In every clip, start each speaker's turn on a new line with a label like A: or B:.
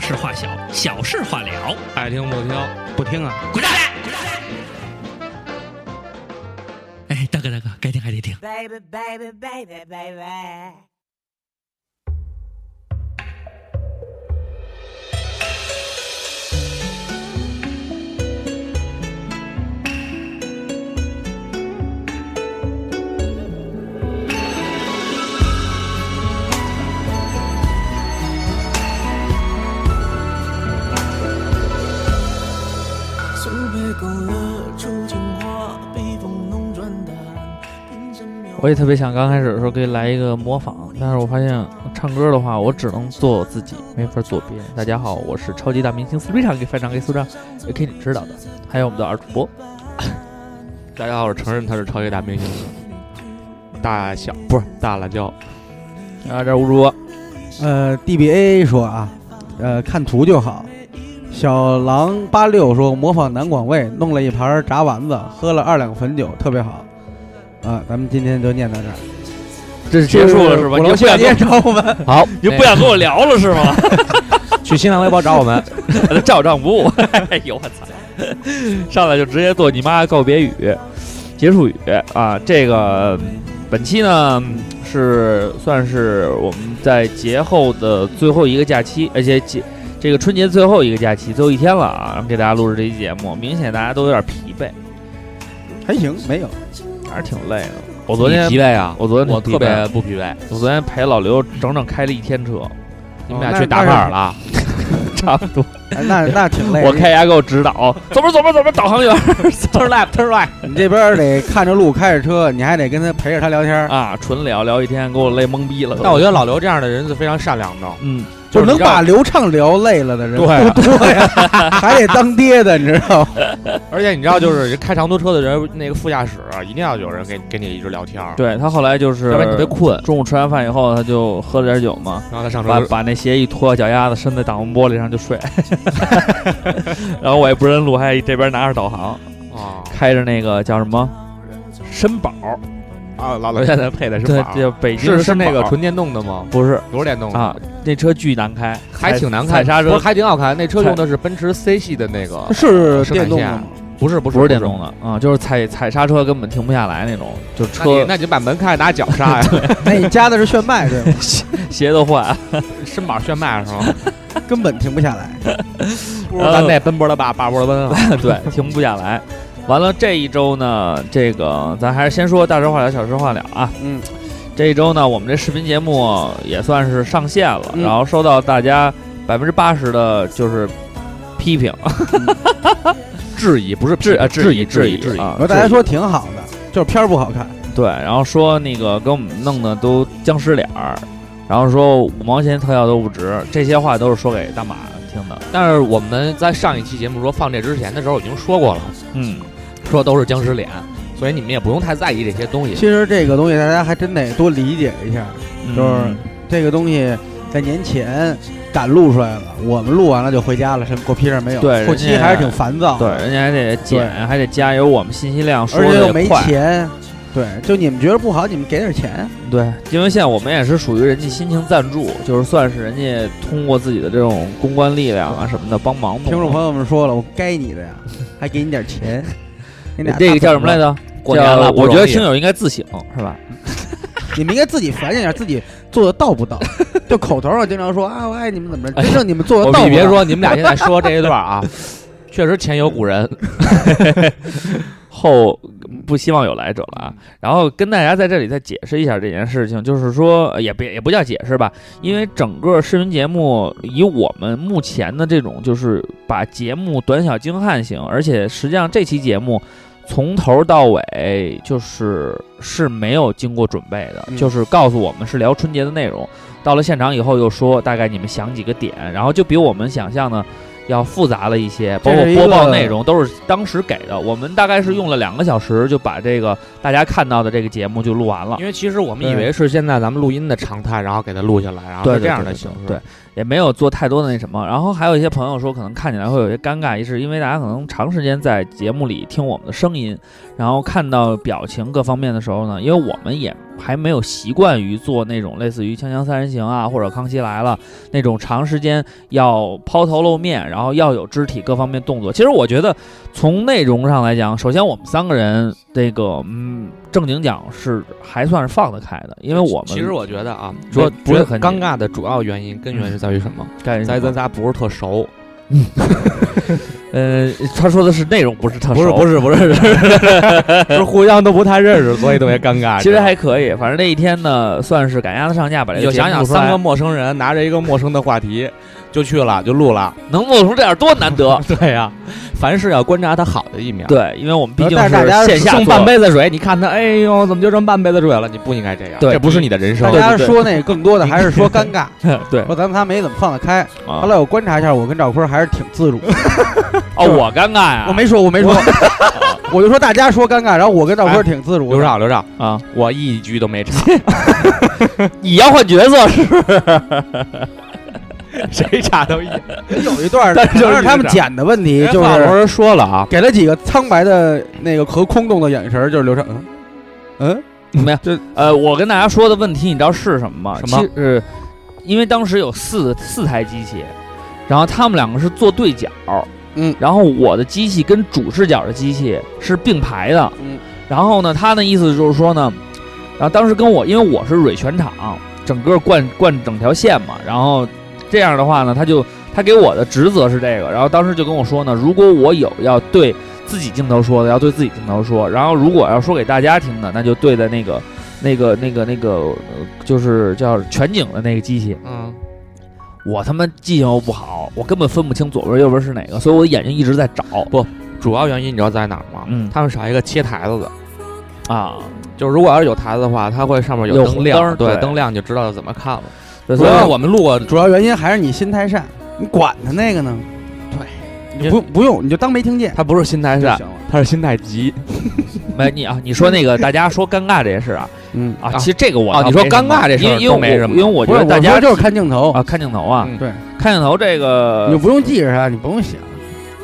A: 事化小，小事化了。
B: 爱听不听，不听啊！
A: 滚蛋！哎，大哥大哥，该听还得听。
C: baby, baby, baby, baby.
D: 送别勾勒出情话，被风弄转淡。凭什么
E: 我也特别想刚开始的时候可以来一个模仿，但是我发现唱歌的话，我只能做我自己，没法做别人。大家好，我是超级大明星苏瑞长给翻唱给苏长，也可以你知道的。还有我们的二主播，
B: 大家好，我承认他是超级大明星，大小不是大辣椒，
E: 啊，这是吴主播，
F: 呃，DBA 说啊，呃，看图就好。小狼八六说模仿南广味，弄了一盘炸丸子，喝了二两汾酒，特别好。啊，咱们今天就念到这儿，
E: 这是结束了是吧？
F: 鼓
E: 你就
F: 楼
E: 不
F: 下
E: 想
F: 街
E: 跟
F: 找我们，
E: 好，
B: 你
E: 那
B: 不想跟我聊了是吗？
E: 去新浪微博找我们，照账不误。 哎呦我操！上来就直接做你妈告别语、结束语啊！这个嗯本期呢是算是我们在节后的最后一个假期，而且节这个春节最后一个假期最后一天了啊！然后给大家录制这期节目，明显大家都有点疲惫，
F: 还行，没有。
E: 还是挺累的。我昨天
B: 你疲惫啊！
E: 我昨天
B: 我
E: 挺
B: 特
E: 疲惫
B: 别不疲惫，哦
E: 我昨天陪老刘整整开了一天车，
B: 你们俩
F: 那
B: 去达喀尔了？
E: 差不多。
F: 哎 那那挺累。
E: 我开牙给我指导，左边左边左边导航 员，turn left turn right
F: 你这边儿得看着路，开着车，你还得跟他陪着他 聊天儿，
E: 啊，纯聊聊一天，给我累懵逼了。
B: 但我觉得老刘这样的人是非常善良的。
E: 嗯，
F: 就是能
E: 你知道
F: 把刘畅聊累了的人
B: 对 啊
F: 不多呀， 还得当爹的，你知道吗？
B: 而且你知道， 就是开长途车的人，那个副驾驶啊一定要有人跟跟你一直聊天儿，
E: 对他后来就是，
B: 要不然你特别困。
E: 中午吃完饭以后，他就喝了点酒嘛，
B: 然后他上
E: 把
B: 车，
E: 把那鞋一脱，脚丫子伸在挡风玻璃上就 睡，然后我也不认路，还这边拿着导航，
B: 啊
E: 开着那个叫什么绅宝，
B: 啊，老 刘现在配的是
E: 对
B: 宝，
E: 叫北京
B: 是是那个
E: 绅宝
B: 纯电动的吗？
E: 不是
B: 不是电动的
E: 啊，，那车巨难开，
B: 还挺难
E: 踩
B: 看，
E: 刹
B: 不
E: 车
B: 是还挺好看。那车用的是奔驰 C 系的那个，
F: 是
B: 生产
F: 电动的
B: 线
E: 啊
F: 吗？
B: 不是不
E: 不是电动的啊，就是踩踩刹车根本停不下来那种，就
B: 那你
E: 车
B: 那你把门开，拿脚刹 呀，
F: 那哎你加的是炫迈对吗？
E: 鞋都坏了。
B: 绅宝炫迈是吗？
F: 根本停不下来。
B: 不如咱那奔波的爸，爸波的奔 啊。
E: 对，停不下来。完了这一周呢，这个咱还是先说大事化了，小事化了啊。
F: 嗯，
E: 这一周呢，我们这视频节目也算是上线了，
F: 嗯
E: 然后受到大家百分之八十的就是批评、
B: 质疑不是
E: 质啊
B: 质
E: 疑、
B: 质
E: 质
B: 质疑
E: 啊
F: 然后，大家说挺好的，就是片儿不好看。
E: 对，然后说那个给我们弄的都僵尸脸儿，然后说五毛钱特效都不值，这些话都是说给大马听的。
B: 但是我们在上一期节目说放这之前的时候已经说过了，
E: 嗯，
B: 说都是僵尸脸，所以你们也不用太在意这些东西。
F: 其实这个东西大家还真得多理解一下，
E: 嗯
F: 就是这个东西在年前赶录出来了，我们录完了就回家了，什么狗屁事儿没有。
E: 对
F: 后期
E: 人家
F: 还是挺烦躁，
E: 对，，人家还得
F: 啊对
E: 剪，还得加油，我们信息量说
F: 而且
E: 的
F: 又没
E: 快。
F: 钱。对，就你们觉得不好，你们给点钱。
E: 对，因为现在我们也是属于人家辛情赞助，就是算是人家通过自己的这种公关力量啊什么的帮忙弄的。
F: 听众朋友们说了，我该你的呀，还给你 点钱。你俩
E: 这个叫什么来
F: 着？
E: 着？
B: 过年了
E: 叫
B: 不
E: 我觉得
B: 容易
E: 听友应该自省，是吧？
F: 你们应该自己反省一下，自己做的到 不到。就口头上经常说啊，我爱你们怎么着，真正你们做
B: 我
F: 的到
B: 们
F: 不
B: 你
F: 到？
B: 别，说，你们俩现在说这一段 啊，确实前有古人。
E: 后不希望有来者了啊。然后跟大家在这里再解释一下这件事情，就是说呃也别也不叫解释吧，因为整个视频节目以我们目前的这种就是把节目短小精悍型，而且实际上这期节目。从头到尾就是是没有经过准备的，
F: 嗯
E: 就是告诉我们是聊春节的内容，到了现场以后又说大概你们想几个点，然后就比我们想象的要复杂了一些，包
F: 这是
E: 括
F: 一
E: 播报
F: 个
E: 内容都是当时给的。我们大概是用了两个小时就把这个大家看到的这个节目就录完了
B: 因，为其实我们以为是现在咱们录音的常态，然后给它录下来，然后
E: 对
B: 是
E: 对
B: 这样
E: 对
B: 的
E: 对
B: 形式。
E: 对也没有做太多的那什么。然后还有一些朋友说，可能看起来会有些尴尬，是因为大家可能长时间在节目里听我们的声音，然后看到表情各方面的时候呢，因为我们也还没有习惯于做那种类似于《锵锵三人行》啊，或者《康熙来了》那种长时间要抛头露面，然后要有肢体各方面动作。其实我觉得从内容上来讲，首先我们三个人这个嗯正经讲是还算是放得开的，因为我们
B: 其实我觉得啊，
E: 说
B: 我
E: 不是
B: 觉得
E: 很
B: 尴尬的主要原因根源是在于什么？
E: 该
B: 在于咱仨不是特熟，
E: 呃，他说的是内容，不是特
B: 不是
E: 熟
B: 不是不是， 是互相都不太认识，所以特别尴尬。
E: 其
B: 知
E: 实
B: 道吗
E: 还可以，反正那一天呢，算是赶鸭子上架，把这
B: 你
E: 个
B: 就
E: 节目
B: 想想，
E: 录出来
B: 三个陌生人拿着一个陌生的话题就去了，就录了。。
E: 能做出这样多难得
B: 对呀、凡事要观察它好的一面。，
E: 对，因为我们毕竟
F: 但
E: 是
F: 是大家
E: 线下
B: 剩
E: 做
B: 半，杯子水，你看他，哎呦，怎么就剩半杯子水了？你不应该这样，
E: 对
B: 这不是你的人生
F: 大。家说那更多的还是说尴尬，
E: 对
F: 说咱们仨没怎么放得开。
E: 啊
F: 后来我观察一下，我跟赵坤还是挺自主的，
E: 哦，我尴尬呀，
F: 我没说，我没说，我就说大家说尴尬，然后我跟赵
B: 哎
F: 坤挺自主
B: 刘
F: 的。
B: 少，刘少，
E: 啊，
B: 我一句都没插，
E: 你要换角色是
B: 谁插都一。
F: 有一段
B: 但是就
F: 可
B: 是
F: 能他们
B: 这样
F: 剪的问题，就
B: 话
F: 是
B: 不是说了啊，
F: 给了几个苍白的那个和空洞的眼神儿，就是刘少，嗯 嗯，
E: 没有？
F: 这
E: 呃，我跟大家说的问题，你知道是什么吗？
B: 什么
E: 其？是因为当时有四四台机器，然后他们两个是做对角，
F: 嗯，
E: 然后我的机器跟主视角的机器是并排的，
F: 嗯，
E: 然后呢，他的意思就是说呢，然后当时跟我，因为我是蕊全场，整个灌灌整条线嘛，然后这样的话呢，他就他给我的职责是这个，然后当时就跟我说呢，如果我有要对自己镜头说的，要对自己镜头说，然后如果要说给大家听的，那就对的那个。那个、那个、那个，呃就是叫全景的那个机器，
B: 嗯，
E: 我他妈记性又不好，我根本分不清左边右边是哪个，所以我的眼睛一直在找。不
B: 主要原因你知道在哪儿吗？
E: 嗯
B: 他们少一个切台子的，
E: 啊，
B: 就是如果要是有台子的话，它会上面
E: 有
B: 灯
E: 红
B: 亮，
E: 灯儿
B: 对
E: 对
B: 灯亮你就知道怎么看了。
E: 对
B: 所
E: 所以
B: 以
E: 我
B: 我们录过，
F: 主要原因还是你心太善，你管他那个呢？对，你不不用，你就当没听见
B: 他不是心态
F: 就
B: 善
F: 行，了。
B: 他是心态急。
E: 没你啊，你说那个大家说尴尬这件事啊
F: 嗯，
E: 啊，
B: 啊
E: 其实这个我
B: 啊
E: 倒
B: 你说
E: 没什么
B: 尴尬这事儿
E: 因为因为
B: 都没
E: 我
B: 什么
E: 因为我觉
F: 不是，
E: 得大家
F: 我说就是看镜头
E: 啊，看镜头啊，
B: 嗯
F: 对，
E: 看镜头这
F: 你
E: 个，
F: 就不用记着它，你不用想。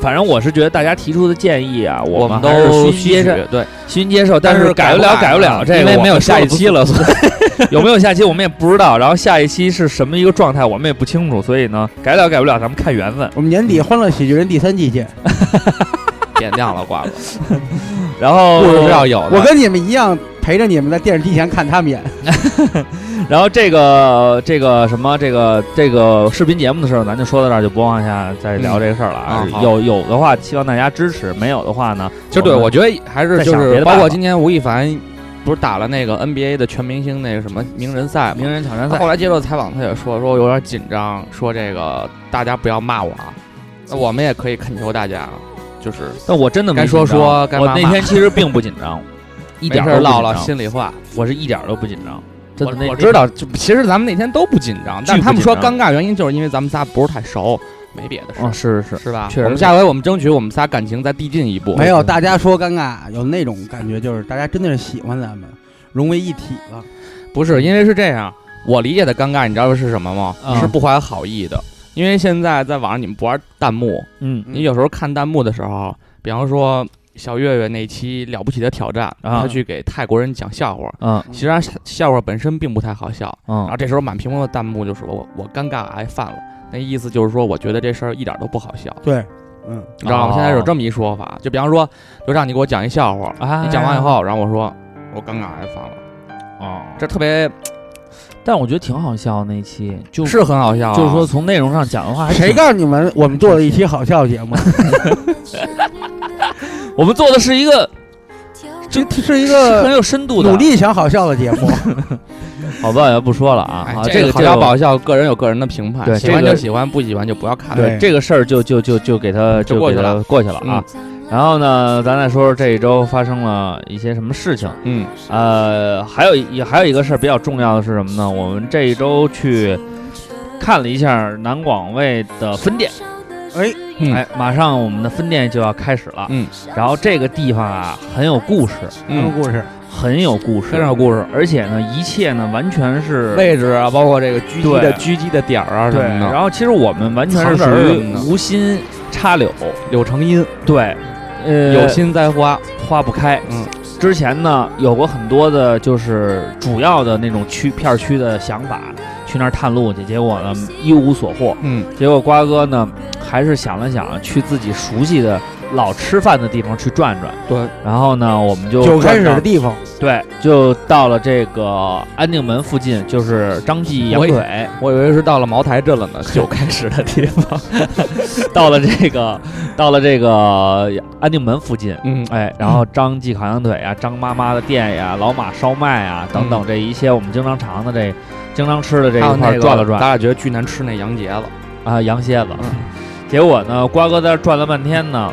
E: 反正我是觉得大家提出的建议啊，
B: 我
E: 们还是
B: 都
E: 虚心接受，
B: 对，
E: 虚心接受，但
B: 但
E: 是
B: 是
E: 改不了，改不了这
B: 啊因
E: 个，
B: 为没有下一期
E: 了。
B: 了，所以
E: 有没有下期我们也不知道，然后下一期是什么一个状态我们也不清楚，所以呢，改了改不了，咱们看缘 分。
F: 我们年底《欢乐喜剧人》第三季见。
B: 点亮了挂了。
E: 然后
B: 故事是要有的，
F: 我跟你们一样，陪着你们在电视机前看他们演。
E: 然后这个这个什么这个这个视频节目的事儿，咱就说到这儿，就不往下再聊这个事儿了啊。
B: 嗯啊好
E: 有有的话，希望大家支持；没有的话呢，
B: 就对
E: 我
B: 我
E: 们
B: 觉得还是
E: 再
B: 就
E: 想别
B: 是
E: 的
B: 包
E: 办
B: 括
E: 法
B: 今年吴亦凡不是打了那个 NBA 的全明星那个什么名人赛吗？
E: 名人挑战
B: 他
E: 赛
B: 后来接受采访，他也说说我有点紧张，说这个大家不要骂我啊，那 我们也可以恳求大家，就是
E: 但我真的没
B: 该说
E: 紧张
B: 说该
E: 我
B: 骂
E: 那
B: 骂
E: 天其实并不紧 张，一
B: 一
E: 点
B: 点
E: 儿
B: 儿
E: 都不
B: 唠
E: 紧
B: 唠
E: 张
B: 心里话。
E: 我是一点儿都不紧张。真的
B: 我
E: 那
B: 我知，道，就其实咱们那天都不紧张，但
E: 巨不
B: 他们说
E: 紧
B: 尴
E: 张
B: 尬原因就是因为咱们仨不是太熟，没别的事
E: 那嗯，
B: 儿，
E: 是是是，
B: 是吧？
E: 确实
B: 我们
E: 是
B: 下回我们争取我们仨感情再递进一步。
F: 没有，大家说尴尬，有那种感觉，就是大家真的是喜欢咱们，融为一体了。
B: 不是，因为是这样，我理解的尴尬，你知道是什么吗？
E: 嗯
B: 是不怀好意的。因为现在在网上你们不玩弹幕，
E: 嗯
B: 你有时候看弹幕的时候，比方说小岳岳那期《了不起的挑战》，
E: 啊
B: 他去给泰国人讲笑话，
E: 嗯
B: 其实他笑话本身并不太好笑，然后
E: 嗯，
B: 这时候满屏幕的弹幕就是我我尴尬癌犯了，那意思就是说我觉得这事儿一点都不好笑，
F: 对，嗯，
B: 你知道
E: 哦
B: 吗？现在有这么一说法，就比方说，就让你给我讲一笑话，
E: 啊
B: 你讲完以后，然后我说我尴尬癌犯了，
E: 哦，
B: 这特别
E: 但我觉得挺好笑那期，就是
B: 很好笑啊，
E: 就是说从内容上讲的话，还
F: 谁
E: 挺
F: 告诉你们我们做了一期好笑节目？
E: 我们做的是一个
F: 这是一
E: 很
F: 个
E: 有深度的，
F: 努力想好笑的节 目。
E: 好吧，不说了啊
B: 哎
E: 啊，
B: 这
E: 个
B: 好
E: 这
B: 笑
E: 个
B: 不好笑，个人有个人的评判，
E: 对
B: 喜欢
E: 这个
B: 就喜欢，不喜欢就不要看。
F: 对
E: 这个事儿就就就就给他
B: 就
E: 就
B: 过
E: 给
B: 去
E: 他
B: 了嗯
E: 过去了啊。 然后呢，咱再说说这一周发生了一些什么事情。
B: 嗯，
E: 呃，还有一还有一个事儿比较重要的是什么呢？我们这一周去看了一下南广卫的分店，
F: 哎，
B: 嗯
E: 哎，马上我们的分店就要开始了。
B: 嗯，
E: 然后这个地方啊很有故事，
F: 什么
B: 嗯，
F: 故事？
E: 很有故事，
B: 非常有故事，
E: 而且呢，一切呢完全是
B: 位置啊，包括这个狙击的
E: 对
B: 狙击的点儿啊什
E: 对。
B: 么的，
E: 然后其实我们完全是属
B: 藏人什
E: 于
B: 么的
E: 无心插柳，
B: 柳成荫
E: 对，呃，
B: 有心栽花，
E: 花不开。
B: 嗯，
E: 之前呢有过很多的，就是主要的那种区片区的想法，去那儿探路去，结果呢一无所获。
B: 嗯，
E: 结果瓜哥呢还是想了想，去自己熟悉的老吃饭的地方去转转。
B: 对，
E: 然后呢，我们就
F: 酒开
E: 转
F: 始
E: 到
F: 的地方，
E: 对，就到了这个安定门附近，就是张记羊腿，
B: 我以为是到了茅台镇了呢，就开始的地方，
E: 到了这个，到了这个安定门附近。
B: 嗯，
E: 哎，然后张记烤羊腿啊，张妈妈的店呀、老马烧麦啊，等等这一些我们经常尝的这、经常吃的这
B: 嗯还有
E: 一块儿
B: 那个
E: 转了转
B: 咱俩觉得巨难吃那羊节子，
E: 啊，羊蝎子。 结果呢，瓜哥在这转了半天呢，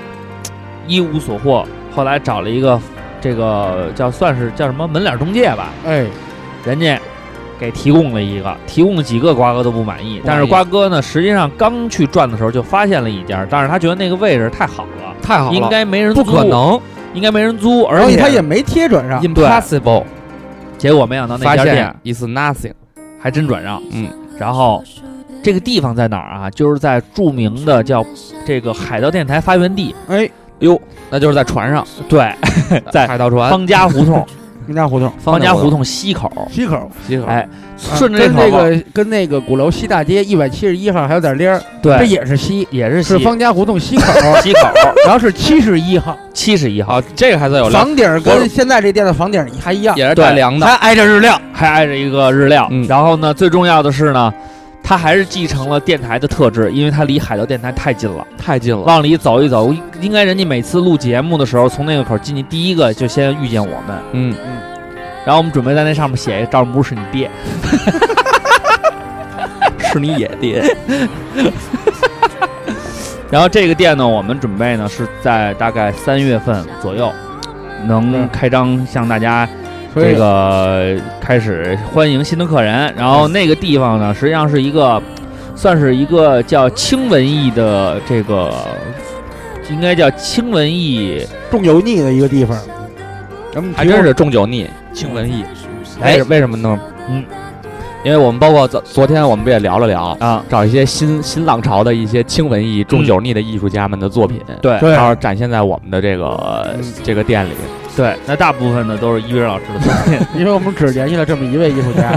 E: 一无所获。后来找了一个这个叫算是叫什么门脸中介吧，
F: 哎，
E: 人家给提供了一个，提供了几个瓜哥都不满意。但是瓜哥呢，实际上刚去转的时候就发现了一家，但是他觉得那个位置太好了，
B: 太好了，
E: 应该没人租，
B: 不可，能
E: 应该没人租，而
F: 然后
E: 且
F: 他也没贴转上，
B: ，impossible，
E: 结果没想到那
B: 发
E: 家
B: 现
E: 店
B: is nothing，
E: 还真转让，
B: 嗯，
E: 然后这个地方在哪儿啊？就是在著名的叫这个海盗电台发源地，
F: 哎，
B: 哟，那就是在船上，
E: 对，在
B: 海盗船
E: 方家胡同，
F: 你家胡同
E: 方家胡同西口，
F: 西口，
B: 西口，
E: 哎，
F: 啊
E: 顺着
F: 跟
E: 口
F: 那
E: 往，
F: 个跟那个鼓楼西大街一百七十一号还有点儿连儿，这
E: 对，
F: 也是西，
E: 也是
F: 是
E: 西
F: 方家胡同西口，
E: 西口
F: 然后是七十一号，
E: 七十一号
B: 好，，这个还算有料，
F: 房顶儿跟现在这店的房顶儿还一样，
B: 也是
E: 对
B: 带凉的，
E: 挨着日料，还挨着一个日料。
B: 嗯
E: 然后呢，最重要的是呢，它还是继承了电台的特质，因为它离海盗电台太近了，
B: 太近了，
E: 往里走一走，应该人家每次录节目的时候，从那个口进去，第一个就先遇见我们。
B: 嗯，
E: 然后我们准备在那上面写一赵本不是你爹，
B: 是你野爹，
E: 然后这个店呢，我们准备呢是在大概三月份左右
B: 嗯
E: 能开张，向大家
F: 所以
E: 这个开始欢迎新的客人。然
B: 嗯
E: 后那个地方呢，实际上是一个算是一个叫轻文艺的这个，应该叫轻文艺，
F: 重油腻的一个地方。咱们
B: 还
F: 提
B: 真
F: 供
B: 是重酒腻，轻文艺，
E: 哎
B: 为为什么呢？
E: 嗯，
B: 因为我们包括昨昨天我们不也聊了聊
E: 啊，
B: 找一些新新浪潮的一些轻文艺、重酒腻的艺术家们的作品，
E: 对
F: 对
B: 然后展现在我们的这个这个店里，
E: 对，那大部分呢都是一位老师的作品。
F: 因为我们只联系了这么一位艺术 家，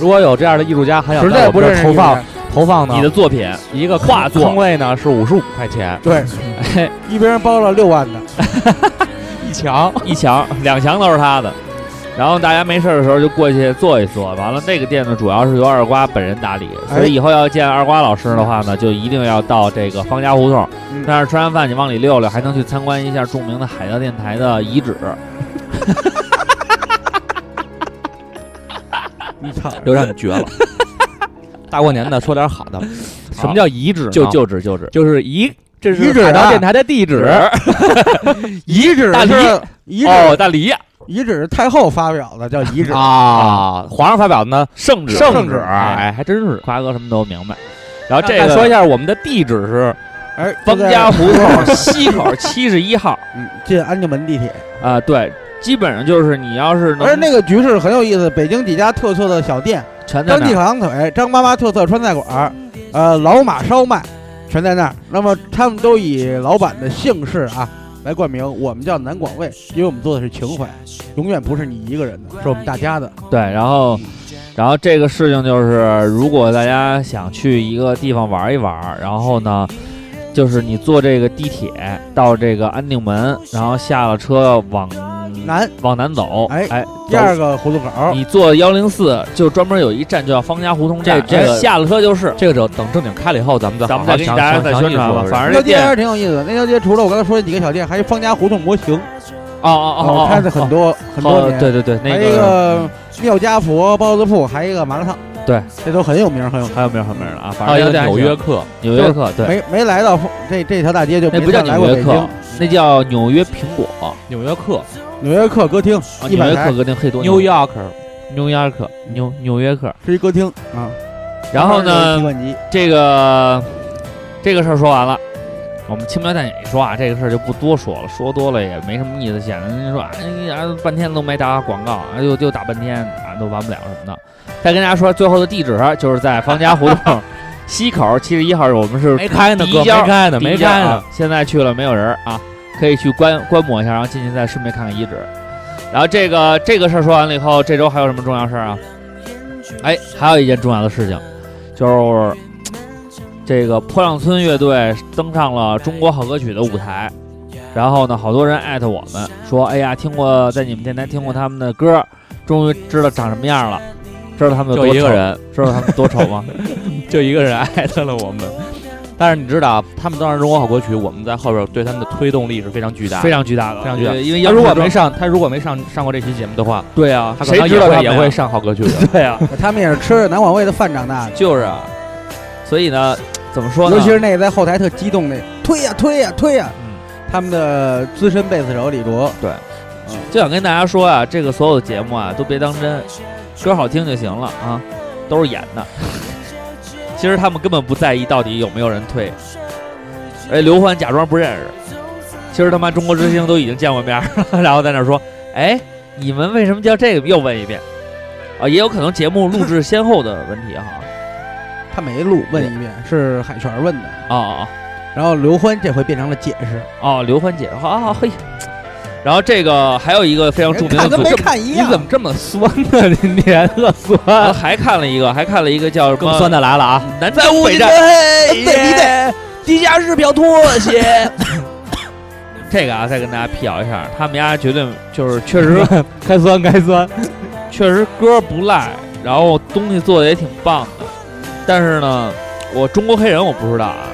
B: 如果有这样的艺术家还想
F: 实
B: 在
F: 在
B: 我
F: 不
B: 们这
F: 认
B: 儿
F: 识
B: 投
F: 艺
B: 放
F: 术
B: 投放呢，
E: 你的作品，
B: 一个
E: 画作
B: 坑位呢是五十五块钱
F: 家，对， 一边包了六万的，
B: 一 墙，
E: 一墙、两墙都是他的。然后大家没事儿的时候就过去坐一坐。完了，那个店呢主要是由二瓜本人打理，所以以后要见二瓜老师的话呢，就一定要到这个方家胡同。
F: 嗯
E: 但是吃完饭你往里溜溜，还能去参观一下著名的海盗电台的呃遗址。
F: 你 操！
B: 刘畅你绝了，大过年的说点好的，什么叫遗址呢？
E: 就就址就址，
B: 就是遗，这
F: 遗址
B: 是
F: 啊
B: 海盗电台的地址，
F: 遗址
E: 大
F: 是遗
E: 哦，
F: 址，
E: 大理
F: 遗址是太后发表的叫遗址，
B: 啊，皇上发表的呢
E: 圣旨。
B: 圣
F: 旨
B: 哎，还真是。
E: 瓜哥什么都明白。然后这
B: 这
E: 个
B: 说一下我们的地址是
F: 哎，
E: 方
F: 就在
E: 家胡同西口七十一号
F: 嗯进安定门地铁。
E: 啊、对，基本上就是你要是能
F: 而那个局势很有意思，北京几家特色的小店，
E: 全在
F: 张
E: 那
F: 记
E: 儿
F: 烤羊腿、张妈妈特色川菜馆儿，呃，老马烧麦，全在那儿。那么他们都以老板的姓氏啊来冠名，我们叫南广味，因为我们做的是情怀，永远不是你一个人的，是我们大家的。
E: 对，然后，然后这个事情就是，如果大家想去一个地方玩一玩，然后呢，就是你坐这个地铁到这个安定门，然后下了车往
F: 南
E: 往南走，
F: 哎
E: 哎，
F: 第二个胡同口
E: 走。你坐幺零四，就专门有一站就叫方家胡同站，
B: 这这个
E: 哎下了车就是。
B: 这个等等正经开了以后，咱们再
E: 咱
B: 好
E: 们
B: 好
E: 再给
B: 详
E: 大家
B: 详
E: 再
B: 详
E: 宣
B: 细
E: 传吧，
B: 说。
E: 反正这
F: 那条街还
E: 店
F: 是挺有意思的。那条街除了我刚才说的几个小店，还有方家胡同模型，
E: 哦哦哦哦，
F: 开了很多很多
E: 哦
F: 年。
E: 对对对，那
F: 还有一个缪家佛包子铺，还有一个麻辣烫，
E: 对，
F: 这都很有名，很有名。
E: 还有没有还有没有了啊？反
B: 还
E: 正
B: 有
E: 这
B: 一个
E: 店还
B: 纽
E: 行
B: 约客，
E: 纽约客，对，
F: 没没来到这这条大街就
E: 那
F: 没
E: 不叫
F: 再来
E: 纽
F: 过
E: 约
F: 北
E: 客
F: 京，
E: 那叫纽约苹果，啊
B: 纽约客
F: 纽约客歌厅，一
E: 纽
F: 百
E: 约
F: 台
E: 客格定黑多
B: ，New Yorker，
E: 纽约客，纽纽约客。
F: 是一歌厅啊。
E: 然后
F: 旁边有一
E: 呢
F: 提，款机
E: 这个这个事儿说完了，我们轻描淡写一说啊，这个事儿就不多说了，说多了也没什么意思，显得人家说哎呀半天都没打广告，啊又又打半天啊都完不了什么的。再跟大家说，最后的地址啊就是在方家胡同西口七十一号，我们是
G: 没开呢，
E: 第一
G: 哥没
E: 家
G: 开呢，
E: 第一
G: 没
E: 家
G: 开
E: 啊
G: 呢。，
E: 现在去了没有人儿啊，可以去观观摩一下，然后进去再顺便看看遗址。然后这个这个事儿说完了以后，这周还有什么重要事儿啊？哎，还有一件重要的事情，就是这个坡上村乐队登上了中国好歌曲的舞台。然后呢，好多人艾特我们说：“哎呀，听过在你们电台听过他们的歌，终于知道长什么样了，知道他们有
G: 就
E: 多丑
G: 一个，人，
E: 知道他们多丑 吗？
G: 就一个人艾特了我们。但是你知道，他们当时中国好歌曲，我们在后边对他们的推动力是非常巨大的，
E: 非常巨大的，
G: 啊
E: 啊
G: 非常巨大。
E: 因为
G: 他
E: 要
G: 如果没上，他如果没上上过这期节目的话，
E: 对啊，
G: 他可
E: 谁
G: 能
E: 知
G: 也
E: 道他
G: 会也
E: 们呀
G: 会上好歌曲 的。
E: 对啊，
F: 他们也是吃着南广味的饭长大的，
E: 就是啊，所以呢，怎么说呢？嗯
F: 尤其是那个在后台特激动那推呀推呀推呀，他们的资深贝斯手李卓，
E: 就想跟大家说啊，这个所有的节目啊，都别当真，歌好听就行了啊，都是演的。其实他们根本不在意到底有没有人退，哎，刘欢假装不认识，其实他妈中国之星都已经见过面儿了， 然后在那儿说，哎，你们为什么叫这个？又问一遍，啊，也有可能节目录制先后的问题哈。
F: 他没录，问一遍是海泉问的，
E: 啊啊啊！
F: 然后刘欢这回变成了解释，
E: 哦，刘欢姐，好好好，嘿。然后这个还有一个非常著名的
F: 哎看跟
E: 组
F: 没
E: 织，
F: 看一
G: 你
F: 样
G: 怎。么这么酸呢？ 你你还特
E: 啊
G: 酸，
E: 还看了一个，还看了一个叫什
G: 更
E: 么
G: 酸的来了啊！
E: 南在屋北
G: 战
E: 站，
G: 黑
F: 必
G: 耶，地下室漂拖 鞋，
E: 这个啊，再跟大家辟谣一下，他们家绝对就是 确实
G: 该酸该酸。
E: 确实歌不赖，然后东西做的也挺棒的，但是呢，我中国黑人我不知道啊，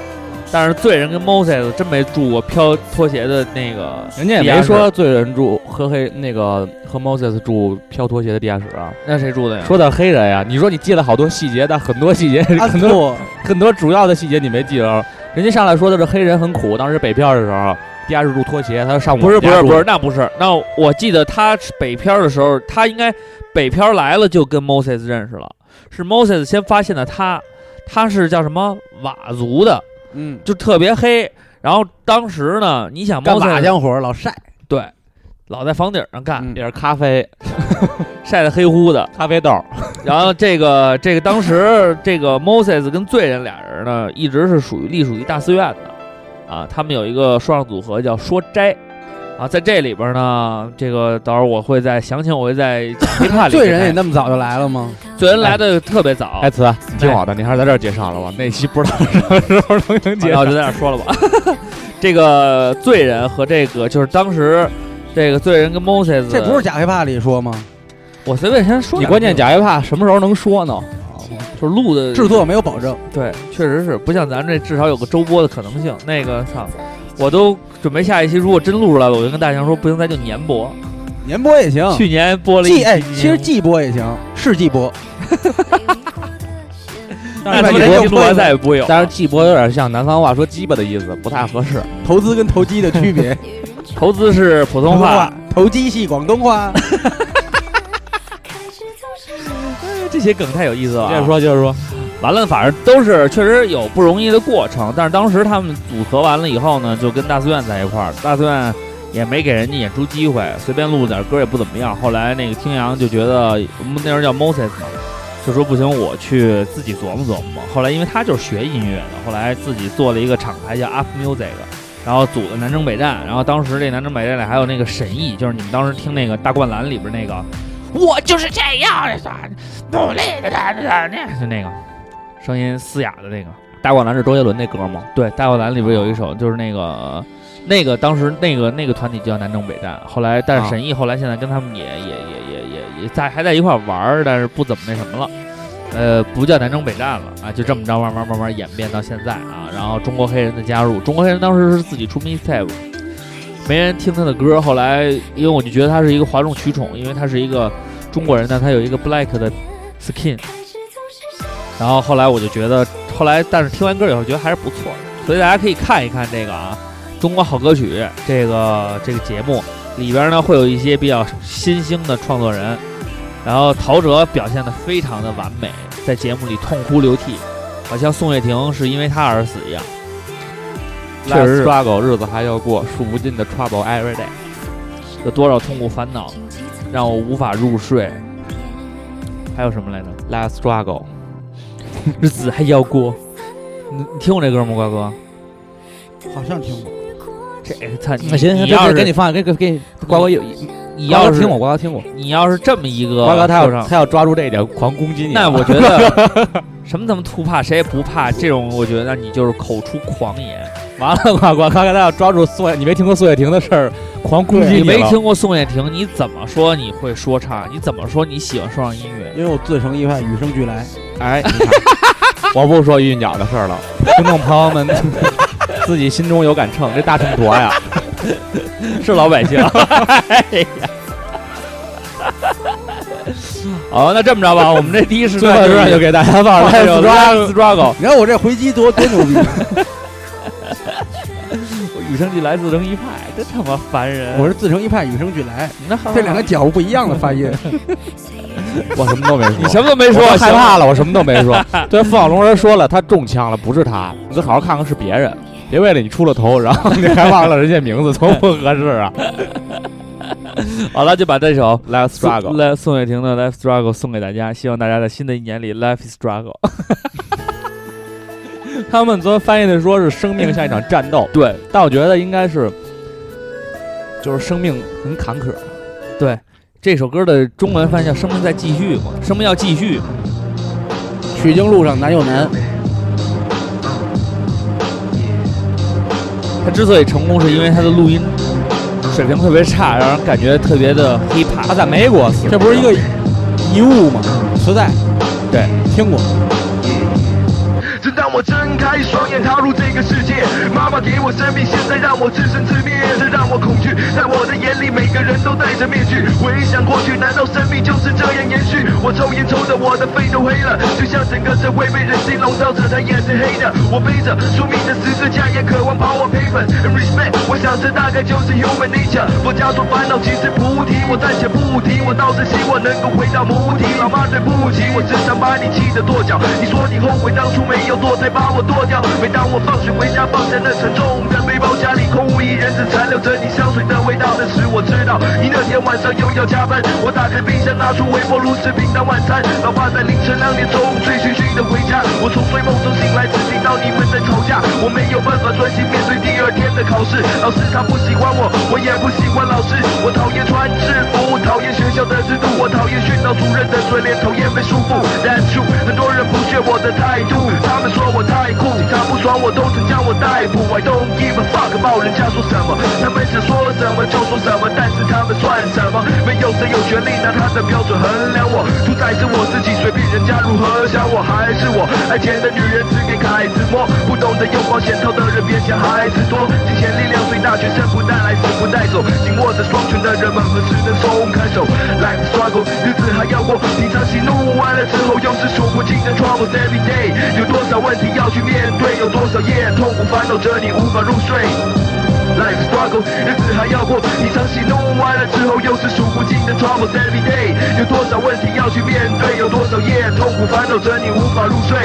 E: 但是罪人跟 Moses 真没住过飘拖鞋的那个地下室，
G: 人家也没说罪人住和黑那个和 Moses 住飘拖鞋的地下室啊。
E: 那谁住的呀？
G: 说到黑人呀，你说你记了好多细节，但很多 细节、
F: 安
G: 很多
F: 兔
G: 很多主要的细节你没记着。人家上来说的是黑人很苦，当时北漂的时候，地下室住拖鞋，他上我
E: 不是
G: 们
E: 不
G: 家
E: 是
G: 住
E: 不是，，那不是。那我记得他北漂的时候，他应该北漂来了就跟 Moses 认识了，是 Moses 先发现的他，他是叫什么佤族的，
F: 嗯，
E: 就特别黑。然后当时呢，你想
F: 干瓦
E: Moses
F: 匠活儿老晒，
E: 对，老在房顶上干，
F: 嗯
G: 也是咖啡
E: 晒得黑乎的。
G: 咖啡豆，
E: 然后这个这个当时这个 Moses 跟罪人俩人呢，一直是属于隶属于大寺院的啊。他们有一个说唱组合叫说斋啊，在这里边呢，这个到时候我会在详情我会在讲 hip hop 里
F: 罪人也
E: 给大
F: 那么早就来了吗？
E: 家罪人来的特别早，啊
G: 哎，词，你听我的，你还是在这儿介绍了吧？那期不知道什么时候能能介绍
E: 然后。就在那儿说了吧。 这个罪人和这个就是当时这个罪人跟 Moses，
F: 这不是假黑怕里说吗？
E: 我随便先说两句，
G: 你关键贾跃怕什么时候能说呢？
E: 就是录的
F: 制作没有保证，
E: 对，确实是不像咱这至少有个周播的可能性。那个操，我 都准备下一期，如果真录出来了，我就跟大强说，不行，咱就年播。
F: 年播也
G: 嗯
F: 行，
E: 去年播了一
F: 季
E: 期，
F: 哎，其实季播也行，是季播，
E: 那
F: 那
G: 哎
E: 他
F: 你
E: 们
F: 这
E: 这期
F: 就
E: 录完
F: 不
E: 再也不会有。
G: 但是季播有点像南方话说“鸡巴”的意思，不太合适。
F: 投资跟投机的 区别。
E: 投资是普通话，，
F: 投机系广 东话。
E: 这些梗太有意思了。
G: 嗯
E: 啊
G: 接着，说，接着说，
E: 完了，反正都是确实有不容易的过程。但是当时他们组合完了以后呢，就跟大寺院在一块儿，大寺院也没给人家演出机会，随便录点歌也不怎么样。后来那个听阳就觉得，嗯那时候叫 Moses 嘛，就说不行，我去自己琢磨琢磨吧。后来因为他就是学音乐的，后来自己做了一个厂牌叫 Up Music。然后组了南征北战，然后当时这南征北战里还有那个沈毅，就是你们当时听那个大灌篮里边那个，我就是这样的，努力的，就那个，声音嘶哑的那个。
G: 大灌篮是周杰伦那歌吗？哦
E: 对，《大灌篮》里边有一首，就是那个那个当时那个那个团体叫南征北战，后来但是
G: 啊
E: 沈毅后来现在跟他们也也也也也也在还在一块儿玩儿，但是不怎么那什么了。呃，不叫南征北战了啊，就这么着慢慢慢慢演变到现在啊。然后中国黑人的加入，中国黑人当时是自己出 mixtape，没人听他的歌。后来因为我就觉得他是一个哗众取宠，因为他是一个中国人，但他有一个 black 的 skin。然后后来我就觉得，后来但是听完歌以后觉得还是不错的，所以大家可以看一看这个啊，《中国好歌曲》这个这个节目里边呢会有一些比较新兴的创作人，然后陶喆表现的非常的完美，在节目里痛哭流涕，好像宋岳庭是因为他而死一样。确实是
G: struggle 日子还要过，数不尽的 trouble every day。
E: 有多少痛苦烦恼，让我无法入睡。还有什么来着？
G: Last struggle，
E: 日子还要过。你你听过这歌吗，瓜哥？
F: 好像听过。
E: 这哎他你
G: 那行行，
E: 你
G: 别
E: 要
G: 别
E: 是
G: 给你放，给给给瓜哥有，
E: 你
G: 你呃
E: 要是
G: 听过，瓜哥听过，
E: 你要是这么一个
G: 瓜哥他要
E: 受伤
G: 他要抓住这一点狂攻击你，
E: 那我觉得什么他妈突怕，谁也不怕这种，我觉得那你就是口出狂言。
G: 完了，瓜瓜刚才要抓住宋，你没听过宋雪婷的事儿，狂攻击
E: 你
G: 你
E: 没
G: 了，
E: 听过宋雪婷，你怎么说你会说唱？你怎么说你喜欢说唱音 乐？
F: 因为我自成一派，与生俱来，
G: 哎，你 看我不说韵脚的事儿了，听众朋友们 自己心中有杆秤，这大秤砣 呀，
E: 是老百姓。哎呀好，那这 么着吧，我们这第一时
G: 最后
E: 段
G: 一段就给大家放
E: 哎
G: 这
E: 呦
G: 首 Last Struggle，
F: 你看我这回击多多牛逼！
E: 我与生俱来自成一派，真他妈烦人！
F: 我是自成一派，与生俱来，
E: 那好
F: 这两个角度不一样的发音。
G: 我什么都没说，
E: 你什么都没说，
G: 我害
E: 行
G: 怕了，我什么都没说。对，付小龙人说了，他中枪了，不是他，你得好好看看是别人，别为了你出了头，然后你还忘了人家名字，多不合适啊！
E: 好了，就把这首
G: Last
E: 宋
G: struggle，
E: 来宋雪婷的 Life Struggle 送给大家，希望大家在新的一年里 Life is Struggle。
G: 他们昨天翻译的说是生命像一场战斗，对，但我觉得应该是，就是生命很坎坷，
E: 这首歌的中文翻译叫“生命在继续”嘛，生命要继续。
F: 取经路上难又难，
E: 他之所以成功，是因为他的录音水平特别差，让人感觉特别的 hip hop。
G: 他在美国死，
F: 这不是一个遗物吗？磁带，
E: 对，
F: 听过。
H: 直到我睁开双眼踏入这个世界，妈妈给我生命，现在让我自生自灭，这让我恐惧。在我的眼里，每个人都戴着面具。回想过去，难道生命就是这样延续？我抽烟抽的我的肺都黑了，就像整个社会被人性笼罩着，它也是黑的。我背着宿命的十字架，也渴望 power payment and respect。我想这大概就是 human nature。佛家说烦恼其实菩提，我暂且不提，我倒是希望能够回到母体。老妈对不起，我只想把你气得跺脚。你说你后悔当初没有堕胎把我剁掉。每当我放学回家，放下那沉重的背包，家里空无一人，只残留着你香水的味道。那时我知道你那天晚上又要加班。我打开冰箱，拿出微波炉吃平淡晚餐。老爸在凌晨两点钟醉醺醺的回家，我从睡梦中醒来，只听到你们在吵架。我没有办法专心面对第二天的考试，老师他不喜欢我，我也不喜欢老师。我讨厌穿制服，讨厌学校的制度，我讨厌训导主任的嘴脸，讨厌被束缚。That's true，很多人不屑我的态度，他们说我太酷，他不爽我都曾将我逮捕。I don't give a fuck about 人家说什么，他们想说什么就说什么，但是他们算什么？没有谁有权利拿他的标准衡量我，主宰是我自己，随便人家如何想我，还是我爱钱的女人只给凯子摸，不懂得用保险套的人别想孩子多，金钱力量最大，学生不带来死不带走，紧握着双拳的人们何时能松开手？Life is struggle，日子还要过，平常喜怒完了之后又是数不尽的 troubles every day，有多少问题要去面对，有多少夜痛苦烦恼着你无法入睡。Life is struggle，日子还要过，一场喜怒完了之后又是数不尽的 troubles every day，有多少问题要去面对，有多少夜痛苦烦恼着你无法入睡。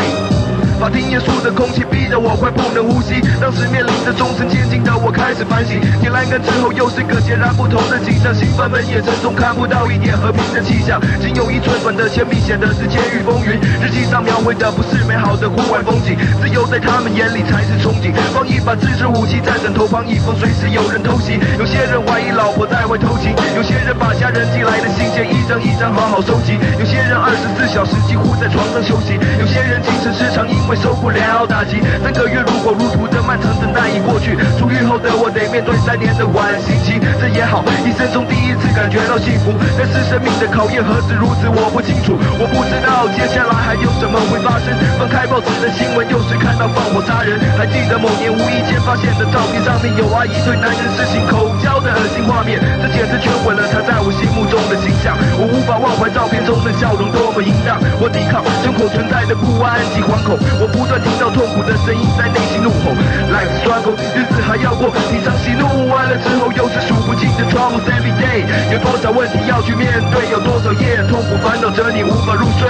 H: 法庭严肃的空气逼得我快不能呼吸，当时面临着终身监禁的我开始反省。点栏杆之后又是个截然不同的景象，刑犯们眼神中看不到一点和平的气象，仅有一寸短的铅笔写的是监狱风云，日记上描绘的不是美好的户外风景，只有在他们眼里才是憧憬。放一把自制武器在枕头旁一封，随时有人偷袭。有些人怀疑老婆在外偷情，有些人把家人寄来的信件一张一张好好收集，有些人二十四小时几乎在床上休息，有些人精神失常，因为受不了打击。三个月如火如荼的漫长等待已过去，出狱后的我得面对三年的缓刑期，这也好，一生中第一次感觉到幸福。但是生命的考验何止如此，我不清楚，我不知道接下来还有什么会发生。翻开报纸的新闻，又是看到放火杀人，还记得某年无意间发现的照片，上面有阿姨对男人施行口交的恶心画面，这简直全毁了她在我心目中的形象。我无法忘怀照片中的笑容多么淫荡，我抵抗胸口存在的不安及惶恐，我不断听到痛苦的声音在内心怒吼。Life struggle，日子还要过，平常喜怒完了之后，又是数不尽的 troubles every day，有多少问题要去面对，有多少夜痛苦烦恼着你无法入睡。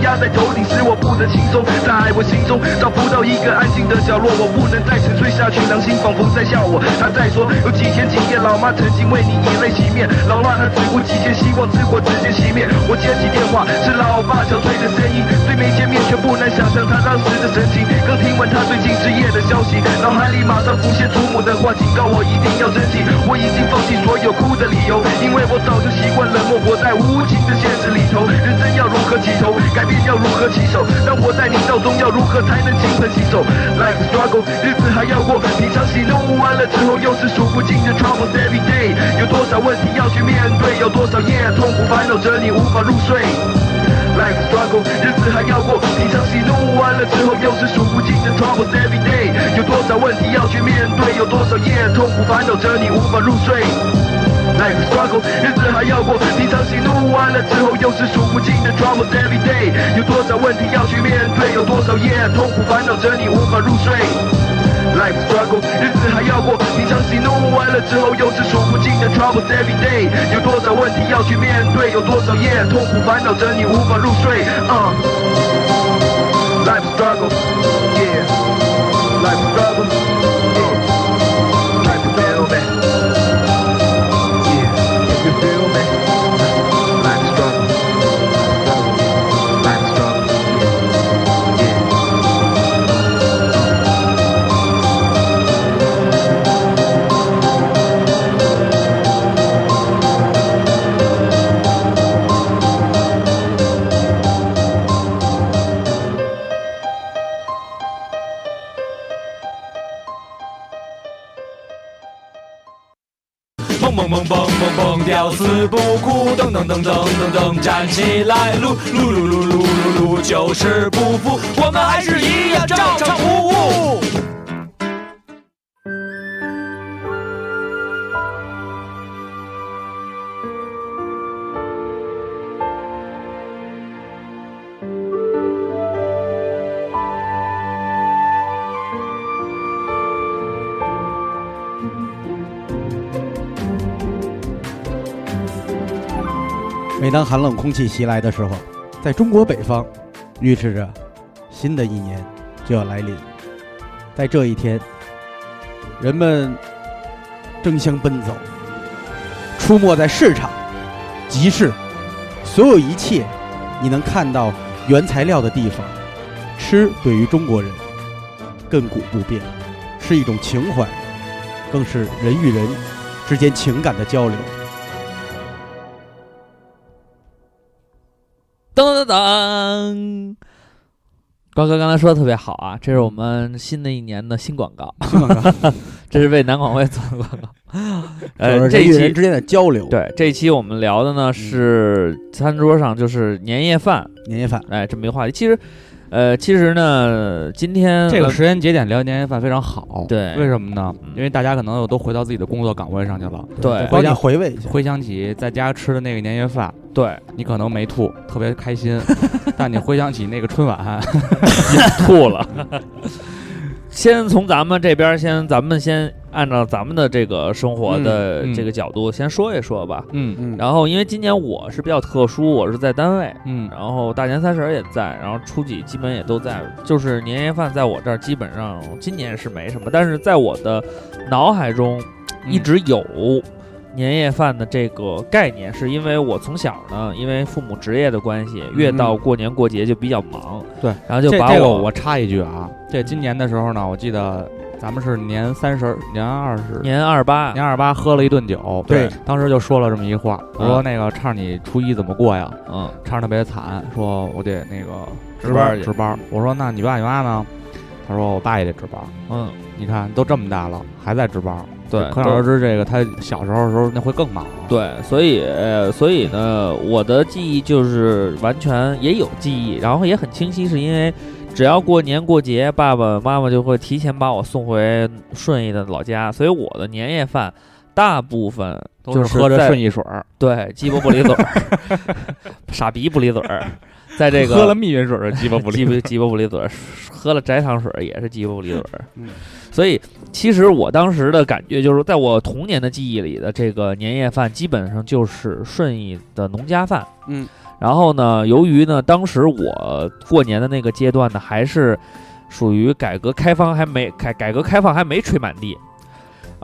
H: 压在头顶，使我不能轻松。在我心中找不到一个安静的角落，我不能再沉睡下去。良心仿佛在笑我，他在说有几天几夜，老妈曾经为你以泪洗面，老辣她只顾几天，希望之火直接熄灭。我接起电话，是老爸憔悴的声音，虽没见面，却不难想象他当时的神情。刚听完他最近失业的消息，脑海里马上浮现祖母的话，警告我一定要珍惜。我已经放弃所有哭的理由，因为我早就习惯冷漠，活在无情的现实里头。人生要如何起头，改变要如何起手，当活在你道中要如何才能金盆洗手？Life struggle，日子还要过，平常喜怒完了之后又是数不尽的 troubles every day。有多少问题要去面对，有多少夜痛苦烦恼着你无法入睡。Life struggle，日子还要过，平常喜怒完了之后又是数不尽的 troubles every day。有多少问题要去面对，有多少夜痛苦烦恼着你无法入睡。Life struggle，日子还要过，平常喜怒完了之后又是数不尽的 troubles every day。有多少问题要去面对，有多少夜痛苦烦恼着你无法入睡。Life struggle，日子还要过，平常喜怒完了之后又是数不尽的 troubles every day。有多少问题要去面对，有多少夜痛苦烦恼着你无法入睡。啊、l i f e struggle，yeah，life struggle，yeah，life feel me，yeah，you feel me，life struggle，life struggle，yeah。
I: 蹦蹦蹦蹦蹦蹦，屌丝不哭，噔噔噔噔噔噔，站起来，撸撸撸撸撸撸撸，就是不服，我们还是一样照常服务。
F: 每当寒冷空气袭来的时候，在中国北方，预示着新的一年就要来临。在这一天，人们争相奔走，出没在市场、集市，所有一切你能看到原材料的地方。吃对于中国人亘古不变，是一种情怀，更是人与人之间情感的交 流。
E: 噔噔噔！瓜哥刚才说的特别好啊，这是我们新的一年的新广告， 这是为南广卫做的广 告。呃，
F: 就是
E: 这
F: 人
E: 一
F: 与人
E: 期
F: 之间的交流，
E: 对这一期我们聊的
B: 嗯
E: 呢是餐桌上就是年夜饭，
F: 年夜饭。
E: 哎，这么一个话题。其实，呃，其实呢，今天
B: 这个
E: 呃
B: 时间节点聊年夜饭非常好，
E: 对
B: 为什么呢
E: 嗯？
B: 因为大家可能都回到自己的工作岗位上去了，
E: 对
F: 帮你回味一下。
B: 回想起在家吃的那个年夜饭，
E: 对
B: 你可能没吐，特别开心， 但你回想起那个春晚，
E: 吐了。 先从咱们这边儿先，咱们先按照咱们的这个生活的
B: 嗯嗯
E: 这个角度先说一说吧。
B: 嗯
F: 嗯，
E: 然后，因为今年我是比较特殊，我是在单位，
B: 嗯
E: 然后大年三十儿也在，然后初几基本也都在，就是年夜饭在我这儿基本上嗯
B: 嗯
E: 今年是没什么，但是在我的脑海中一直有年夜饭的这个概念，是因为我从小呢，因为父母职业的关系，越到过年过节就比较忙，
B: 嗯对，
E: 然后就
B: 这
E: 把
B: 这个
E: 我
B: 我插一句啊，这今年的时候呢，我记得咱们是年三十、年二十、
E: 年二八，
B: 年二八喝了一顿酒，
F: 对，
B: 当时就说了这么一话，我
E: 嗯
B: 说那个畅儿你初一怎么过呀？
E: 嗯，
B: 畅儿特别惨，说我得那个
E: 值班儿去
B: 值班儿。我说那你爸你妈呢？他说我爸也得值班儿。
E: 嗯，
B: 你看都这么大了还在值班儿，
E: 对
B: 可想而知这个他小时候的时候那会更忙。，啊
E: 对，所以呃所以呢，我的记忆就是完全也有记忆，然后也很清晰，是因为只要过年过节，爸爸妈妈就会提前把我送回顺义的老家，所以我的年夜饭大部分
B: 就
E: 都
B: 是喝着
E: 在
B: 顺义水儿，
E: 对鸡巴不离嘴儿， 傻逼不离嘴儿， 在这个
B: 喝了蜜云水儿 鸡巴不
E: 鸡
B: 离。
E: 巴鸡巴不离嘴儿，喝了斋糖水儿也是鸡巴不离嘴儿
F: 嗯。
E: 所以，其实我当时的感觉就是，在我童年的记忆里的这个年夜饭，基本上就是顺义的农家饭。
F: 嗯，
E: 然后呢，由于呢，当时我过年的那个阶段呢，还是属于改革开放还没改改革开放还没吹满地。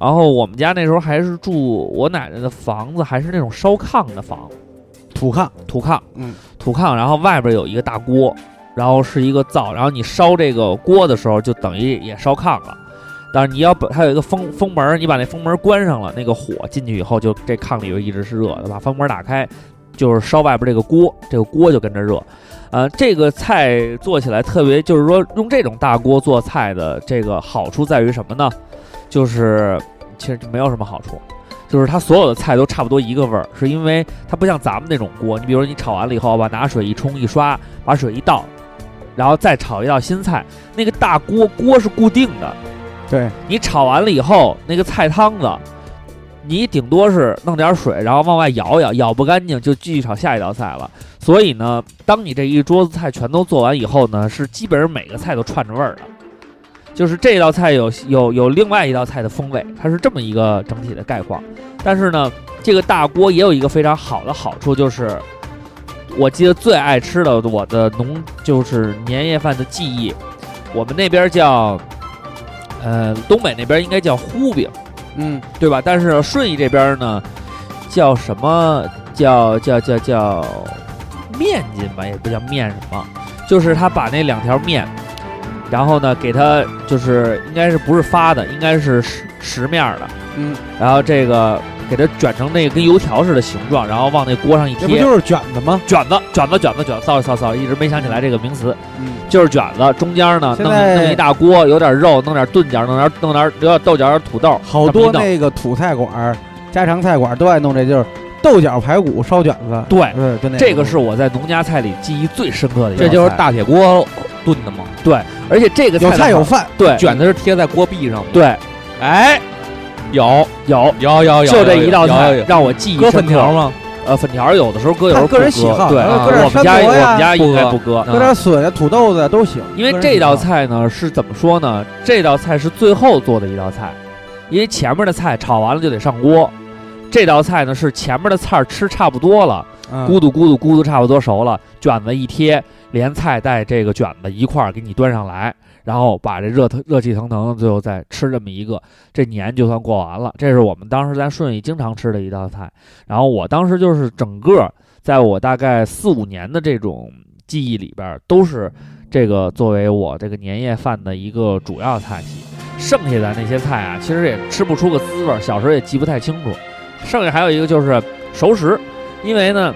E: 然后我们家那时候还是住我奶奶的房子，还是那种烧炕的房，
F: 土炕，
E: 土炕，
F: 嗯，
E: 土炕，然后外边有一个大锅，然后是一个灶，然后你烧这个锅的时候，就等于也烧炕了。但是你要把它有一个封封门儿，你把那封门关上了，那个火进去以后就，这炕里就一直是热的。把封门打开，就是烧外边这个锅，这个锅就跟着热。呃，这个菜做起来特别，就是说用这种大锅做菜的这个好处在于什么呢？就是其实没有什么好处，就是它所有的菜都差不多一个味儿，是因为它不像咱们那种锅，你比如说你炒完了以后吧，拿水一冲一刷，把水一倒，然后再炒一道新菜，那个大锅锅是固定的，
F: 对，
E: 你炒完了以后，那个菜汤子，你顶多是弄点水，然后往外舀一舀，舀不干净就继续炒下一道菜了。所以呢，当你这一桌子菜全都做完以后呢，是基本上每个菜都串着味儿的。就是这道菜有有有另外一道菜的风味，它是这么一个整体的概况。但是呢，这个大锅也有一个非常好的好处，就是我记得最爱吃的我的农就是年夜饭的记忆，我们那边叫呃，东北那边应该叫糊饼，
F: 嗯，
E: 对吧？但是顺义这边呢，叫什么？叫叫叫叫面筋吧，也不叫面什么，就是他把那两条面，然后呢，给它就是应该是不是发的，应该是实实面儿的，
F: 嗯，
E: 然后这个给它卷成那个跟油条似的形状，然后往那锅上一
F: 这不
E: 贴，
F: 就是卷子吗？
E: 卷子卷子卷子卷子，扫扫扫，一直没想起来这个名词。
F: 嗯，
E: 就是卷子，中间呢
F: 现
E: 弄
F: 在
E: 弄一大锅，有点肉，弄点炖角，弄点弄点有点豆角，有点土豆，
F: 好
E: 这么
F: 多
E: 一弄
F: 那个土菜馆儿、家常菜馆儿都爱弄这，就是豆角排骨烧卷子。
E: 对。
F: 对，就那
E: 这个是我在农家菜里记忆最深刻的一道
B: 这
E: 菜，
B: 就是大铁锅炖的吗？
E: 而且这个
F: 有
E: 的
F: 菜有
E: 话
F: 饭，
E: 对
B: 卷子是贴在锅壁上吗？
E: 对
B: 哎，有
E: 有，
B: 有有有，
E: 就这一道
B: 有
E: 菜
B: 有有
E: 让我记忆
B: 搁
E: 深
B: 粉条
E: 刻。
B: 吗？
E: 呃，粉条有的时候搁，有时候
F: 看
E: 不
F: 个人
E: 搁
F: 喜好，
E: 对，
F: 然后
B: 啊
F: 搁点
E: 我们
F: 山
E: 家我
F: 螺
E: 们
F: 呀，
E: 家应该
B: 不
E: 不搁，
F: 搁点笋呀、土豆子呀都行。
E: 嗯因为
F: 个人
E: 这
F: 喜好
E: 道菜呢是怎么说呢？这道菜是最后做的一道菜，因为前面的菜炒完了就得上锅，这道菜呢是前面的菜儿吃差不多了。
F: 嗯
E: 咕嘟咕嘟咕嘟，差不多熟了，卷子一贴，连菜带这个卷子一块儿给你端上来，然后把这热腾热气腾腾，最后再吃这么一个，这年就算过完了。这是我们当时在顺义经常吃的一道菜。然后我当时就是整个在我大概四五年的这种记忆里边儿，都是这个作为我这个年夜饭的一个主要菜系。剩下的那些菜啊，其实也吃不出个滋味儿，小时候也记不太清楚。剩下还有一个就是熟食，因为呢，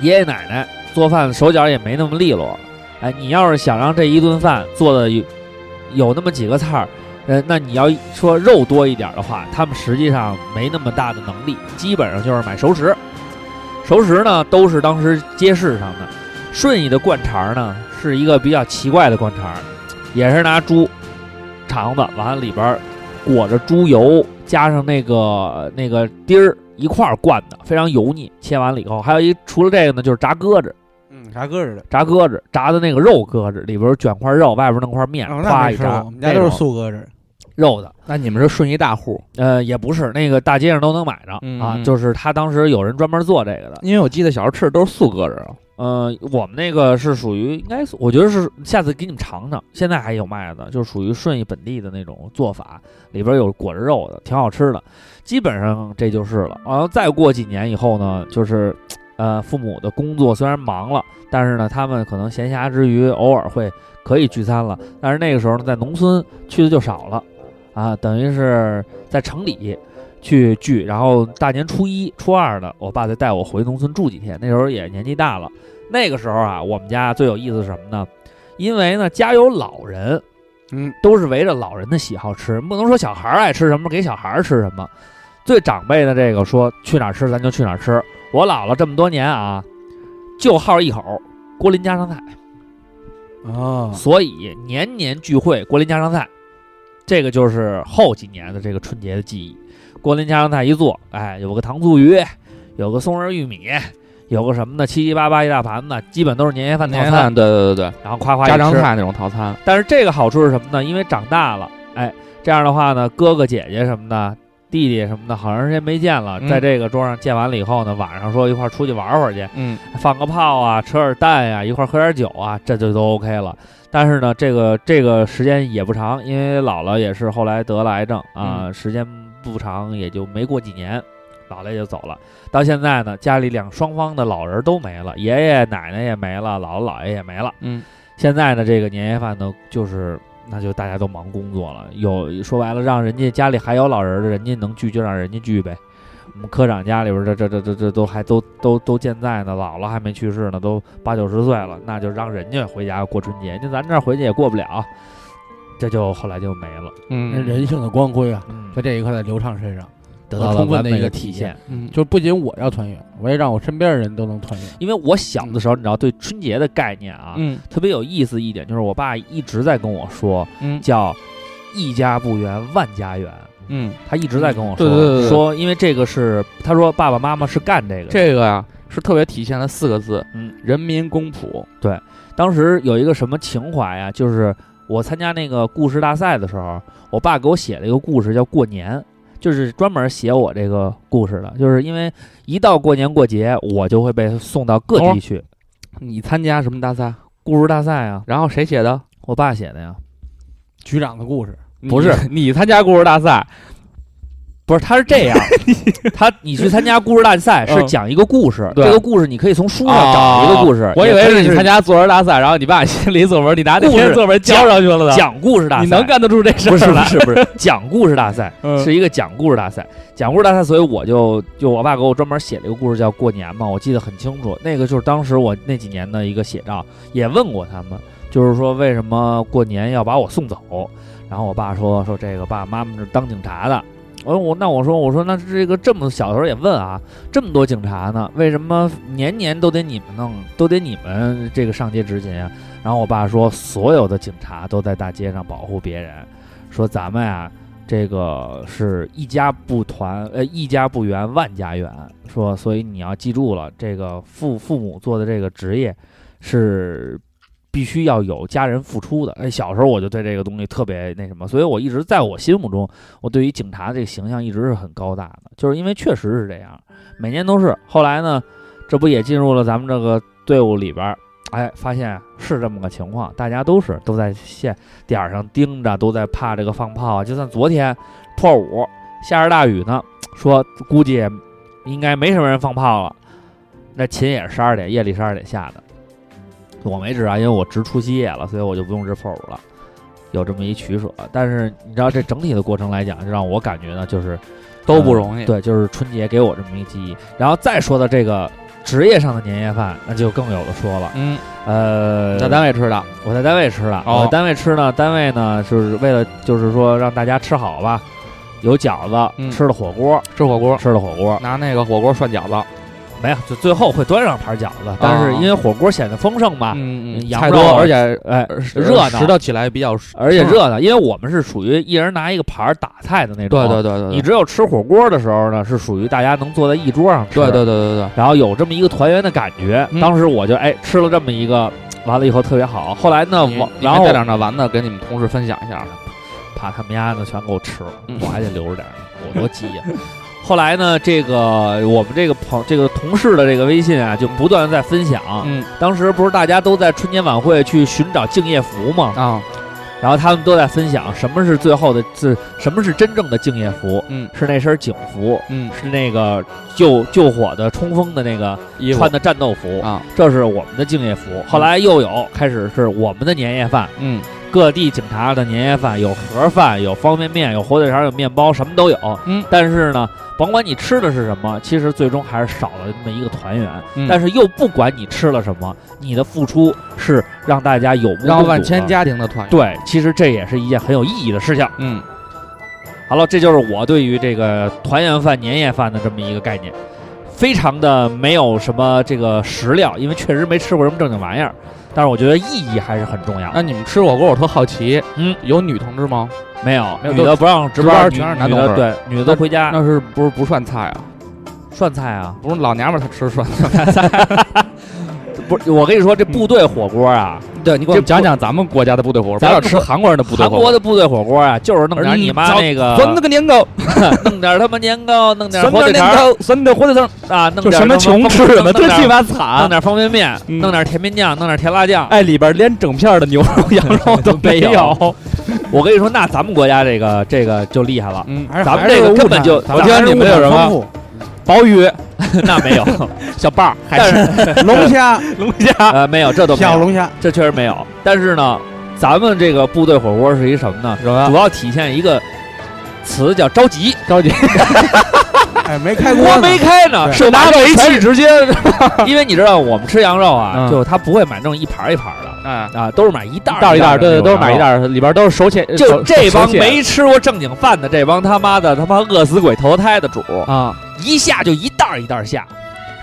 E: 爷爷奶奶做饭手脚也没那么利落。哎，你要是想让这一顿饭做的有有那么几个菜儿，呃，那你要说肉多一点儿的话，他们实际上没那么大的能力，基本上就是买熟食。熟食呢，都是当时街市上的。顺义的灌肠儿呢，是一个比较奇怪的灌肠儿，也是拿猪肠子，完了里边儿裹着猪油，加上那个那个丁儿一块儿灌的，非常油腻。切完了以后，还有一除了这个呢，就是炸鸽子，
F: 嗯啥搁着的，
E: 炸鸽子炸的那个肉鸽子，里边儿卷块肉，外边儿弄块面，
F: 哦那
E: 夸
F: 没
E: 一
F: 吃过
E: 炸，
F: 我们家都
E: 那
F: 是
E: 种啊
F: 素搁着。
E: 肉的。
B: 那你们是顺义大户，
E: 呃，也不是，那个大街上都能买着、
B: 嗯
E: 啊
B: 嗯，
E: 就是他当时有人专门做这个的。
B: 因为我记得小时候吃的都是素鸽子啊。
E: 呃，我们那个是属于应该是，我觉得是下次给你们尝尝，现在还有卖的，就是属于顺义本地的那种做法，里边有裹着肉的，挺好吃的。基本上这就是了。然后再过几年以后呢，就是呃，父母的工作虽然忙了，但是呢，他们可能闲暇之余偶尔会可以聚餐了，但是那个时候呢，在农村去的就少了，啊，等于是在城里。去聚，然后大年初一、初二的，我爸再带我回农村住几天。那时候也年纪大了，那个时候啊，我们家最有意思是什么呢？因为呢，家有老人，
B: 嗯，
E: 都是围着老人的喜好吃，不能说小孩儿爱吃什么给小孩儿吃什么。最长辈的这个说去哪儿吃咱就去哪儿吃。我姥姥这么多年啊，就好一口郭林家常菜，
F: 啊，
E: 所以年年聚会郭林家常菜，这个就是后几年的这个春节的记忆。郭林家常菜一做，哎，有个糖醋鱼，有个松仁玉米，有个什么的，七七八八一大盘子，基本都是年夜饭套
B: 年夜
E: 餐。
B: 饭，对对对
E: 然后夸夸
B: 对，
E: 一
B: 家常
E: 吃
B: 菜那种套餐，
E: 但是这个好处是什么呢？因为长大了，哎，这样的话呢，哥哥姐姐什么的，弟弟什么的，好长时间没见了，
B: 嗯
E: 在这个桌上见完了以后呢，晚上说一块儿出去玩会儿去，
B: 嗯，
E: 放个炮啊，扯点蛋呀、一块儿喝点酒啊，这就都 OK 了。但是呢，这个这个时间也不长，因为姥姥也是后来得了癌症啊，时间不长，也就没过几年，姥姥也就走了。到现在呢，家里两双方的老人都没了，爷爷奶奶也没了，姥姥姥爷也没了。
B: 嗯，
E: 现在呢，这个年夜饭呢，就是那就大家都忙工作了，有说白了，让人家家里还有老人的，人家能聚就让人家聚呗。我们科长家里边儿这这这这这都还都都都健在呢，姥姥还没去世呢，都八九十岁了，那就让人家回家过春节，那咱这儿回去也过不了，这就后来就没了，
F: 那
B: 嗯，
F: 人性的光辉啊，
E: 嗯
F: 在，这一块在刘畅身上，
E: 得到了
F: 充分
E: 完
F: 的
E: 美
F: 一个
E: 体
F: 体现
E: 现。
B: 嗯
F: 就不仅我要团圆，我也让我身边的人都能团圆。
E: 因为我小的时候，你知道对春节的概念啊，
B: 嗯
E: 特别有意思一点，就是我爸一直在跟我说，
B: 嗯
E: 叫“一家不圆万家圆”，
B: 嗯，
E: 他一直在跟我说，
B: 对对对对
E: 说因为这个是他说爸爸妈妈是干这个的，
B: 这个呀是特别体现了四个字，
E: 嗯，
B: 人民公仆，
E: 当时有一个什么情怀呀，就是我参加那个故事大赛的时候，我爸给我写了一个故事叫《过年》。就是专门写我这个故事的，就是因为一到过年过节，我就会被送到各地
B: 哦
E: 去、
B: 你参加什么大赛？
E: 故事大赛啊，
B: 然后谁写的？
E: 我爸写的呀，
F: 局长的故事，
B: 不是你参加故事大赛，
E: 不是，他是 这样，他你去参加故事大赛是
B: 嗯
E: 讲一个故事，
B: 对哦
E: 这个故事你可以从书上找一个故事，
B: 我以为
E: 也可
B: 是
E: 以
B: 你
E: 是
B: 参加作文大赛，然后你爸心里作文，你拿那
E: 故
B: 篇
E: 事
B: 作文交上去了的。
E: 讲故事大赛，
B: 你能干得出这事
E: 不是
B: 儿
E: 不
B: 来？
E: 是不是 讲故事大赛，
B: 嗯
E: 是一个讲故事大赛，讲故事大赛，所以我就就我爸给我专门写了一个故事叫《过年》嘛，我记得很清楚，那个就是当时我那几年的一个写照，也问过他们，就是说为什么过年要把我送走，然后我爸说说这个爸爸妈妈是当警察的。我我那我说我说那这个这么小的时候也问啊，这么多警察呢，为什么年年都得你们弄，都得你们这个上街执勤啊？然后我爸说，所有的警察都在大街上保护别人，说咱们啊，这个是一家不团，呃，一家不圆，万家圆。说，所以你要记住了，这个父父母做的这个职业是必须要有家人付出的。哎，小时候我就对这个东西特别那什么，所以我一直在我心目中，我对于警察这个形象一直是很高大的，就是因为确实是这样，每年都是。后来呢，这不也进入了咱们这个队伍里边儿，哎，发现是这么个情况，大家都是都在线点儿上盯着，都在怕这个放炮啊。就算昨天破五下着大雨呢，说估计也应该没什么人放炮了。那琴也是十二点，夜里十二点下的。我没值啊，因为我值除夕夜了，所以我就不用值破五了。有这么一取舍，但是你知道这整体的过程来讲，让我感觉呢，就是
B: 都不容易。
E: 对，就是春节给我这么一记忆。然后再说到这个职业上的年夜饭，那就更有的说了。
B: 嗯，
E: 呃，
B: 在单位吃的，
E: 我在单位吃的，
B: 哦
E: 我在单位吃呢，单位呢就是为了就是说让大家吃好吧，有饺子，
B: 嗯
E: 吃了火锅，
B: 吃火锅，
E: 吃了火锅，
B: 拿那个火锅涮饺子。啊
E: 没有，就最后会端上盘饺子，但是因为火锅显得丰盛嘛，
B: 嗯
E: 嗯
B: 嗯，
E: 羊
B: 菜
E: 肉
B: 多，而且
E: 哎，热
B: 热
E: 闹
B: 拾掇起来比较顺。
E: 而且热闹，因为我们是属于一人拿一个盘儿打菜的那种，
B: 对对对对，
E: 你只有吃火锅的时候呢，是属于大家能坐在一桌上吃，
B: 对对对对对
E: 然后有这么一个团圆的感觉。
B: 嗯
E: 当时我就哎吃了这么一个，完了以后特别好。后来呢，
B: 对。
E: 我
B: 你
E: 然
B: 们
E: 后
B: 带点那丸子给你们同事分享一下。
E: 怕他们家呢全给我吃了，
B: 嗯
E: 我还得留着点儿，我多急呀！后来呢，这个我们这个朋这个同事的这个微信啊，就不断地在分享。
B: 嗯
E: 当时不是大家都在春节晚会去寻找敬业福吗？
B: 啊，
E: 然后他们都在分享什么是最后的，是什么是真正的敬业服？
B: 嗯，
E: 是那身警服，
B: 嗯
E: 是那个救救火的冲锋的那个
B: 衣服
E: 穿的战斗服
B: 啊，
E: 这是我们的敬业服。后来又有开始是我们的年夜饭，
B: 嗯
E: 各地警察的年夜饭有盒饭，有方便面，有火腿肠，有面包，什么都有。
B: 嗯，
E: 但是呢，甭管你吃的是什么，其实最终还是少了那么一个团圆。
B: 嗯
E: 但是又不管你吃了什么，你的付出是让大家有目共
B: 让
E: 睹
B: 万
E: 的
B: 千家庭的团圆，
E: 对，其实这也是一件很有意义的事情。
B: 嗯
E: 好了，这就是我对于这个团圆饭、年夜饭的这么一个概念，非常的没有什么这个食料，因为确实没吃过什么正经玩意儿。但是我觉得意义还是很重要。
B: 那你们吃火锅，我特好奇，
E: 嗯，
B: 有女同志吗？
E: 没有，
B: 没有
E: 女的不让值班儿，
B: 值班儿全是
E: 女
B: 男
E: 女
B: 同
E: 的
B: 志
E: 对，女的都回家
B: 那是不是不涮菜啊？
E: 涮菜 啊。
B: 不是老娘们儿她吃涮菜。
E: 不是，我跟你说，这部队火锅啊，
B: 对你给
E: 我们
B: 讲讲咱们国家的部队火锅，不
E: 咱
B: 要
E: 们
B: 吃韩国人的部队啊
E: 韩
B: 火
E: 国
B: 锅。
E: 的部队火锅啊，就是弄点儿
B: 而你
E: 你妈
B: 早
E: 那个，
B: 酸的个年糕，
E: 弄点儿他妈年糕，弄点儿
B: 酸
E: 火腿
B: 的年
E: 肠儿
B: 糕，酸的火腿肠，
E: 啊，弄
G: 就
E: 点儿
G: 什么
E: 他妈
G: 穷
E: 方
G: 吃什么，
E: 弄
G: 真
E: 点儿
G: 鸡巴
E: 弄
G: 惨！
E: 点儿方便面，
G: 嗯
E: 弄点儿甜面酱，弄点儿甜辣酱。
G: 哎，里边连整片的牛肉、羊 肉都哎没
E: 没有。我跟你说，那咱们国家这个这个就厉害了，
B: 嗯，
F: 还是
E: 咱们
F: 还是
E: 这个
F: 物
E: 根
F: 产
E: 本就
F: 咱们
G: 我听
F: 还是
G: 你们
F: 物
G: 有
F: 产
G: 什么
F: 丰富
G: 鲍鱼、
E: 那没有，
G: 小棒儿、海
E: 但
G: 参、
E: 是
F: 龙虾、
G: 龙虾，
E: 呃没有，这 都没
F: 小
E: 有，
F: 龙虾，
E: 这确实没有。但是呢，咱们这个部队火锅是一什么呢？
G: 什么
E: 主要体现一个词叫着急，
G: 着 急？
F: 哎，没开锅
E: 锅
F: 呢
E: 没开呢，
F: 对
E: 手拿
G: 拿
E: 到
G: 到
E: 一
G: 一
E: 起
G: 气，直接
E: 因为你知道我们吃羊肉啊，
G: 嗯
E: 就他不会买那种一盘儿一盘儿的
B: 啊，
E: 啊，都是买一袋
G: 一
E: 儿
G: 袋儿一袋啊儿，
E: 的
G: 对对，
E: 那种
G: 都是买一
E: 羊肉
G: 袋儿，里边都是手切，
E: 就
G: 手
E: 这
G: 手
E: 帮
G: 切
E: 没吃过正经饭的，这帮他妈的他妈饿死鬼投胎的主，
G: 啊。
E: 一下就一袋儿一袋儿下，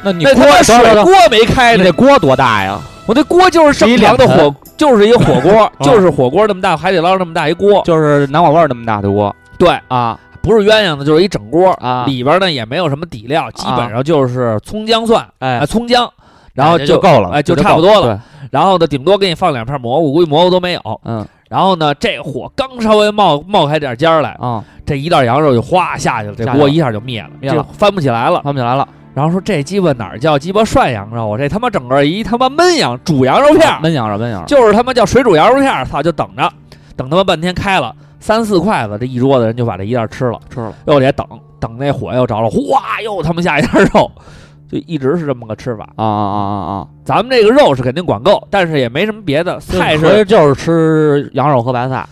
G: 那你
E: 那他妈水锅没开
G: 你
E: 呢
G: 这，锅多大呀？
E: 我那锅就是正常的
G: 是一，
E: 火，就是一火锅 就是火锅那么大，海底捞那么大一锅。
G: 就是南广味儿那么大的锅
E: 对，
G: 啊
E: 不是鸳鸯的，就是一整锅，
G: 啊！
E: 里边呢也没有什么底料，基本上就是葱姜蒜，
G: 哎
E: 啊，，葱姜，然后
G: 哎这就够了，
E: 哎就
G: 这
E: 差
G: 够
E: 不多了。然后呢，顶多给你放两片蘑菇，估计蘑菇都没有。
G: 对嗯
E: 然后呢，这火刚稍微冒冒开点尖儿来，
G: 啊，
E: 这一袋羊肉就哗下去了，这
G: 下去
E: 锅
G: 了
E: 一下就灭了，
G: 灭
E: 就
G: 了啊
E: 翻不起来了。
G: 看不起来了，
E: 然后说这鸡巴哪儿叫鸡巴涮羊肉啊？这他妈整个一他妈焖羊煮羊肉片儿，
G: 焖羊肉，焖羊肉，
E: 就是他妈叫水煮羊肉片儿，操，就等着，等他妈半天开了三四筷子，这一桌子人就把这一袋吃了，
G: 吃了
E: 又得等等那火又着了，哗，又他妈下一袋肉，就一直是这么个吃法。
G: 啊啊啊啊啊！
E: 咱们这个肉是肯定管够，但是也没什么别的菜
G: 合
E: 是
G: 着就是吃羊肉和白菜，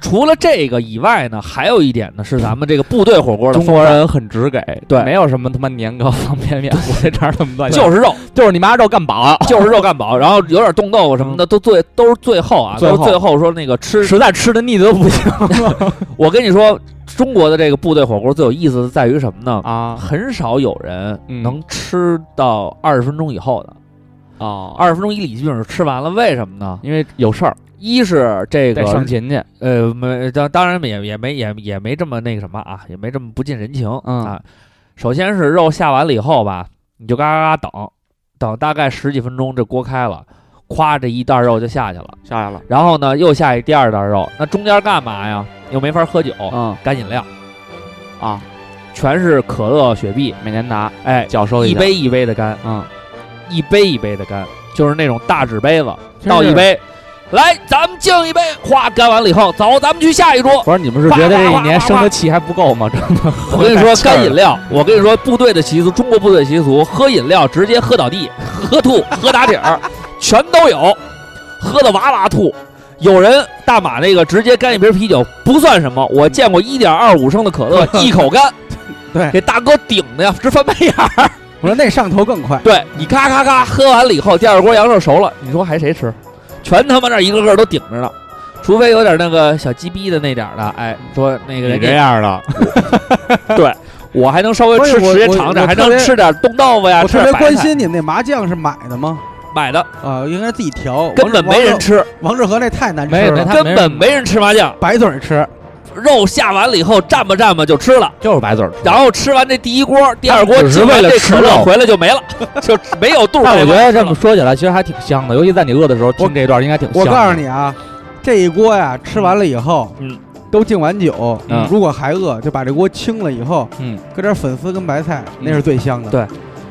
E: 除了这个以外呢，还有一点呢是咱们这个部队火锅的
G: 中国人很直给，
E: 对
G: 没有什么他妈年糕、方便面、火腿肠那么多，
E: 就是肉，
G: 就是你妈肉干饱，
E: 就是肉干饱，然后有点冻豆腐什么的，都最都是最后啊，
G: 嗯最
E: 都
G: 后
E: 是最后说那个吃
G: 实在吃的腻的都不行
E: 我跟你说，中国的这个部队火锅最有意思的在于什么呢？
G: 啊
E: 很少有人
G: 嗯
E: 能吃到二十分钟以后的，
G: 啊！
E: 二十分钟以里基本上吃完了。为什么呢？
G: 因为有事儿
E: 一是这
G: 得上
E: 个
G: 勤去，
E: 呃，没当当然也也没也也没这么那个什么啊，也没这么不近人情、
G: 嗯
E: 啊。首先是肉下完了以后吧，你就嘎嘎嘎等，等大概十几分钟，这锅开了，咵这一袋肉就下去了。
G: 下来了，
E: 然后呢，又下一第二袋肉，那中间干嘛呀？又没法喝酒，
G: 嗯
E: 干饮料。
G: 啊，
E: 全是可乐、雪碧，
G: 每年拿
E: 哎，
G: 脚收
E: 一
G: 下，
E: 杯一杯的干，
G: 嗯，
E: 一杯一杯的干，就是那种大纸杯子，倒一杯，来，咱们敬一杯，哗，干完了以后，走，咱们去下一桌。
G: 不是你们是觉得这一年生的气还不够吗？这么
E: 我跟你 说，
G: 干
E: 干饮料，我跟你说，部队的习俗，中国部队习俗，喝饮料直接喝倒地，喝吐，喝打点儿，全都有，喝的哇哇吐。有人大马那个直接干一瓶啤酒不算什么，我见过一点二五升的可乐一口干，
F: 对
E: 给大哥顶的呀，直翻白眼儿。
F: 我说那上头更快，
E: 对你咔咔咔喝完了以后，第二锅羊肉熟了，你说还谁吃？全他妈这一个个都顶着呢，除非有点那个小鸡逼的那点儿的，哎，说那个人家
G: 样的，
E: 我还能稍微
F: 不
E: 吃
F: 是我
E: 时间
F: 我
E: 长
F: 我
E: 点，还
F: 特
E: 能
F: 别
E: 吃点冻豆腐呀，啊
F: 我
E: 吃
F: 特别
E: 点白
F: 关
E: 菜
F: 心你们那麻酱是买的吗？
E: 买的，
F: 啊，应该自己调，
E: 根本没人
F: 王志。
E: 吃，嗯
F: 王志和那太难
G: 没
F: 吃
G: 没
F: 了，
G: 他
E: 根本
G: 没
E: 没人吃麻酱，
F: 白嘴吃，
E: 肉下完了以后蘸吧蘸吧就吃了，
G: 就是白嘴儿。
E: 然后吃完这第一锅，第二锅
G: 只是
E: 进完
G: 为了
E: 这
G: 吃
E: 可乐
G: 肉
E: 回来就没了， 就没有肚儿
G: 但
E: 可以
G: 我觉
E: 吃
G: 得
E: 了。
G: 这么说起来，其实还挺香的，尤其在你饿的时候听这一段应该挺香。
F: 我告诉，你啊，这一锅呀，吃完了以后，
E: 嗯，
F: 都敬完酒，
B: 嗯
F: 如果还饿，就把这锅清了以后，
B: 嗯，
F: 搁点粉丝跟白菜，那是最香的。
E: 嗯对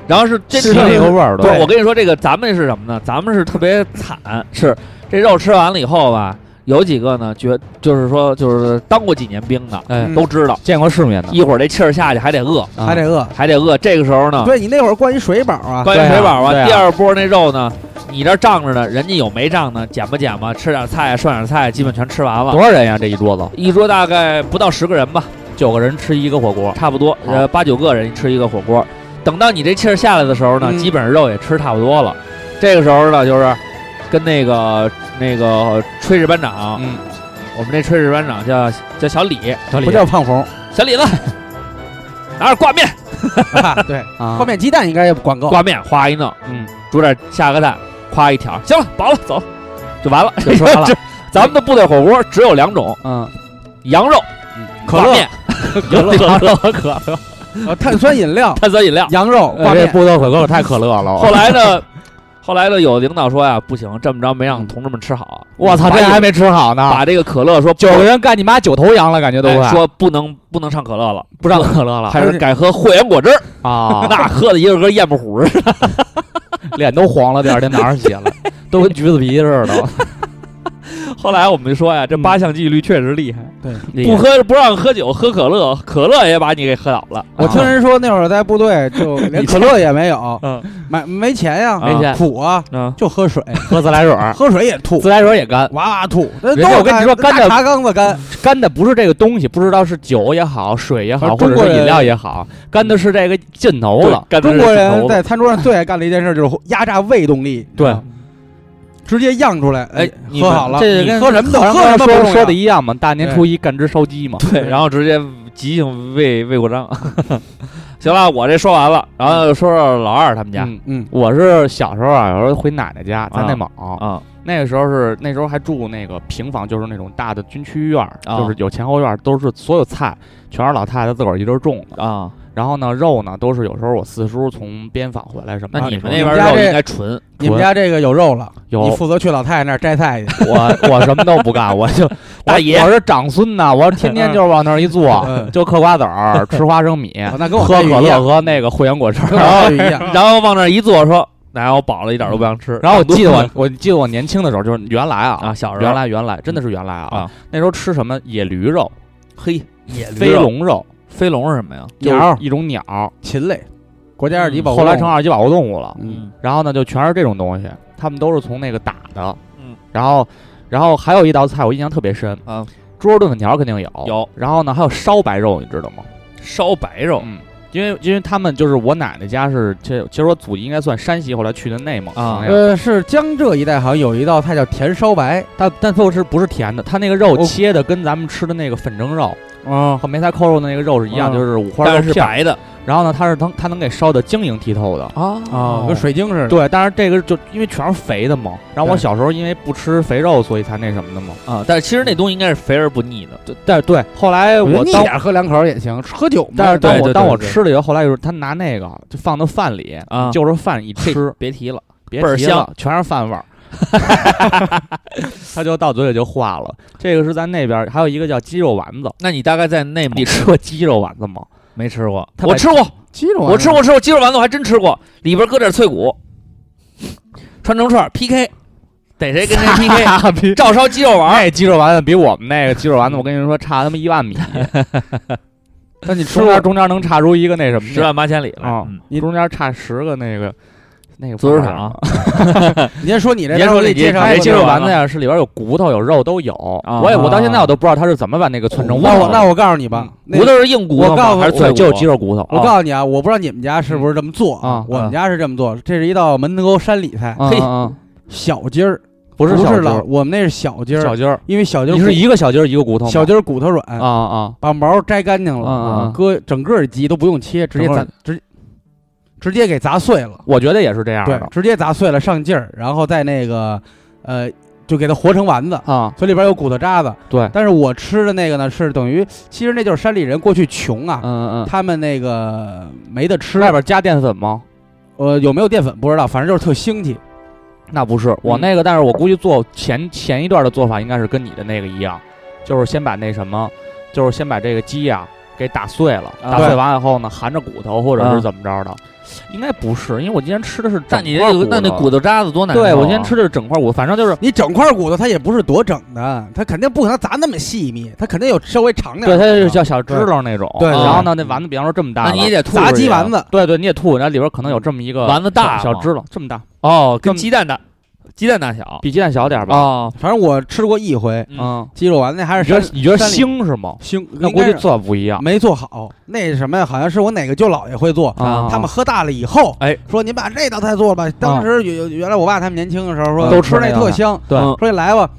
E: 然后是这
B: 吃上
E: 这
B: 那个味儿
E: 不
B: 了
E: 是，我跟你说，这个咱们是什么呢？咱们是特别惨，是这肉吃完了以后吧，有几个呢，觉就是说就是当过几年兵的，
B: 哎
F: 嗯
E: 都知道，
B: 见过世面的，
E: 一会儿这气儿下去还得饿，
B: 啊
F: 还得饿。
E: 还得饿。这个时候呢，
F: 对你那会儿灌一水饱啊，
E: 啊关于
B: 对啊
E: 水饱
B: 对啊
E: 第二波那肉呢，你这仗着呢，人家有没仗呢，捡吧捡吧，吃点菜涮点菜，基本全吃完了。
B: 多少人呀？这一桌子
E: 一桌大概不到十个人吧，
B: 九个人吃一个火锅，
E: 差不多，呃，八九个人吃一个火锅。等到你这气儿下来的时候呢，
F: 嗯
E: 基本上肉也吃差不多了。这个时候呢，就是跟那个那个炊事班长，
B: 嗯，
E: 我们这炊事班长叫叫小李，
B: 小李
F: 不叫胖红，
E: 小李子，拿着挂面，
F: 啊 对，
B: 啊
F: 泡面鸡蛋应该也管够。
E: 挂面，哗一弄，
B: 嗯，
E: 煮点下个蛋，夸一挑，行了，饱了，走，就完了，
B: 就吃完了
E: 这咱们的部队火锅只有两种，
B: 嗯，
E: 羊肉、
F: 可
E: 挂
F: 乐、
E: 面、可乐、可乐、可乐、、
F: 呃碳酸饮料
E: 碳酸饮料。
F: 羊肉、
E: 呃
F: 挂
B: 哎这
F: 面，
B: 不得可乐太可乐了，
E: 后来呢，后来呢，有领导说呀，不行，这么着没让同志们吃好。
B: 我操，
E: 把
B: 这
E: 饮
B: 还没吃好呢，
E: 把这个可乐说
B: 九个人干你妈九头羊了，感觉都
E: 哎
B: 快
E: 说不能不能上可乐了，
B: 不让可乐了
E: 还是改喝藿香果汁儿，
B: 啊，
E: 那喝的一个跟咽不虎似的。
B: 脸都黄了，第二天哪上血了，都跟橘子皮似的，
E: 后来我们就说呀，这八项纪律确实厉害，
B: 厉害
E: 不喝不让喝酒，喝可乐，可乐也把你给喝倒了。
F: 我听人说那会儿在部队 就连可乐也没有
E: 嗯，
F: 买没钱呀，
E: 没钱
F: 苦啊，
E: 嗯，
F: 就喝水，
B: 喝自来水儿，
F: 喝水也吐
B: 自，来水也干，
F: 哇哇吐。那
B: 人家
F: 都
B: 我跟你
F: 干
B: 说干
F: 大
B: 的
F: 茶缸子干，
B: 干的不是这个东西，不知道是酒也好，水也好，
F: 而
B: 或
F: 中
B: 者
F: 国
B: 是饮
F: 人
B: 料也好，干的是这个劲头了。
E: 干的
F: 中
E: 是
F: 国
E: 劲头
F: 人
E: 了
F: 在餐桌上最爱干的一件事就是压榨胃动力，
B: 对，
F: 直接漾出来，
E: 哎你
F: 喝
E: 们
F: 好了，
B: 这
F: 你
B: 跟
F: 喝什么都
B: 咱
F: 喝
B: 刚
F: 什
B: 才
F: 么
B: 说
F: 不重
B: 说
F: 要
B: 的一样嘛，大年初一干只烧鸡嘛。
E: 对，然后直接急性胃胃过胀。行了，我这说完了，然后说说老二他们家
B: 嗯，
F: 嗯，
B: 我是小时候啊，有时候回奶奶家，在
E: 啊
B: 内蒙，
E: 啊
B: 那个时候是那时候还住那个平房，就是那种大的军区院儿，
E: 啊
B: 就是有前后院儿，都是所有菜全是老太太自个儿一人种的。
E: 啊，
B: 然后呢，肉呢都是有时候我四叔从边防回来什么
E: 那
B: 的，
E: 你们
B: 时
E: 那边
F: 你们家
B: 候
E: 肉
F: 这
E: 应该纯，
F: 你们家这个有肉了，
B: 有
F: 你负责去老太太那儿摘菜去，
B: 我我什么都不干，我就
E: 大
B: 我
E: 爷
B: 我是长孙呐，我天 天就是往那儿一坐
F: 嗯，
B: 就嗑瓜子儿，吃花生米，
F: 哦那跟我
B: 哎 喝
F: 待遇
B: 可
F: 一
B: 乐
F: 样，
B: 和那个藿香果汁儿。
F: 跟我 待遇一样。
E: 然后往那儿一坐，说：“
B: 哎
E: 奶，我饱了，一点都不想吃。”
B: 嗯然 后我记得我我记得我年轻的时候，就是原来啊
E: 啊，，小时候
B: 原来原来真的是原来啊
E: 啊，
B: 那时候吃什么野驴肉、
E: 嘿，野驴
B: 飞
E: 肉，
B: 龙肉，
E: 飞龙是什么呀？
B: 就是一种鸟，嗯
F: 禽类，国家二级保护
B: 后
F: 动物。
B: 来成二级保护动物了。
F: 嗯，
B: 然后呢，就全是这种东西，他们都是从那个打的。
E: 嗯，
B: 然后，然后还有一道菜我印象特别深
E: 啊，
B: 猪肉炖粉条肯嗯定有
E: 有
B: 然后呢，还有烧白肉，你知道吗？
E: 烧白肉
B: 嗯，因为因为他们就是我奶奶家是，其实其实我祖籍应该算山西，后来去的内蒙
E: 啊
B: 那样
F: 呃，是江浙一带好像有一道菜叫甜烧白，
B: 但但最后是不是甜的？它那个肉
F: 哦
B: 切的跟咱们吃的那个粉蒸肉
F: 嗯，
B: 和梅菜扣肉的那个肉是一样，
F: 嗯
B: 就是五花肉
E: 哦但是是
B: 片儿
E: 白的
B: 然后呢，它是能它能给烧的晶莹剔透的。
E: 啊
F: 哦，跟水晶似的。
B: 对，但是这个就因为全是肥的嘛，然后我
F: 对
B: 小时候因为不吃肥肉，所以才那什么的嘛。
E: 啊！但是其实那东西应该是肥而不腻的，
B: 对，但是对，后来
F: 我觉
B: 我
F: 得腻
B: 当
F: 点儿喝两口也行，喝酒嘛。
B: 但是当
E: 对
B: 我
E: 对
B: 当
E: 对
B: 我
E: 对
B: 吃了以后，后来就是他拿那个就放到饭里
E: 啊
B: 就是饭一吃
E: 嘿，别提了。
B: 别
E: 倍儿
B: 提
E: 香
B: 了，全是饭 味儿，它就到嘴里就化了。这个是在那边儿，还有一个叫鸡肉丸子，
E: 那你大概在内蒙
B: 你吃过鸡肉丸子吗？
E: 没吃过？
B: 他把
E: 我吃过，
F: 鸡肉丸子
E: 我吃过，吃过鸡肉丸子，我还真吃过，里边搁点脆骨，串成串儿 PK，逮谁跟谁 PK，
B: 比
E: 照烧鸡肉丸儿。
B: 那鸡肉丸子比我们那个鸡肉丸子，我跟你说差他妈一万米，
F: 那你吃
B: 中间
F: 过？
B: 中间能差出一个那什么
E: 十万八千里了，
B: 啊
E: 嗯，
B: 你中间差十个那个那个
E: 足球
B: 方法啊
E: 场
F: 你先说你这，
B: 别
F: 然后
B: 说
F: 我给
B: 你
F: 介绍
B: 哎
F: 一个
B: 鸡肉丸子呀，是里边有骨头有肉都有。
E: 啊
B: 我也我到现在我都不知道他是怎么把那个汆成
F: 那我那
B: 我
F: 我告诉你
B: 嗯
F: 吧，那
E: 嗯骨头是硬骨头
F: 我告
E: 吗？
F: 诉
E: 还是脆
B: 对
E: 骨？
B: 就是鸡肉骨头。
F: 我告诉你啊，我不知道你们家是不是这么做
B: 啊
F: 我
B: 啊
F: 们家是这么做，这是一道门头沟山里菜，
B: 嗯
E: 嘿
B: 嗯嗯
F: 小鸡儿，
B: 不
F: 不
B: 是小鸡儿
F: 老，我们那是小鸡
B: 小
F: 儿，
B: 鸡儿，
F: 因为小鸡儿
B: 你是
F: 骨
B: 一个小鸡儿一个骨头吗？
F: 小鸡儿骨头软
B: 啊啊
F: 把毛摘干净了，啊
B: 嗯嗯嗯
F: 搁整个儿鸡都不用切，直接
B: 整个
F: 砸
B: 儿
F: 直直接给砸碎了，
B: 我觉得也是这样
F: 对
B: 的，
F: 直接砸碎了上劲儿，然后再那个呃，就给它和成丸子，
B: 啊，
F: 所以里边有骨头渣子。
B: 对，
F: 但是我吃的那个呢，是等于其实那就是山里人过去穷啊，
B: 嗯嗯，
F: 他们那个没得吃，
B: 外边加淀粉吗？
F: 呃有没有淀粉不知道，反正就是特腥气。
E: 嗯
B: 那不是我那个，但是我估计做前前一段的做法应该是跟你的那个一样，就是先把那什么，就是先把这个鸡呀、给打碎了，
E: 啊
B: 打碎完以后呢，含着骨头或者
E: 啊
B: 是怎么着的，应该不是，因为我今天吃的是
E: 那
B: 整
E: 你
B: 块
E: 这个那那
B: 头
E: 骨头渣子多难受、啊！
B: 对我今天吃的是整块骨，反正就是
F: 你整块骨头它也不是多整的，它肯定不可能砸那么细密，它肯定有稍微长点
B: 对，
F: 儿的。
B: 它就是叫小指头那种。
F: 对
B: 然后呢，那丸子比方说这么大
E: 那
B: 了，
E: 你也得吐
F: 砸
E: 出去啊
F: 鸡丸子，
B: 对对，你也吐，然后里边可能有这么一个
E: 丸子大
B: 小
E: 吗
B: 指头，这么大，
E: 哦，
B: 这
E: 跟
B: 么
E: 鸡蛋大，鸡蛋大小
B: 比鸡蛋小点儿吧？
E: 哦，
F: 反正我吃过一回
B: 嗯，
F: 鸡肉丸子，那还
B: 你
F: 是
B: 觉
F: 山
B: 得你觉得
F: 山里
B: 腥是吗？
F: 腥，
B: 那
F: 应
B: 估
F: 该
B: 计
F: 是
B: 做不
E: 嗯
B: 一样
F: 没做好。那什么呀，好像是我哪个舅姥爷会做，
B: 啊。
F: 他们喝大了以后，
E: 哎，
F: 说您把这道菜做了吧。当时有有原来我爸他们年轻的时候说
B: 都
F: 吃
B: 吃那
F: 那
B: 道
F: 特
B: 菜
F: 香，
B: 对
E: 嗯
F: 说你来吧。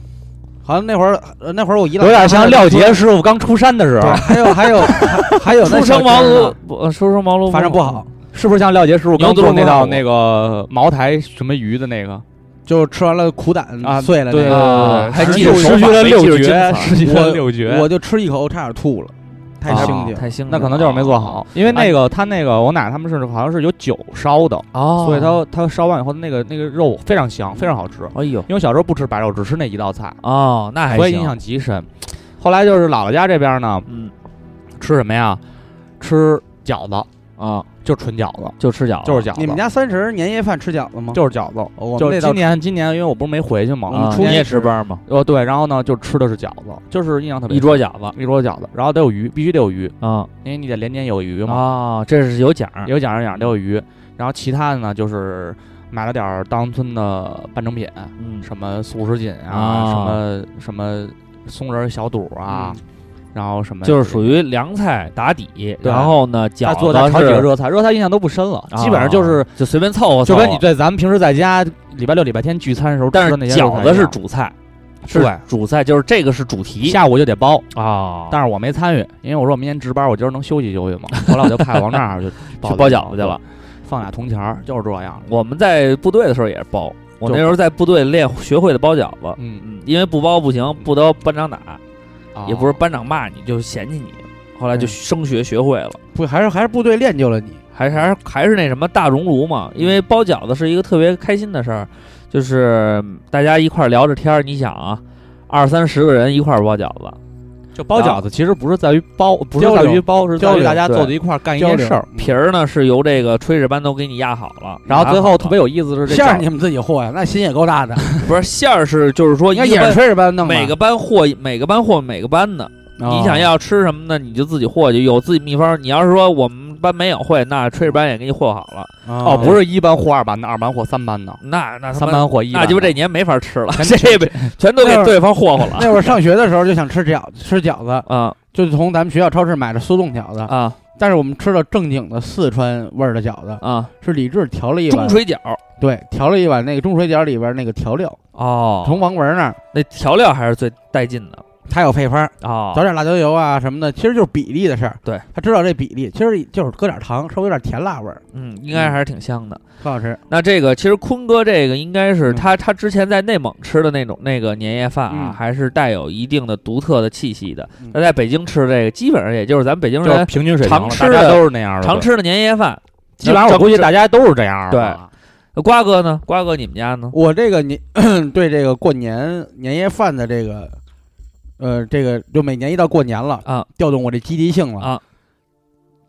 F: 好像那会儿呃那会儿我姨姥
B: 有点
F: 爷
B: 像
F: 还
B: 廖杰师傅刚出山的时
F: 对，
B: 候，
F: 还有还有还还有那
B: 初
F: 小
B: 生
F: 鸡
B: 茅
F: 儿
B: 庐
F: 呢，
B: 不呃初生茅庐，
F: 反正不好，，
B: 是不是像廖杰师傅
E: 苗
B: 刚
E: 族
B: 做
E: 不
B: 那
E: 好
B: 道那个茅台什么鱼的那个？
F: 就是吃完了苦胆
B: 啊
F: 碎了那
B: 对
F: 个。
E: 啊
B: 还
E: 还
B: 记
E: 记
B: 得
E: 得手
B: 手法
E: 法没
B: 六
E: 记住
B: 绝了
E: 针法
B: 失去了六绝，
F: 我就吃一口，差点吐了，太
B: 啊
F: 腥气了。
E: 太腥了，
B: 那可能就是没做好，因为那个他那个我奶他们是好像是有酒烧的，
E: 哦，
B: 所以他他烧完以后那个那个肉非常香，非常好吃。
E: 哎呦
B: 因为我小时候不吃白肉，只吃那一道菜，
E: 哦，那还
B: 所以
E: 行
B: 印象极深。后来就是姥姥家这边呢，
E: 嗯
B: 吃什么呀？吃饺子，
E: 啊，
B: 就纯饺子，
E: 就吃饺子，
B: 就是饺子。
F: 你们家三十年夜饭吃饺子吗？
B: 就是饺子，
F: 哦我
B: 就
F: 们那
B: 是
F: 道
B: 今年今年，因为我不是没回去嘛，
F: 我们
E: 啊
F: 初
E: 你
F: 一
E: 也
F: 吃
E: 值班吗？
B: 哦对，然后呢就吃的是饺子，就是印象特别
E: 一桌饺子
B: 深一桌饺子，然后得有鱼，必须得有鱼，
E: 啊
B: 因为你得连年有余嘛。
E: 啊，这是有奖儿
B: 有奖儿有奖儿都有鱼，然后其他的呢就是买了点儿当村的半成品，
E: 嗯
B: 什么素食锦啊，
E: 啊
B: 什么什么松仁小肚啊，然后什么
E: 嗯就是属
B: 于
E: 于凉菜打底，
B: 对
E: 然后呢，饺
B: 他
E: 子
B: 做的炒几个
E: 是
B: 热菜，热菜印象都不深了，基本上就是
E: 啊。就随便凑合凑
B: 就
E: 合，
B: 跟你对咱们平时在家礼拜六、礼拜天聚餐的时候吃
E: 但是
B: 的那些
E: 饺
B: 热菜一
E: 子是
B: 样
E: 主菜，
B: 对
E: 是主菜，就是这个是主题
B: 下午就得包，
E: 啊
B: 但是我没参与，因为我说我明天值班，我今儿能休息休息嘛。 后来我就派往那儿 就包
E: 包饺子去了，
B: 放俩铜钱儿，就是这样。
E: 我们在部队的时候也是包，我
B: 就
E: 那时候在部队练学会的包饺子，
B: 嗯，
E: 因为不包不行，不得班长打，也不是
B: 哦
E: 班长骂你，就嫌弃你。后来就
F: 嗯
E: 升学学会了，
F: 不还是还是部队练就了你。
E: 还是还是还是那什么大熔炉嘛，因为包饺子是一个特别开心的事儿，就是大家一块儿聊着天儿。你想啊，二三十个人一块儿包饺子，
B: 就包饺啊子其实不是在于包，不是
F: 交
B: 在
F: 流
B: 于包，是
F: 交
B: 在于
F: 流
B: 大家
E: 对
B: 坐在一块儿干一件事儿。
E: 皮儿呢是由这个炊事班都给你压好了，
B: 然后最
E: 拿好
B: 后
E: 了
B: 特别有意思的是这
F: 馅儿
B: 饺
F: 你们自己和呀，那心也够大的。
E: 不是馅儿是就是说一
F: 应该
E: 个
F: 也是
E: 班
F: 炊事班弄的。
E: 每个班和每个班和每个班的，
F: 哦
E: 你想要吃什么呢？你就自己和去，有自己秘方。你要是说我们班没有会，那炊事班也给你和好了，
F: 啊
B: 哦，不是一班或二班的，二班或三班的，
E: 那那他
B: 三
E: 妈
B: 班或一
E: 那
B: 班的。
E: 鸡巴这年没法吃了，这辈全都给
F: 那会儿
E: 对方霍霍了
F: 那会儿上学的时候就想吃饺子，吃饺子
E: 啊
F: 就从咱们学校超市买的速冻饺子，
E: 啊
F: 但是我们吃了正经的四川味儿的饺子，
E: 啊！
F: 是李志调了一
E: 中，
F: 碗
E: 水饺
F: 对，调了一碗那个中水饺里边那个调料，
E: 哦，
F: 从王文那儿
E: 那调料还是最带劲的
F: 他有配方，
E: 啊
F: 找点辣椒油啊什么的，其实就是比例的事儿。
E: 对，
F: 他知道这比例，其实就是搁点糖，稍微有点甜辣味儿，
E: 嗯，应该还是挺香的。
F: 特好吃。
E: 那这个其实坤哥这个应该是
F: 嗯
E: 他他之前在内蒙吃的那种那个年夜饭啊，
F: 嗯
E: 还是带有一定的独特的气息的
F: 嗯。
E: 那在北京吃的这个，基本上也就是咱们北京
B: 就是
E: 人
B: 平均水平了，
E: 常吃
B: 大家
E: 的
B: 都是那样的。
E: 常，吃的年夜饭。
B: 基本上我估计
E: 整
B: 大家都是这样的吧。
E: 那瓜哥呢？瓜哥你们家呢？
F: 我这个年 对这个过年年夜饭的这个，呃，这个就每年一到过年了
E: 啊，
F: 调动我这积极性了
E: 啊，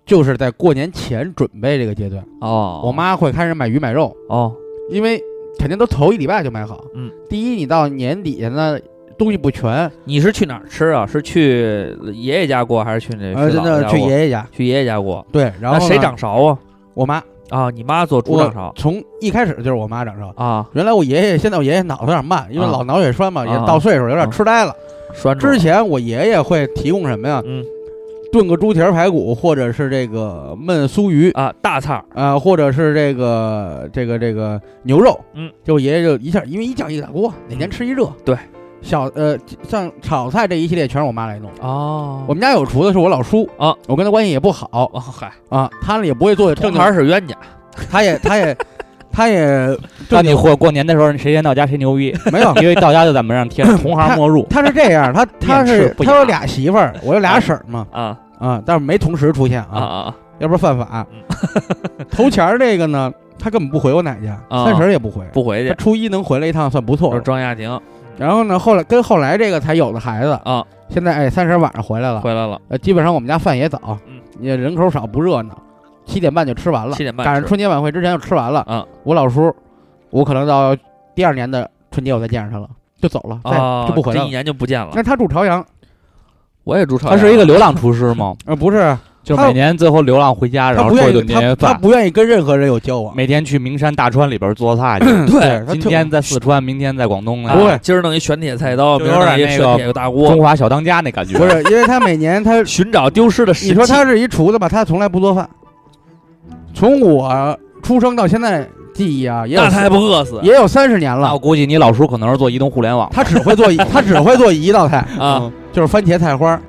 F: 就是在过年前准备这个阶段，
E: 哦，
F: 我妈会开始买鱼买肉，
E: 哦，
F: 因为肯定都头一礼拜就买好。
E: 嗯，
F: 第一你到年底下呢。东西不全，
E: 你是去哪儿吃啊？是去爷爷家过，还是去那
F: 呃，
E: 去
F: 真
E: 姥姥
F: 的
E: 家
F: 去
E: 过
F: 爷爷家，
E: 去爷爷家过？
F: 对，然
E: 那
F: 后
E: 谁
F: 呢
E: 掌勺啊？
F: 我妈，
E: 啊，你妈做猪
F: 我
E: 掌勺
F: 从一开始就是我妈掌勺，
E: 啊，
F: 原来我爷爷，现在我爷爷脑子有点慢，因为
E: 啊
F: 老脑血栓嘛，
E: 啊
F: 也到岁数有点痴呆了。
E: 拴住了
F: 之前我爷爷会提供什么呀？
E: 嗯
F: 炖个猪蹄儿排骨，或者是这个焖酥鱼，
E: 啊，大菜儿
F: 啊，或者是这个这个这个牛肉。
E: 嗯，
F: 就我爷爷就一下，因为一酱一大锅，哪年吃一热。
E: 对，
F: 小呃，像炒菜这一系列全是我妈来弄。
E: 哦
F: 我们家有厨子是我老叔
E: 啊，
F: 我跟他关系也不好
E: 哦嗨，
F: 啊，他也不会做
E: 正
F: 正
E: 牌
F: 经，
E: 儿是冤家
F: 他也 他也他也
B: 那
F: 正
B: 你
F: 经
B: 过过年的时候，谁先到家谁牛 逼，
F: 没有
B: 因为到家就在门上贴着“同行莫入
F: 他是这样，他他
B: 面
F: 是
B: 试不
F: 他
B: 雅
F: 有俩媳妇儿，我有俩婶儿嘛，
E: 啊
F: 啊，但是没同时出现
E: 啊
F: 啊，
E: 啊
F: 要不然犯法
E: 嗯。
F: 头钱儿这个呢，他根本不回我奶家，
E: 啊
F: 三十儿也不回，
E: 不回
F: 他
E: 去，
F: 初一能回来一趟算不
E: 就
F: 错
E: 是。庄家庭
F: 然后呢，后来跟后来这个才有的孩子
E: 啊，
F: 现在哎，三十晚上回来了，
E: 回来了，
F: 呃，基本上我们家饭也早，
E: 嗯
F: 也人口少不热闹，七点半就吃完了，
E: 七点半
F: 赶上
E: 吃
F: 春节晚会之前就吃完了。
E: 嗯，
F: 我老叔，我可能到第二年的春节我才见着他了，就走了，再
E: 啊，
F: 就不回来
E: 这一。
F: 了嗯
E: 年就不见了
F: 但。是他住朝阳，
E: 我也住朝
B: 他是一个流浪厨师吗？
F: 呃，不是，
B: 就
F: 他
B: 每年最后流浪回家，
F: 他
B: 然后
F: 不
B: 做一
F: 愿意，
B: 顿年夜
F: 他他
B: 饭，
F: 不愿意跟任何人有交往。
B: 每天去名山大川里边做菜去。
F: 嗯对，他
B: 今
F: 特
B: 天在四川，明天在广东呢。
E: 啊，今儿弄一玄铁菜刀，
B: 就
E: 明儿
B: 有
E: 弄
B: 点
E: 一
B: 那
E: 玄
B: 个
E: 铁大
B: 中
E: 锅，
B: 华小当家那感觉。
F: 不是，因为他每 年他
E: 寻找丢失的神器。
F: 你说他是一厨子吧，他从来不做饭。从我出生到现在记忆啊，也有
E: 那他还不饿死
F: 也有三十年
B: 那我
F: 了。
B: 估计你老叔可能是做移动互联网的。
F: 他只会做一，他只会做一道菜，嗯
E: 啊？
F: 就是番茄菜花。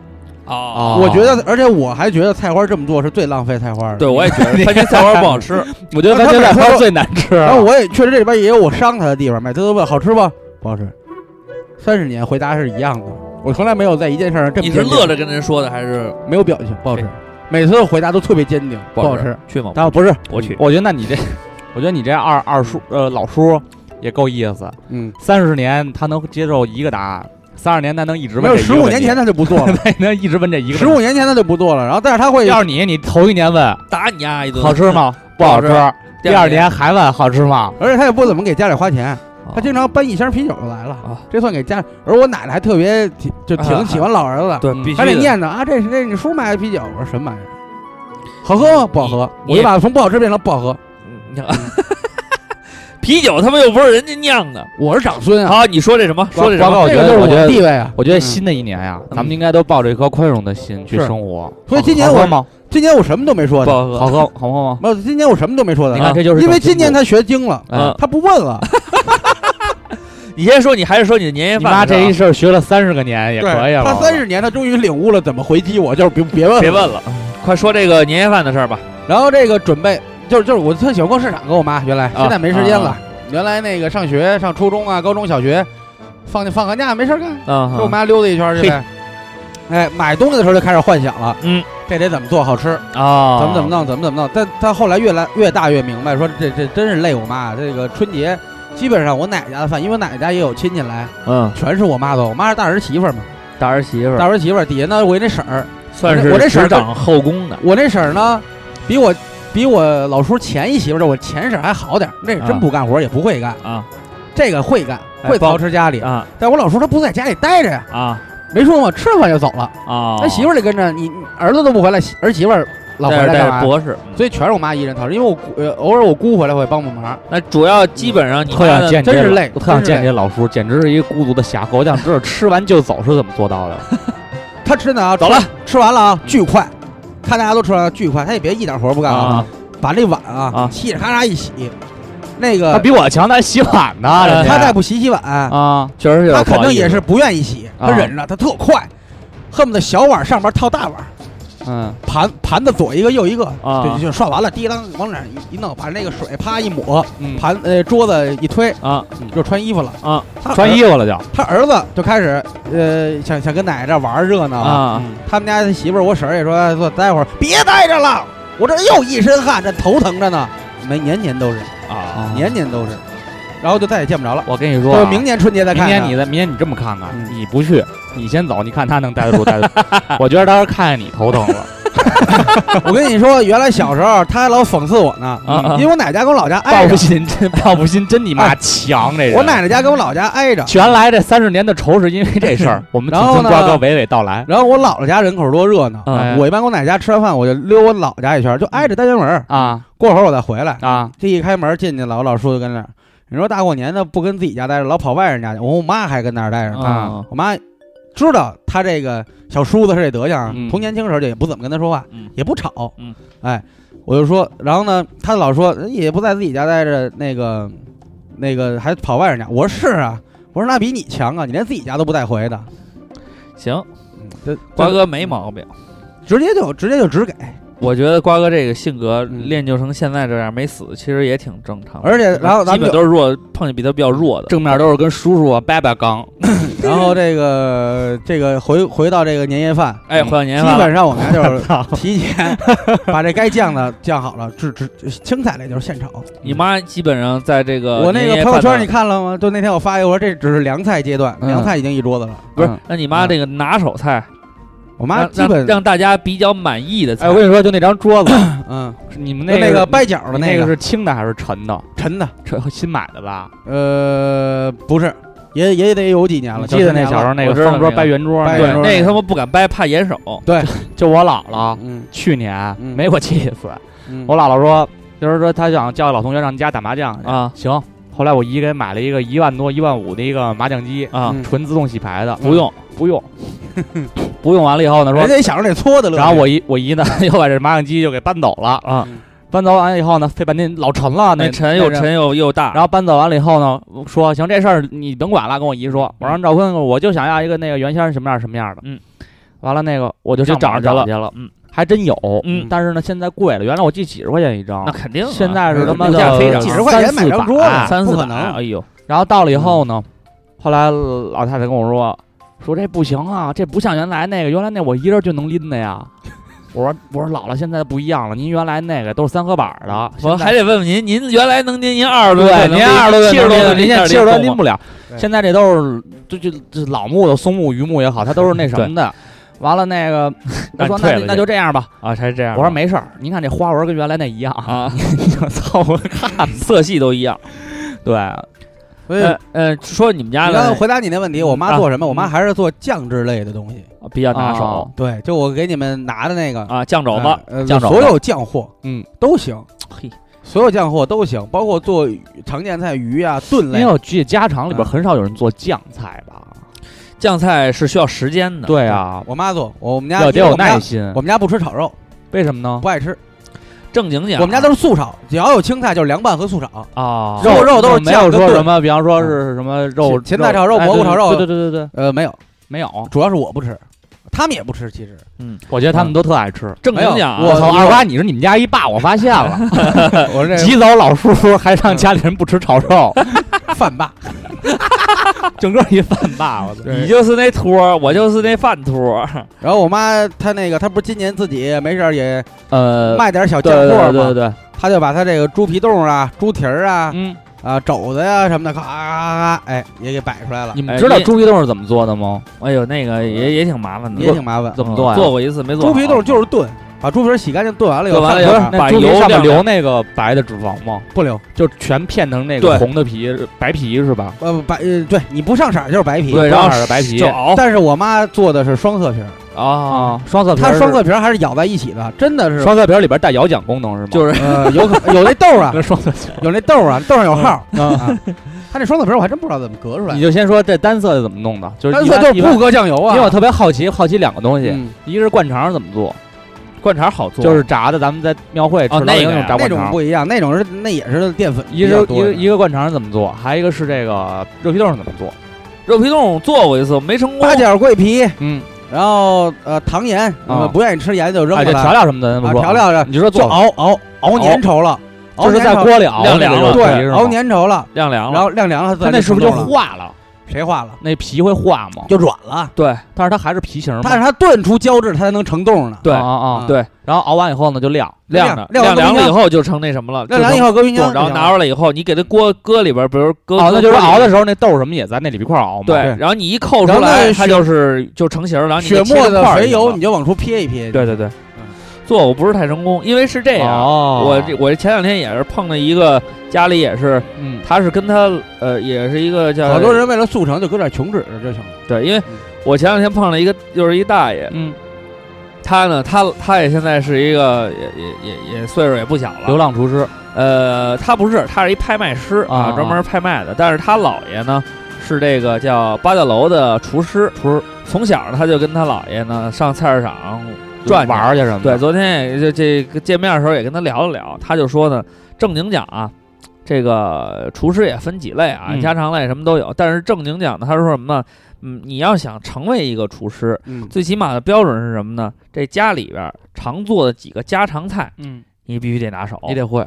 E: 哦，
F: 我觉得，而且我还觉得菜花这么做是最浪费菜花的。
E: 对，我也觉 得番茄菜花不好吃。
B: 我觉得番茄菜花最难吃了。
F: 然后我也确实这里边也有我伤他的地方。每次都问好吃不？不好吃。三十年回答是一样的，我从来没有在一件事上这么
E: 你是
F: 坚定
E: 乐着跟人说的还是
F: 没有表情，不好吃
E: 对。
F: 每次回答都特别坚定，不好吃。？
E: 去吗？
F: 但不是，
E: 我去。
B: 我觉得那你这，我觉得你这二二叔呃老叔也够意思。
F: 嗯，
B: 三十年他能接受一个答案，三十年他能一直
F: 没
B: 问
F: 有
B: 这一
F: 十
B: 个
F: 五
B: 问题。
F: 年前他就不做了，
B: 他能一直问这一个问题。
F: 十五年前他就不做了。然后，但是他会
B: 要是你，你头一年问
E: 打你丫一顿，
B: 好吃？吗？嗯不好吃。第二年还问好吃吗？
F: 而且他也不怎么给家里花钱，
E: 哦
F: 他经常搬一箱啤酒就来了
E: 啊，
F: 这算给家。而我奶奶还特别挺就挺喜欢老儿子的，
E: 对
B: 嗯，
E: 必须
F: 还得
E: 的。
F: 念叨啊，这是这是你叔买的啤酒，我说什么玩意儿？好喝吗？不好喝，
E: 你
F: 我就把从不好吃变成不好喝。
E: 嗯你看，
F: 嗯
E: 啤酒他妈又不是人家酿的。
F: 我是长孙啊，
E: 好，你说这什么？说这什
B: 广
E: 么？
B: 告，我
F: 这
B: 觉
F: 个
B: 得，
F: 就是
B: 我
F: 我
B: 觉
F: 的
B: 得，
F: 地位啊。
B: 我觉得新的一年呀，咱们应该都抱着一颗宽容的心去
F: 是
B: 生活。
F: 所以今年
B: 好
F: 我
B: 喝吗？
F: 今年我什么都没说
E: 不
F: 的，
E: 好喝
B: 好喝，好喝吗？
F: 没有，今年我什么都没说的
B: 你
E: 啊，
B: 看，这就是一
F: 因
B: 种
F: 为今年
B: 进步
F: 他学精了，
E: 嗯，
F: 他不问了。
E: 你先说，你还是说你的年夜
B: 你
E: 饭
B: 妈
E: 的事儿啊？
B: 这一事儿学了三十个年 也可以啊了。
F: 他三十年，他终于领悟了怎么回击我，就是别别问
E: 别
F: 了。
E: 问了，啊快说这个年夜饭的事儿吧。
F: 然后这个准备就是就是我特喜欢逛市场，跟我妈原来
E: 啊
F: 现在没时间
E: 啊
F: 了。原来那个上学上初中啊、高中小学，放放寒假没事儿
B: 啊
F: 干，
E: 嗯，
F: 跟我妈溜达一圈儿去呗。哎，买东西的时候就开始幻想了，
E: 嗯，
F: 这得怎么做好吃，
E: 啊，
F: 怎么怎么弄，怎么怎么弄。但他后来越来越大越明白，说这这真是累我妈。啊这个春节基本上我奶奶家的饭，因为我奶奶家也有亲戚来，
E: 嗯，
F: 全是我妈做。我妈是大儿媳妇儿嘛，
E: 大儿媳妇
F: 大儿媳妇儿底下呢我有那婶儿，
E: 算是
F: 我这婶
E: 执
F: 儿
E: 掌后宫的，
F: 我那婶儿呢比我比我老叔前一媳妇儿，我前婶儿还好点儿，那是真不干活儿也不会干
E: 啊，
F: 这个会干，
E: 哎
F: 会
E: 包
F: 操持家里。
E: 啊
F: 但我老叔他不在家里待着呀，
E: 啊
F: 没说嘛，吃了饭就走了。
E: 啊！
F: 他媳妇儿得跟着你，你儿子都不回来，媳儿媳妇儿老回
E: 带着
F: 来
E: 带
F: 干
E: 着
F: 嘛？
E: 博士，
F: 所以全是我妈一人操持，因为我姑呃偶尔我姑回来会帮帮忙，
E: 那主要基本
F: 嗯
E: 上你
B: 特想
E: 妈的
B: 见你
F: 真
B: 这
F: 是
B: 老
F: 累
B: 我特想
F: 真是
B: 见你这老叔，简直是一个孤独的侠客。我想知道吃完就走是怎么做到 的。
F: 他真的啊，
E: 走了
F: 吃，吃完了啊，巨快，看大家都吃完了，巨快，他也别一点活不干
E: 啊，
F: 把这碗啊
E: 啊，
F: 嘁哩咔嚓一洗，那
B: 他
F: 个
B: 比我强，他还洗碗 呢，人家
F: 他再不洗洗碗，
B: 啊，确实有
F: 他
B: 点不
F: 肯
B: 好
F: 定
B: 意思
F: 也是不愿意洗，他
B: 啊
F: 忍着，他特快，恨不得小碗上边套大碗，
B: 嗯
F: 盘盘子左一个右一个，
E: 啊
F: 就就刷完了，滴啷往哪儿一一弄，把那个水啪一抹，
B: 嗯
F: 盘呃桌子一推
E: 啊
F: 就穿衣服了
E: 啊，
F: 他
B: 穿
F: 儿
B: 衣服了就
F: 他儿子就开始呃想想跟奶奶这玩儿热闹了
E: 啊
B: 嗯
F: 他们家的媳妇儿，我婶儿也说，说待会儿别待着了，我这又一身汗，这头疼着呢。没年年都是，
E: 啊！
F: 年年都是，然后就再也见不着了。
B: 我跟你说啊，
F: 就明年春节再
B: 明
F: 看看。
B: 年你的明年你这么看看，
F: 嗯
B: 你不去，你先走，你看他能待得住待得住。我觉得他是看见你头疼 了，
F: 我跟你说，原来小时候他还老讽刺我呢，
E: 啊啊
F: 因为我奶奶家跟我老家挨着
B: 报复，心真报复心真你妈
F: 哎
B: 强，这人
F: 我奶奶家跟我老家挨着，
B: 原来这三十年的仇是因为这事 儿，我们
F: 然后
B: 从
F: 呢
B: 瓜哥娓娓道来。
F: 然后我姥姥家人口多热闹，
B: 哎
F: 我一般跟我奶奶家吃完饭，我就溜我姥姥家一圈，就挨着单元门儿。
B: 啊
F: 过会儿我再回来，
B: 啊，
F: 这一开门进去了，我老叔就跟那儿。你说大过年的不跟自己家待着，老跑外人家去。我我妈还跟那儿待着呢。
E: 啊
F: 我妈知道他这个小叔子是这德行啊，
B: 嗯
F: 从年轻时候就也不怎么跟他说话，
E: 嗯
F: 也不吵。
E: 嗯，
F: 哎，我就说，然后呢，他老说也不在自己家待着，那个那个还跑外人家。我说是啊，我说那比你强啊，你连自己家都不带回的。
E: 行，
F: 这
E: 嗯瓜哥没毛病，
F: 直接就直接就只给，
E: 我觉得瓜哥这个性格
F: 嗯
E: 练就成现在这样没死，其实也挺正常的。
F: 而且然后咱
E: 基
F: 们
E: 本
F: 就
E: 都是弱，碰见比他比较弱的。
B: 正面都是跟叔叔啊伯伯刚，
F: 然后这个这个回回到这个年夜饭，
E: 哎，回到年
F: 基
E: 夜饭了，
F: 本上我们家 就是提前把这该酱的酱好了，呃只只青菜类就是现炒。
E: 你妈基本上在这个
F: 我那
E: 年
F: 个
E: 夜
F: 朋友
E: 饭
F: 圈
E: 上
F: 你看了吗？就那天我发一个，我说这只是凉菜阶段，
B: 嗯
F: 凉菜已经一桌子了。
E: 不是
B: 嗯？
E: 那你妈这个拿手菜，
F: 我妈
E: 让
F: 基本
E: 让让大家比较满意的菜。
B: 哎，我跟你说，就那张桌 子，
F: 嗯，
B: 你们
F: 就那
B: 个
F: 个掰角的
B: 那
F: 个
B: 是轻的还是沉的？
F: 沉的，
B: 沉新买的吧？
F: 呃，不是，也也得有几年了。
B: 我记得那
F: 小
B: 小时候那
E: 我
B: 个
E: 知道
B: 方桌
E: 那个
B: 掰圆桌，
F: 掰
E: 对
F: 圆桌
E: 那个他妈不敢掰，怕严手。
B: 就我姥姥
F: 嗯
B: 去年
F: 嗯
B: 没我气死，
F: 嗯，
B: 我姥姥说，就是说她想叫老同学上你家打麻将去
E: 啊
B: 行。后来我姨给买了一个一万多、一万五的一个麻将机，
E: 啊
F: 嗯
B: 纯自动洗牌的，
E: 不用
B: 不 用，不用完了以后呢，说
F: 人家小时候那搓的乐。
B: 然后我姨我姨呢 又把这麻将机就给搬走了，
E: 啊，
B: 搬走完了以后呢，费半天老沉了，
E: 那沉又
B: 又
E: 沉又又大，
B: 然后搬走完了以后呢，我说行这事儿你甭管了，跟我姨说，我让赵坤，我就想要一个那个原先是什么样什么样的，
E: 嗯，
B: 完了那个我就
E: 就
B: 上
E: 找
B: 网
E: 着
B: 找
E: 了
B: 去了，哦
E: 嗯
B: 还真有，
E: 嗯
B: 但是呢现在贵了，原来我记几十块钱一张
E: 那，肯定啊。
B: 现在是他妈
E: 物价
B: 的
E: 飞涨
F: 几十块钱买张桌子
E: 三
B: 三四百
F: 不
E: 四
F: 可
E: 百，
F: 能
E: 哎呦，
B: 然后到了以
E: 嗯
B: 后呢，后来老太太跟我说，说这不行啊，这不像原来那个，原来那我一人就能拎的呀。我说我说姥姥现在不一样了，您原来那个都是三合板儿的，
E: 我
B: 现在
E: 还得问问您，您原来能您您二十多岁
B: 对，
E: 能拎，
B: 您二十多岁
E: 七十多岁，
B: 您现
E: 在
B: 七十多拎
E: 不
B: 不了。
F: 对
B: 现在这都是就就就老木头、松木、榆木也好，它都是那什么的。完了 那个，他
E: 让
B: 说
E: 你退
B: 那
E: 了
B: 就
E: 去
B: 那就这样吧。
E: 啊，才这样。
B: 我说没事儿，您看这花纹跟原来那一样
E: 啊，
B: 啊。
E: 操，我看色系都一样。
B: 对，
F: 所以
E: 呃呃，说你们家
F: 你刚才
E: 的
F: 回答你那问
B: 嗯
F: 题，我妈
B: 啊
F: 做什么？我妈还是做酱汁类的东西。
E: 比较拿
B: 哦
E: 手
F: 对，就我给你们拿的那个
E: 啊，酱肘
F: 呃
E: 子，
F: 呃
E: 酱肘子
F: 所有酱货，
B: 嗯，
F: 都行。
E: 嘿，
F: 所有酱货都行，包括做鱼常见菜鱼啊、炖
B: 因
F: 类
B: 为。我记得家常里边
F: 嗯
B: 很少有人做酱菜吧？
E: 酱菜是需要时间的。
B: 对啊，
F: 我妈做，我们家
B: 要
F: 因
B: 得
F: 为
B: 有
F: 我们家
B: 耐心。啊
F: 我们家不吃炒肉，
B: 为什么呢？
F: 不爱吃。
E: 正经讲，
F: 我们家都是素炒，只要有青菜就是凉拌和素炒。
B: 啊
F: 肉肉都是
B: 没有
F: 酱跟
B: 说
F: 炖
B: 什么，比方说是什么肉
F: 芹芹菜炒肉
B: 哎
F: 蘑菇
B: 对
F: 炒肉
B: 对对对对对，
F: 呃，没有，
B: 没有。
F: 主要是我不吃，他们也不吃。其 实
B: 我觉得他们都特爱吃。
E: 正经讲啊，
F: 没有我
B: 操，二瓜，你是你们家一霸，我发现了。
F: 我是
B: 急走老叔叔还让家里人不吃炒肉，
F: 嗯这饭霸，
B: 整个一饭霸，我操！
E: 你就是那托儿，我就是那饭托儿。
F: 然后我妈她那个，她不是今年自己没事儿也
B: 呃，
F: 卖点小
B: 对
F: 酱货
B: 对
F: 吗？
B: 对对，
F: 她就把她这个猪皮冻啊、猪蹄儿啊、
B: 嗯，
F: 啊肘子呀、什么的，咔咔咔咔，哎，也给摆出来了，
B: 嗯你们
E: 哎
B: 知道
E: 你
B: 猪皮冻是怎么做的吗？
E: 哎呦，那个也也挺麻烦的，
F: 也挺麻烦。
B: 怎么做呀？
E: 做过一次没做好。
F: 猪皮冻就是炖，把猪皮儿洗干净，炖完了以后
E: 炖完了
F: 看
E: 以后
F: 看
E: 那
B: 把
E: 猪皮
B: 上
E: 上
B: 面
E: 面
B: 留
E: 留
B: 那个白的脂肪吗？
F: 不留，
B: 就全片成那
E: 对
B: 个红的皮、白皮是吧？
F: 呃，白呃，对你不上色儿就是白皮。
E: 对，然后
B: 不让耳白皮啊
E: 就熬
F: 但是我妈做的是双色皮儿，
E: 啊，
B: 双色皮
F: 它
B: 儿是，
F: 双色皮儿还是咬在一起的，真的是
B: 双色皮儿里边带摇奖功能是吗？
E: 就是
F: 呃，有可有那豆 儿啊，
B: 跟双色皮儿。嗯
F: 有那豆儿啊，豆上有号儿啊。 它这双色皮儿我还真不知道怎么隔出来
B: 你。就先说这单色的怎么弄的，就是
F: 干
B: 一
F: 脆
B: 般
F: 就是
B: 一般
F: 不搁酱油啊，
B: 因为我特别好奇，好奇两个东西，
F: 嗯
B: 一个是灌肠怎么做，
E: 灌肠好做，
B: 就是炸的，咱们在庙会吃
E: 哦
B: 老
E: 那
B: 北京
E: 个
B: 种
E: 呀
B: 炸
F: 那
B: 灌肠
F: 种。不一样，那种是那也是淀粉
B: 一
F: 比
B: 是
F: 较
B: 一
F: 多的，
B: 个一个灌肠是怎么做，还有一个是这个热皮冻是怎么做。
E: 肉皮冻做过一次，没成功
F: 八。角桂皮，
B: 嗯，
F: 然后呃糖盐，
B: 啊
F: 不愿意吃盐就扔
B: 哎，
F: 了，
B: 这调料什么的，咱
F: 啊
B: 不说
F: 调，料
B: 你就说
F: 就
B: 做法，
F: 熬熬熬粘稠了，熬
B: 就是
F: 粘
B: 在
F: 稠
B: 锅里熬
E: 晾
B: 那
E: 凉
B: 个
E: 了
B: 肉皮
F: 对
B: 是吗
F: 熬粘稠了，
E: 晾凉
F: 然
E: 了，
F: 后晾凉了，
B: 它
F: 它
B: 那是不是就
F: 化
B: 化了？
F: 谁化了
B: 那皮会化吗？
F: 就软了，
E: 对
B: 但是它还是皮形嘛。
F: 但是它炖出胶质，它才能成冻呢。
E: 对
B: 啊啊
F: 啊
B: 啊！然后熬完以后呢，就晾。
E: 晾着，啊
F: 晾
E: 晾
F: 完
E: 凉
F: 东
E: 了
F: 西
E: 以后就成那什么了，
F: 那凉以后搁冰
E: 就成然
F: 箱，
E: 后拿出来以后，你给它锅搁里边，比如搁
B: 哦，那就是
E: 搁
B: 熬
E: 里
B: 的时候那豆什么也在那里一块儿熬嘛。
E: 对
F: 对，
E: 然后你一扣出
F: 然后那
E: 来，它
F: 血
E: 就是就成型了，然后你
F: 血
E: 给切
F: 沫
E: 成
F: 的
E: 块儿就
F: 肥
E: 行
F: 油
E: 了
F: 你就往出撇一撇，
E: 对对对，做我不是太成功，因为是这样，
B: 哦，
E: 我这我前两天也是碰到一个家里也是，
B: 嗯
E: 他是跟他呃也是一个叫
F: 好多人为了速成就搁点琼脂就行了。
E: 对，因为我前两天碰了一个就是一大爷，
B: 嗯，
E: 他呢他他也现在是一个也也也也岁数也不小
B: 流
E: 了，
B: 浪厨师
E: 呃，他不是他是一拍卖师
B: 啊
E: 专门拍卖的，但是他姥爷呢是这个叫八角楼的厨师，厨师从小呢他就跟他姥爷呢上菜市场转去
B: 玩儿去什么
E: 对，
B: 的。
E: 昨天也就这个见面的时候也跟他聊了聊，他就说呢，正经讲啊，这个厨师也分几类啊，
B: 嗯
E: 家常类什么都有，但是正经讲呢，他说什么呢？嗯，你要想成为一个厨师，
F: 嗯
E: 最起码的标准是什么呢？这家里边儿常做的几个家常菜，
B: 嗯，
E: 你必须得拿手。
B: 你得会。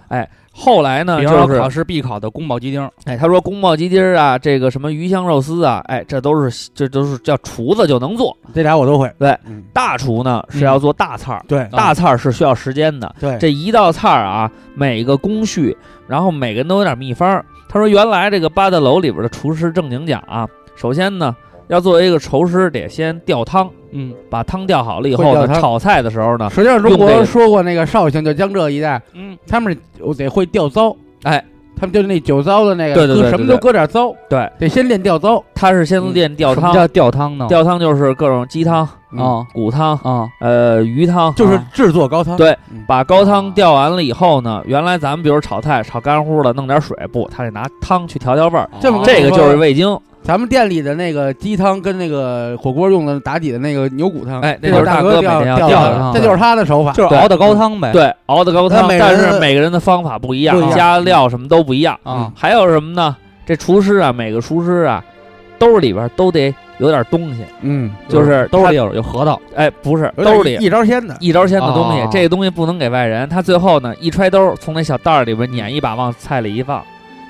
E: 后来呢，
B: 比如
E: 就
B: 说
E: 是
B: 考试必考的宫保鸡丁，
E: 哎，他说宫保鸡丁儿啊，这个什么鱼香肉丝啊，哎，这都是这都是叫厨子就能做。
F: 这俩我都会。
E: 对
F: 嗯，
E: 大厨呢是要做大菜儿，
B: 嗯
F: 对嗯
E: 大菜儿是需要时间的。
F: 对，
E: 这一道菜儿啊，每个工序，然后每个人都有点秘方儿。他说，原来这个八大楼里边的厨师正经讲啊，首先呢，要作为一个厨师，得先吊汤，
B: 嗯，
E: 把汤调好了以
F: 会
E: 后
F: 吊
E: 呢，
F: 汤
E: 炒菜的时候呢，
F: 实际上中
E: 用这
F: 国
E: 个
F: 说过那个绍兴，就江浙一带，
B: 嗯，
F: 他们得会吊糟，
E: 哎，
F: 他们就那酒糟的那个，
E: 对对对
F: 搁什么都搁点糟，
E: 对，
F: 得先练吊糟，
E: 他是先练吊
B: 什么
E: 汤，
B: 叫吊汤呢？
E: 吊汤就是各种鸡汤、嗯
B: 啊
E: 骨汤、
B: 啊，
E: 呃鱼汤，
F: 嗯就是制作高汤。
E: 对
F: 嗯，
E: 把高汤吊完了以后呢，原来咱们比如炒菜炒干乎了，弄点水，不，他得拿汤去调调味儿，
F: 这么跟
E: 这个
F: 我说
E: 就是味精。
F: 咱们店里的那个鸡汤跟那个火锅用的打底的那个牛骨汤，
E: 哎那
F: 这就
E: 就是是
F: 大
E: 大
F: 哥
E: 哥
F: 吊
E: 每天要
F: 吊
E: 吊
F: 的
E: 的
F: 汤
E: 汤
F: 这就是他的手法。
B: 就是
E: 对
B: 熬的高汤呗。
E: 对，熬的高
F: 哎那
E: 汤，
F: 每
E: 但
F: 人
E: 是每个人的方法不一样
F: 不一，样嗯
E: 加料什么都不一样。
B: 啊，
E: 还有什么呢？这厨师啊，每个厨师啊，兜里边都得有点东西，
F: 嗯，
E: 就是
B: 兜
E: 他
B: 里有有核桃，
E: 哎，不是
F: 有点
E: 兜里
F: 一招鲜的，
E: 一招鲜的东西
B: 哦，
E: 这个东西不能给外人。他最后呢，一揣兜，从那小袋儿里边捻一把往菜里一放，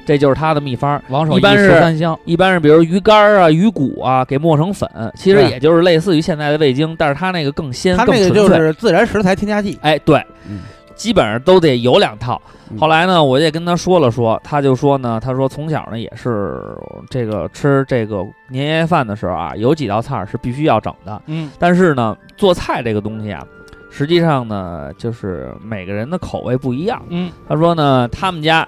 E: 这就是他的秘方。
B: 王手
E: 一般
B: 十
E: 是
B: 三香，
E: 一般是比如鱼干儿啊、鱼骨啊，给磨成粉，其实
F: 对
E: 也就是类似于现在的味精，但是它那个更鲜、
F: 他
E: 更
F: 那
E: 纯
F: 个就
E: 粹。
F: 是自然食材添加剂。
E: 哎，对，
F: 嗯
E: 基本上都得有两套。
F: 嗯
E: 后来呢，我也跟他说了说，他就说呢，他说从小呢也是这个吃这个年夜饭的时候啊，有几道菜儿是必须要整的，
B: 嗯，
E: 但是呢，做菜这个东西啊。实际上呢，就是每个人的口味不一样。
B: 嗯，
E: 他说呢，他们家，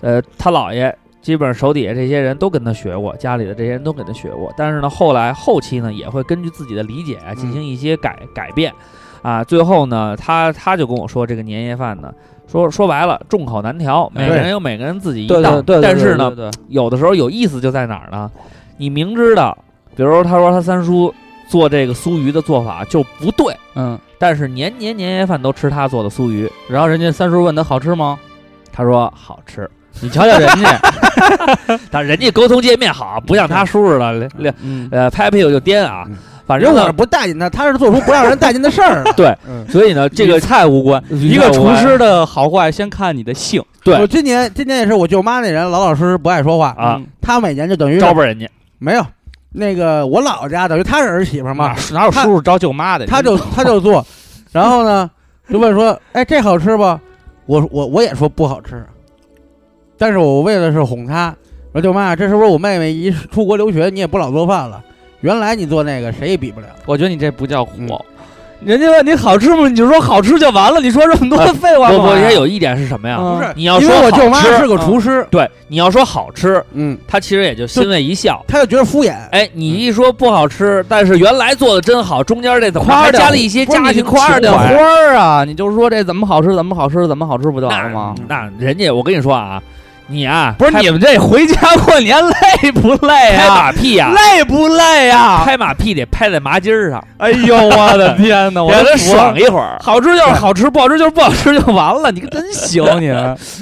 E: 呃，他姥爷基本上手底下这些人都跟他学过，家里的这些人都跟他学过。但是呢，后来后期呢，也会根据自己的理解啊进行一些改、改变，啊，最后呢，他他就跟我说，这个年夜饭呢，说说白了，众口难调，每个人有每个人自己一道。但是呢，
B: 对，对
E: 有的时候有意思就在哪儿呢？你明知道，比如他说他三叔做这个酥鱼的做法就不对，
B: 嗯，
E: 但是年年年夜饭都吃他做的酥鱼，
B: 然后人家三叔问他好吃吗？
E: 他说好吃，
B: 你瞧瞧人 家，
E: 但人家沟通界面好，不像他叔似的，连连
B: 嗯，
E: 呃拍屁股就颠啊，反
F: 因为
E: 正呢
F: 我是，不待见他，他是做出不让人待见的事儿了。
E: 对
F: 嗯，
E: 所以呢，这个
B: 菜无关，一个
E: 菜无
B: 厨
E: 关
B: 师的好坏先看你的性
E: 对
F: 我今年今年也是我舅妈那人老老实实不爱说话，
E: 啊，
F: 他每年就等于是
E: 招吧人家
F: 没有那个我姥姥家等于他是儿媳妇嘛，
E: 啊
B: 哪哪有叔叔招舅妈的？
F: 他就他就做，然后呢，就问说：“哎，这好吃不？”我我我也说不好吃，但是我为了是哄他，我说舅妈，这是不是我妹妹一出国留学，你也不老做饭了？原来你做那个谁也比不了。
B: 我觉得你这不叫火
F: 嗯，
B: 人家问你好吃吗？你就说好吃就完了，你说这么多废话
E: 不不，
B: 干嘛呀
E: 也有一点是什么呀？
B: 嗯
F: 不是，
E: 你要
F: 因
E: 说
F: 为我舅妈
E: 好吃
F: 是个厨师，
E: 对，你要说好吃，
F: 嗯，
E: 他其实也就欣慰一笑。
F: 他就觉得敷衍。
B: 嗯
E: 哎，你一说不好吃，但是原来做的真好，中间这怎么
B: 夸
E: 还
B: 点
E: 加了一些
B: 不是
E: 家
B: 你
E: 庭
B: 夸
E: 情
B: 点
E: 怀
B: 花儿啊，你就说这怎么好吃，怎么好吃，怎么好吃不就完了吗
E: 那？那人家，我跟你说啊，你啊，
B: 不是
E: 拍
B: 你们啊这回家过年
E: 哎
B: 累不累
E: 拍
B: 呀？
E: 马屁啊呀，
B: 累不累呀？
E: 拍马屁得拍在麻筋儿上，
B: 哎呦 我的天哪！我
E: 让他
B: 都服啊了
E: 爽一会儿。
B: 好吃就是好吃，不好吃就是不好吃就完了。你可真行， 你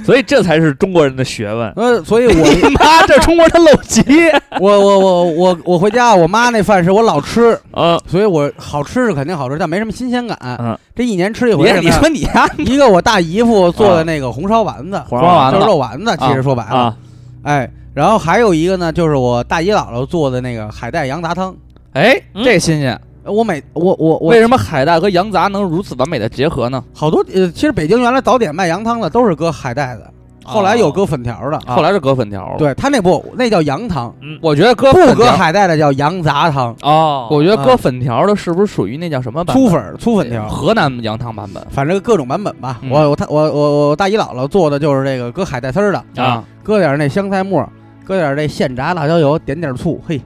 E: 所以这才是中国人的学问。
F: 呃，所以 我
B: 妈这中国人陋习。
F: 我我我我我回家，我妈那饭是我老吃，
B: 啊
E: 嗯，
F: 所以我好吃是肯定好吃，但没什么新鲜感。
E: 嗯，
F: 这一年吃一回
B: 别
F: 什么
B: 啊你
F: 呀。
B: 说你呀，
F: 一个我大姨夫做的那个红烧丸子，
E: 黄
B: 瓜
F: 就是
B: 丸子
F: 肉丸子，其实说白了，
E: 啊，
F: 哎，然后还有一个呢，就是我大姨姥姥做的那个海带羊杂汤。
B: 哎，
E: 嗯
B: 这新鲜。
F: 我每我我我
B: 为什么海带和羊杂能如此完美的结合呢？
F: 好多呃，其实北京原来早点卖羊汤的都是搁海带的，后来有搁粉条的。
B: 后来是搁粉条了。，
F: 对他那不那叫羊汤，
B: 啊我觉得哦搁
F: 不
B: 粉
F: 搁
B: 条，
F: 海带的叫羊杂汤，
E: 哦
B: 我觉得搁
F: 啊
B: 粉条的是不是属于那叫什么版本？
F: 粗粉儿粗粉条，
B: 河南羊汤版本
F: 反正各种版本吧。
B: 嗯
F: 我我他我我我大姨姥姥做的就是这个搁海带丝儿的，
E: 啊，
F: 搁点那香菜末，搁点那现炸辣椒油，点点醋，嘿，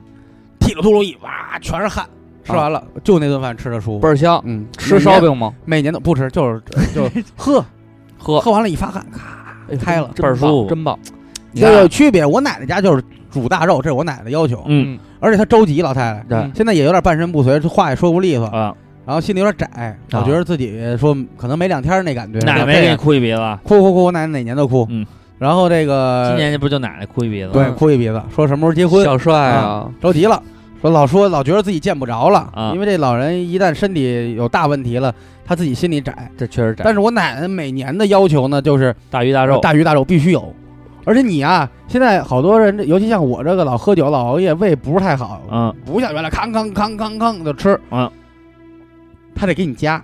F: 剔了秃噜一哇，全是汗。吃完了，就那顿饭吃的舒
B: 倍
F: 服。
B: 儿香。
F: 嗯，
B: 吃烧饼吗？
F: 每年都不吃，就是就喝
B: 喝
F: 喝完了，一发汗，咔开了。
B: 真
E: 倍儿舒服
B: 棒真棒。你
F: 这
B: 看
F: 有区别。我奶奶家就是煮大肉，这是我奶奶要求，
E: 嗯
F: 而且她着急，老太太
E: 对
F: 现在也有点半身不遂，话也说不利索，
E: 啊，
F: 然后心里有点窄。我觉得自己说可能没两天那感觉，
E: 奶
F: 然后
E: 奶
F: 这
E: 给你
F: 样
E: 哭一鼻
B: 呃
E: 子，
F: 哭哭哭，我奶奶哪年都哭。
E: 嗯，
F: 然后这个
E: 今年不就奶奶哭一鼻子？
F: 对哭一鼻子，说什么时候结婚，
B: 小帅啊，
F: 着急了。说老说老觉得自己见不着了，
G: 啊
F: 因为这老人一旦身体有大问题了，他自己心里窄。
G: 这确实窄
F: 但是我奶奶每年的要求呢，就是
G: 大鱼大肉，
F: 大鱼大肉必须有。而且你啊，现在好多人，尤其像我这个老喝酒、老熬夜，胃不是太好，
G: 嗯
F: 不像原来康康康康康的吃，
G: 嗯，
F: 他得给你加，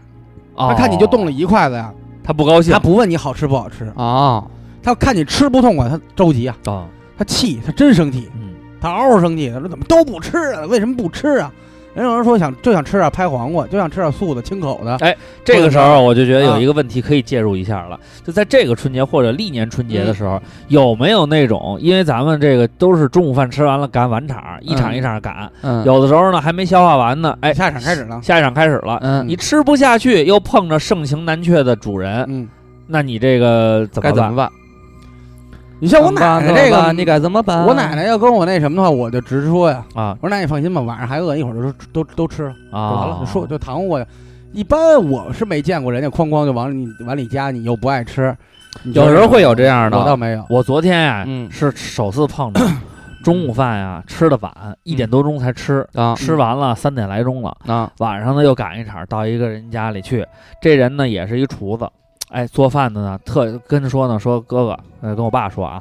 G: 哦
F: 他看你就动了一筷子呀，
G: 他不高兴
F: 他不问你好吃不好吃，
B: 啊，
F: 他看你吃不痛快，他着急啊，
G: 啊，
F: 他气，他真生气，
G: 嗯
F: 他嗷嗷生气，他说怎么都不吃啊？为什么不吃啊？人有人说想就想吃点拍黄瓜，就想吃点素的清口的，
G: 这个时候我就觉得
B: 啊
G: 有一个问题可以介入一下了，就在这个春节或者历年春
B: 嗯
G: 节的时候，有没有那种因为咱们这个都是中午饭吃完了赶晚场，一场一场赶，
B: 嗯，
G: 有的时候呢还没消化完呢，哎，
F: 下一场开始了，
G: 下一场开始了，
B: 嗯，
G: 你吃不下去，又碰着盛情难却的主人，
F: 嗯，
G: 那你这个怎
B: 该
G: 么
B: 怎
G: 办
B: 么？办？
F: 你像我奶奶这
B: 怎么办
F: 个，
B: 你该怎么办？
F: 我奶奶要跟我那什么的话，我就直说呀，
G: 啊
F: 我说那你放心吧，晚上还饿，一会儿都都都吃了，就
G: 啊，
F: 完了，就说就搪我。一般我是没见过人家哐哐就往你往里加，你又不爱吃，你
G: 有
F: 就
G: 人会有这样
F: 我倒
G: 的。
F: 没有。
G: 我昨天呀
B: 嗯
G: 是首次 碰着中午饭呀吃的晚，一
E: 嗯
G: 点多钟才吃，
B: 啊
G: 吃完了三点来钟了，
B: 啊
G: 晚上呢又赶一场到一个人家里去，这人呢也是一厨子，哎，做饭的呢特跟说呢说哥哥，呃跟我爸说啊，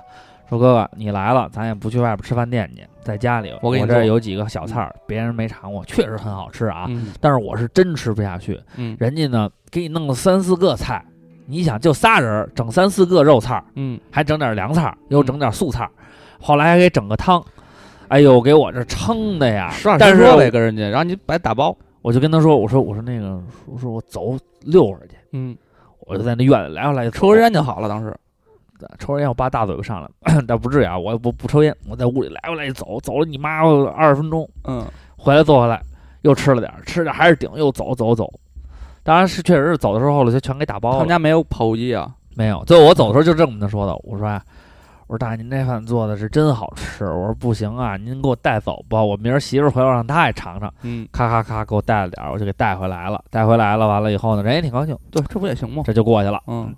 G: 说哥哥你来了，咱也不去外边吃饭店去，在家里
B: 我给你
G: 这儿
B: 做
G: 有几个小菜儿，别人没尝过，确实很好吃啊，
B: 嗯
G: 但是我是真吃不下去，
B: 嗯
G: 人家呢给你弄了三四个菜，你想就仨人儿整三四个肉菜儿，
B: 嗯
G: 还整点凉菜儿，又整点素菜儿，后来还给整个汤，哎呦，给我这撑的呀！
B: 实话
G: 但
B: 实
G: 是
B: 说
G: 我
B: 呗，跟人家，然后你把打包，
G: 我就跟他说，我说我说那个，我说我走溜会儿去，
B: 嗯，
G: 我就在那院里来回来去
B: 抽根烟就好了，当时
G: 抽根烟，我爸大嘴巴上 来，但不至于啊，我不不抽烟，我在屋里来回来去走，走了你妈二十分钟，
B: 嗯
G: 回来坐回来又吃了点儿，吃点儿还是顶，又走走走。当然是确实是走的时候后来就全给打
B: 他
G: 包了
B: 们，家没有跑步机啊，
G: 没有，最后我走的时候就这么跟他说的，我说啊，我说大爷，您这饭做的是真好吃，我说不行啊，您给我带走吧，我明儿媳妇儿回来我让她也尝尝，
B: 嗯，
G: 咔咔咔给我带了点儿，我就给带回来了，带回来了，完了以后呢，人也挺高兴，
B: 对，这不也行吗？
G: 这就过去了。
B: 嗯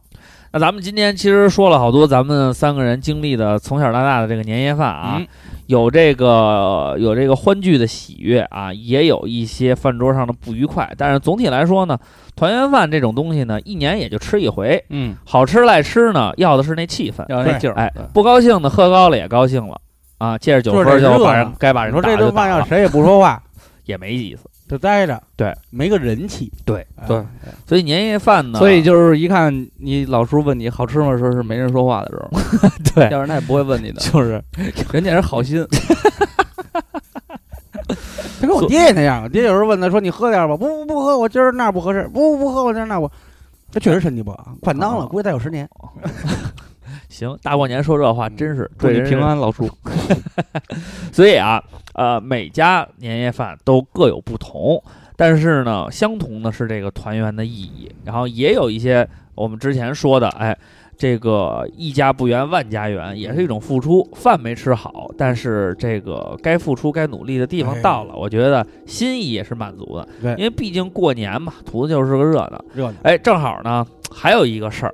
G: 那咱们今天其实说了好多咱们三个人经历的从小到大的这个年夜饭啊，
B: 嗯
G: 有这个有这个欢聚的喜悦啊，也有一些饭桌上的不愉快，但是总体来说呢，团圆饭这种东西呢，一年也就吃一回，
B: 嗯，
G: 好吃赖吃呢，要的是那气氛，
B: 要那劲儿，
G: 哎
B: 对，
G: 不高兴的喝高了也高兴了啊，借着酒
F: 就是
G: 分
F: 这
G: 就
F: 热
G: 把
F: 闹
G: 人该把
F: 你
G: 人
F: 说
G: 打
F: 这
G: 就
F: 顿
G: 打
F: 饭要
G: 了，啊
F: 谁也不说话，
G: 也没意思。
F: 就待着，
G: 对，
F: 没个人气，
G: 对
F: 哎
B: 对，
G: 所以年夜饭呢，
B: 所以就是一看你老叔问你好吃吗的时候是没人说话的时候，
G: 对
B: 要不然他也不会问你的，
G: 就是
B: 人家是好心，
F: 他跟我爹也那样，我爹有时候问他说：“你喝点吧？”不不不喝，我今儿那儿不合适。不不不喝，我今儿那儿不。他确实身体不好，管当了，
G: 哦
F: 估计再有十年。
G: 行，大过年说这
F: 嗯
G: 话真是
B: 祝
G: 对
B: 你
G: 人
B: 平。安，老叔。
G: 所以啊，呃，每家年夜饭都各有不同，但是呢，相同的是这个团圆的意义，然后也有一些我们之前说的，哎。这个一家不圆万家圆也是一种付出，饭没吃好，但是这个该付出、该努力的地方
F: 哎
G: 到了，我觉得心意也是满足的。
F: 对
G: 因为毕竟过年嘛，图的就是个热闹。
F: 热闹，
G: 哎，正好呢，还有一个事儿，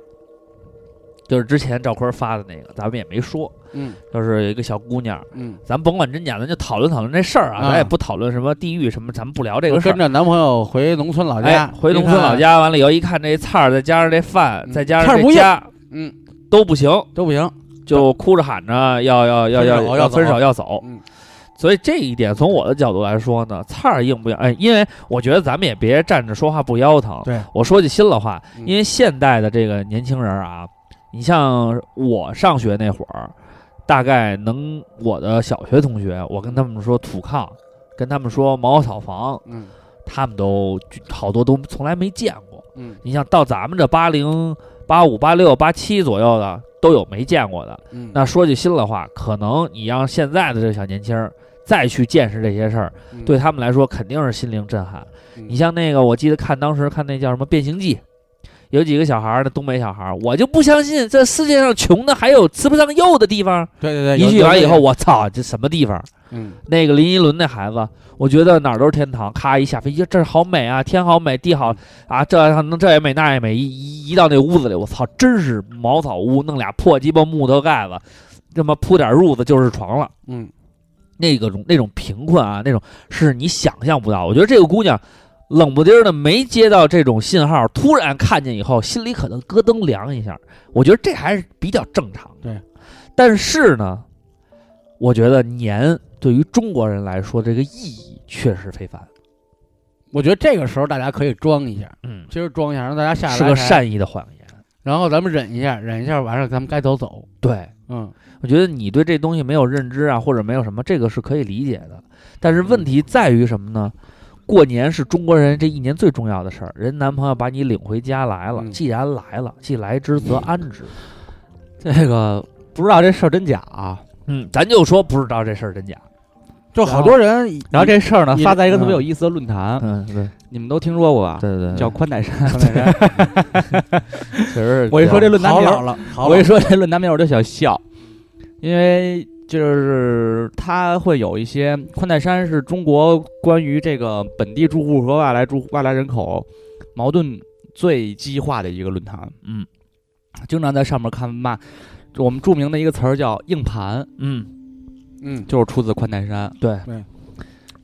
G: 就是之前赵坤发的那个，咱们也没说，
F: 嗯
G: 就是有一个小姑娘，
F: 嗯，
G: 咱甭管真假，咱就讨论讨论这事儿啊，
F: 啊
G: 咱也不讨论什么地域什么，咱们不聊这个
F: 就
G: 事
F: 跟
G: 儿。
F: 着男朋友回农村老
G: 哎
F: 家，，
G: 回农村老
F: 你看，
G: 家完了以后，一看这菜儿，再加上这饭，
F: 嗯
G: 再加
F: 菜
G: 上
F: 儿
G: 这
F: 不
G: 家，
F: 嗯，
G: 都不行，
F: 都不行。
G: 就哭着喊着要要要
F: 分手
G: 要
F: 要走
G: 分手要走
F: 嗯。
G: 所以这一点，从我的角度来说呢，菜儿硬不硬？哎，因为我觉得咱们也别站着说话不腰疼。
F: 对，
G: 我说句心里话，
F: 嗯
G: 因为现代的这个年轻人啊，你像我上学那会儿，大概能我的小学同学，我跟他们说土炕，跟他们说茅草房，
F: 嗯
G: 他们都就好多都从来没见过。
F: 嗯
G: 你像到咱们这八零、八五、八六、八七左右的，都有没见过的。
F: 嗯，
G: 那说句心里话，可能你让现在的这小年轻儿再去见识这些事儿，
F: 嗯
G: 对他们来说肯定是心灵震撼。
F: 嗯
G: 你像那个，我记得看当时看那叫什么《变形记》，有几个小孩儿，那东北小孩儿，我就不相信这世界上穷的还有吃不上肉的地方。
F: 对对对，
G: 一
F: 有
G: 去完以后，，我操，这什么地方？
F: 嗯，
G: 那个林依轮那孩子，我觉得哪儿都是天堂。咔一下飞机，这儿好美啊，天好美，地好啊，这能这也美那也美。一一一到那屋子里，我操，真是茅草屋，弄俩破鸡巴木头盖子，这么铺点褥子就是床了。
F: 嗯，
G: 那个种那种贫困啊，那种是你想象不到。我觉得这个姑娘冷不丁儿的没接到这种信号，突然看见以后，心里可能咯噔凉一下。我觉得这还是比较正常的。
F: 对，
G: 但是呢，我觉得年对于中国人来说，这个意义确实非凡。
F: 我觉得这个时候大家可以装一下，
G: 嗯，
F: 今儿装一下，让大家下来
G: 是个
F: 台，
G: 善意的谎言。
F: 然后咱们忍一下，忍一下，完事儿咱们该走走。
G: 对，
F: 嗯，
G: 我觉得你对这东西没有认知啊，或者没有什么，这个是可以理解的。但是问题在于什么呢？过年是中国人这一年最重要的事儿，人男朋友把你领回家来了，
F: 嗯
G: 既然来了，既来之则安之。
B: 这个不知道这事儿真假啊。
G: 嗯，咱就说不知道这事儿真假。
F: 就好多 人以，
B: 然后这事儿呢，
F: 你
B: 发在一个
F: 嗯
B: 特别有意思的论坛，
G: 嗯，对
B: 你们都听说过吧？
G: 对对，
B: 叫宽带山。
G: 确实
B: 我一说这论坛
F: 好
B: 名
F: 老
B: 儿，
F: 了，好
B: 我一说这论坛名儿我就想笑， 因为就是它会有一些宽带山是中国关于这个本地住户和外来住外来人口矛盾最激化的一个论坛。
G: 嗯，
B: 经常在上面看骂。我们著名的一个词儿叫“硬盘
G: 嗯，
F: 嗯”，，
B: 就是出自宽带山。
G: 对，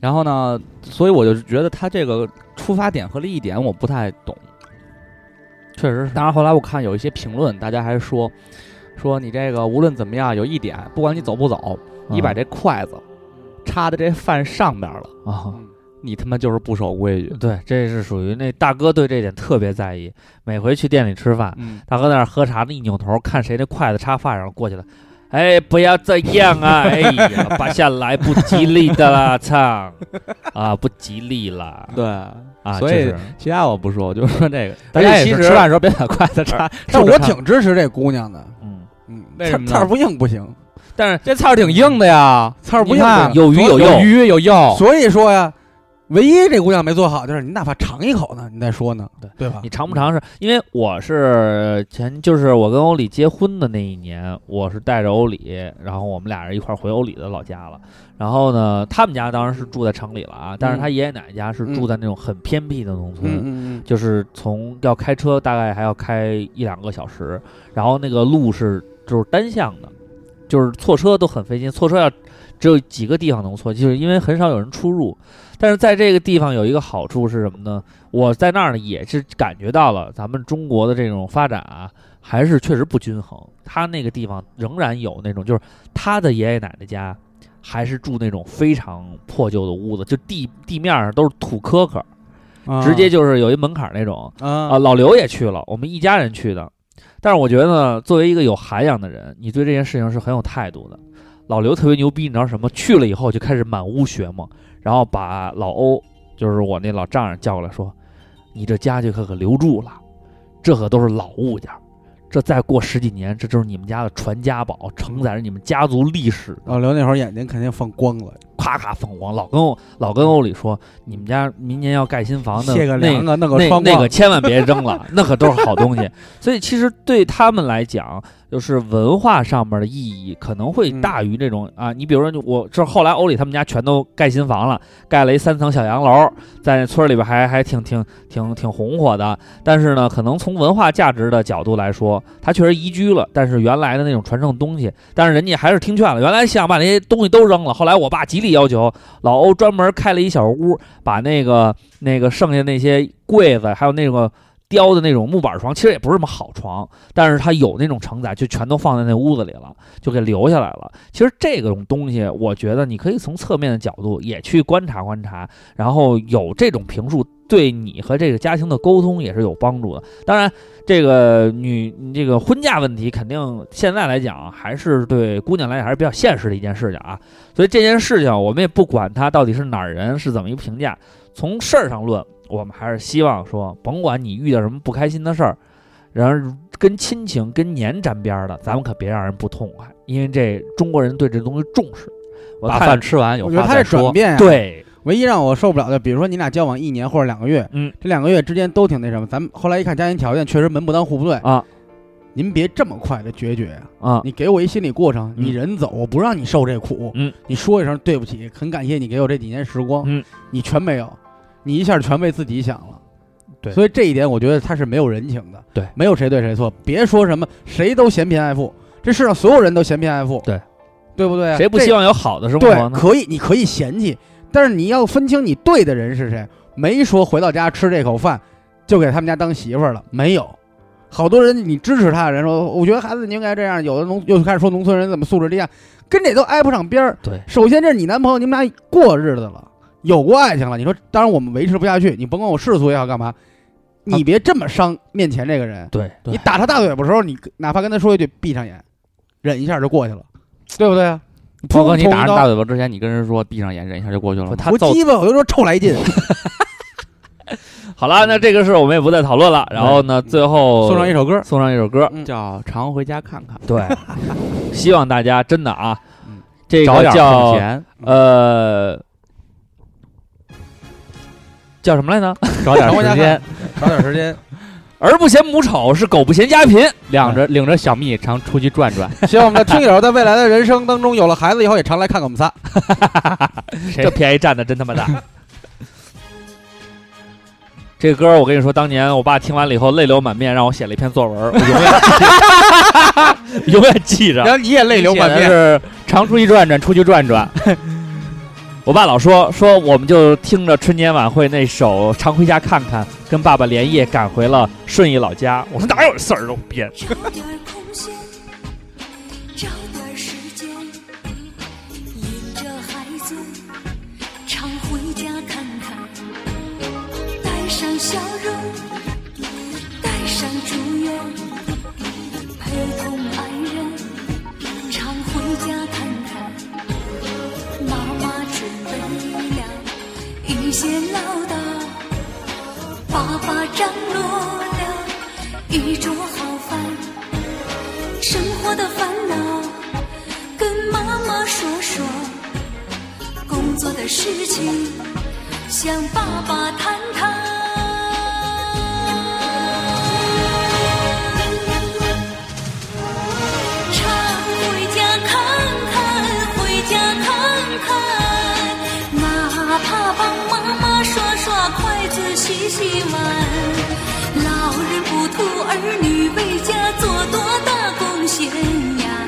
B: 然后呢，所以我就觉得他这个出发点和利益点我不太懂。
G: 确实是。
B: 当然后来我看有一些评论，大家还说说你这个无论怎么样，有一点，不管你走不走，你把这筷子插在这饭上边了，
G: 啊，
B: 你他妈就是不守规矩。
G: 对，这是属于那大哥对这点特别在意，每回去店里吃饭，
B: 嗯，
G: 大哥在那儿喝茶呢，一扭头看谁那筷子插饭上过去了，哎，不要这样啊！哎呀，拔下来不吉利的啦，操！啊，不吉利啦！
B: 对
G: 啊，
B: 所
G: 这
B: 以
G: 是
B: 其他我不说，我就说这个。
G: 大家
B: 而且
G: 也
B: 其
G: 是
B: 实
G: 吃
B: 吃饭的时候别把筷子插，
F: 但我挺支持这姑娘的。
G: 嗯，
F: 嗯，
B: 为什么呢
F: 菜儿不硬不行，
G: 但是
B: 这菜儿挺硬的呀，
F: 菜儿不
B: 你
F: 硬不
B: 看
F: 行。哦
G: 有鱼有
B: 有
G: 肉，
B: 鱼有肉，
F: 所以说呀，唯一这姑娘没做好就是你哪怕尝一口呢，你再说呢，
G: 对
F: 对吧
G: 你？尝不尝试？因为我是前就是我跟欧里结婚的那一年，我是带着欧里，然后我们俩人一块儿回欧里的老家了。然后呢，他们家当然是住在城里了啊，但是他爷爷奶奶家是住在那种很偏僻的农村。
F: 嗯嗯
G: 就是从要开车大概还要开一两个小时，然后那个路是就是单向的，就是错车都很费劲，错车要只有几个地方能错，就是因为很少有人出入。但是在这个地方有一个好处是什么呢？我在那儿呢也是感觉到了咱们中国的这种发展啊，还是确实不均衡。他那个地方仍然有那种，就是他的爷爷奶奶家还是住那种非常破旧的屋子，就地地面上都是土坷坷，
F: 嗯，
G: 直接就是有一门槛儿那种。啊，
F: 啊，
G: 老刘也去了，我们一家人去的。但是我觉得呢，作为一个有涵养的人，你对这件事情是很有态度的。老刘特别牛逼，你知道什么？去了以后就开始满屋学嘛，然后把老欧，就是我那老丈人叫过来说：“你这家就可可留住了，这可都是老物件儿，这再过十几年，这就是你们家的传家宝，承载着你们家族历史的
F: 哦老刘那会儿眼睛肯定放光了，
G: 咔咔放光。”老跟我老跟欧里说：“你们家明年要盖新房的，
F: 卸个
G: 那
F: 凉啊，弄个
G: 那
F: 窗
G: 那个
F: 框，
G: 千万别扔了，那可都是好东西。所以其实对他们来讲，就是文化上面的意义可能会
F: 嗯
G: 大于这种、啊。你比如说，我这后来欧里他们家全都盖新房了，盖了一三层小洋楼，在村里边还还挺挺挺挺红火的。但是呢，可能从文化价值的角度来说，他确实移居了，但是原来的那种传承东西，但是人家还是听劝了。原来想把那些东西都扔了，后来我爸极力要求，老欧专门开了一小屋，把那个那个剩下那些柜子，还有那个雕的那种木板床，其实也不是什么好床，但是它有那种承载，就全都放在那屋子里了，就给留下来了。其实这种东西，我觉得你可以从侧面的角度也去观察观察，然后有这种评述，对你和这个家庭的沟通也是有帮助的。当然，这个女这个婚嫁问题，肯定现在来讲还是对姑娘来讲还是比较现实的一件事情啊。所以这件事情，我们也不管他到底是哪儿人，是怎么一个评价，从事儿上论，我们还是希望说，甭管你遇到什么不开心的事儿，然后跟亲情、跟年沾边儿的，咱们可别让人不痛快，因为这中国人对这东西重视。我
B: 把
G: 看
B: 饭吃完有
F: 我觉得
B: 话
F: 他这
B: 再
F: 转
B: 说。
F: 变啊，
G: 对，
F: 唯一让我受不了的，比如说你俩交往一年或者两个月，
G: 嗯，
F: 这两个月之间都挺那什么。咱们后来一看家庭条件，确实门不当户不对
G: 啊。
F: 您别这么快的决绝啊！
G: 啊，
F: 你给我一心理过程，
G: 嗯
F: 你人走，我不让你受这苦。
G: 嗯，
F: 你说一声对不起，很感谢你给我这几年时光。
G: 嗯，
F: 你全没有，你一下全为自己想了。
G: 对
F: 所以这一点我觉得他是没有人情的。
G: 对，
F: 没有谁对谁错，别说什么谁都嫌贫爱富，这世上所有人都嫌贫爱富。
G: 对，
F: 对不对啊？
E: 谁不
F: 这
E: 希望有好的生活
F: 对，
E: 呢？
F: 可以，你可以嫌弃，但是你要分清你对的人是谁。没说回到家吃这口饭就给他们家当媳妇儿了，没有。好多人你支持他的人说，我觉得孩子你应该这样。有的农又开始说农村人怎么素质低下，啊跟这都挨不上边儿。
E: 对
F: 首先这是你男朋友，你们俩过日子了，有过爱情了。你说，当然我们维持不下去，你甭管我世俗也好干嘛，
B: 啊
F: 你别这么伤面前这个人。
E: 对对
F: 你打他大腿的时候，你哪怕跟他说一句闭上眼，忍一下就过去了，对不对啊？
B: 涛哥，你打人
F: 捅一刀
B: 大嘴巴之前，你跟人说闭上眼，忍一下就过去了吗。
E: 他
F: 我
E: 揍
F: 鸡巴，我就说臭 来劲。
E: 好了，那这个事儿我们也不再讨论了。然后呢，最后
F: 嗯送上一首歌，
E: 送上一首歌，
F: 嗯
B: 叫常回家看看，
E: 对，希望大家真的啊
F: 嗯，
E: 这
B: 找
E: 个
B: 点挣
E: 叫
B: 钱，
E: 呃叫什么来着？
B: 找点时间，
F: 找点时间。
E: 儿不嫌母丑，是狗不嫌家贫。
B: 领着领着小蜜常出去转转。
F: 希望我们的听友在未来的人生当中，有了孩子以后，也常来看看我们仨。
E: 这便宜占的真他妈大。这歌儿我跟你说，当年我爸听完了以后泪流满面，让我写了一篇作文儿，我永远永远记 着。
F: 后你也泪
E: 写的，是常出去转转，出去转转。我爸老说说，我们就听着春节晚会那首《常回家看看》，跟爸爸连夜赶回了顺义老家。我说哪有事儿都编，
J: 找点空闲，找点时间，引着孩子常回家看看，带上笑容，带上祝愿，陪同爱人常回家看看。妈妈准备了一些唠叨，爸爸张罗了一桌好饭，生活的烦恼跟妈妈说说，工作的事情向爸爸谈谈。常回家看看，回家看看，哪怕帮妈妈刷刷筷子、洗洗碗。老人不图儿女为家做多大贡献呀，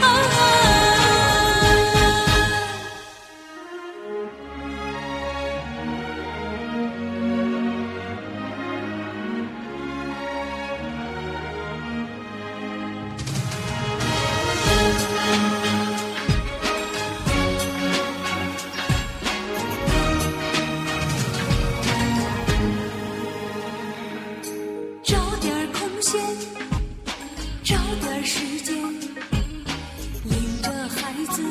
J: 安安。找点儿空闲，找点儿时间，领着孩子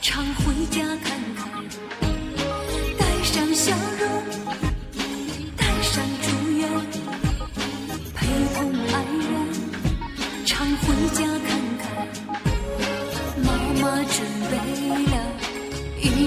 J: 常回家看看，带上笑容，带上祝愿，陪同爱人常回家看看。妈妈准备了一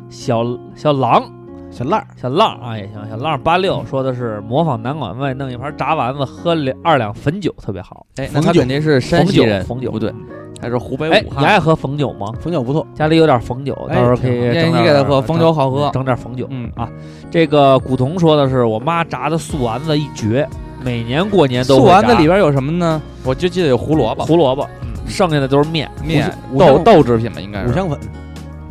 G: 小小狼
F: 小烂儿，
G: 小浪啊也行，小浪八六说的是模仿南管外弄一盘炸丸子，喝两二两汾酒特别好。
B: 哎，那
F: 冯
B: 他
F: 酒嗯
B: 肯定是山
G: 汾
B: 西
G: 酒
B: 人，，
G: 汾酒
B: 不对，，他是湖北
G: 哎，
B: 武
G: 你
B: 汉。
G: 爱喝汾酒吗？
F: 冯酒不错，
G: 家里有点汾酒，
F: 哎
G: 到时候可以
B: 挺好
G: 整点
B: 建议给他喝汾酒好喝
G: 整点汾酒。
B: 嗯
G: 啊，这个古潼说的是我妈炸的素丸子一绝，每年过年都
B: 素
G: 会
B: 丸子
G: 炸
B: 里边有什么呢？我就记得有胡萝卜、
G: 胡萝卜，嗯剩下的都是面。
B: 面、
F: 五
B: 豆
F: 香
B: 豆制品吧，应该
F: 五
B: 是。
F: 香粉。
B: 嗯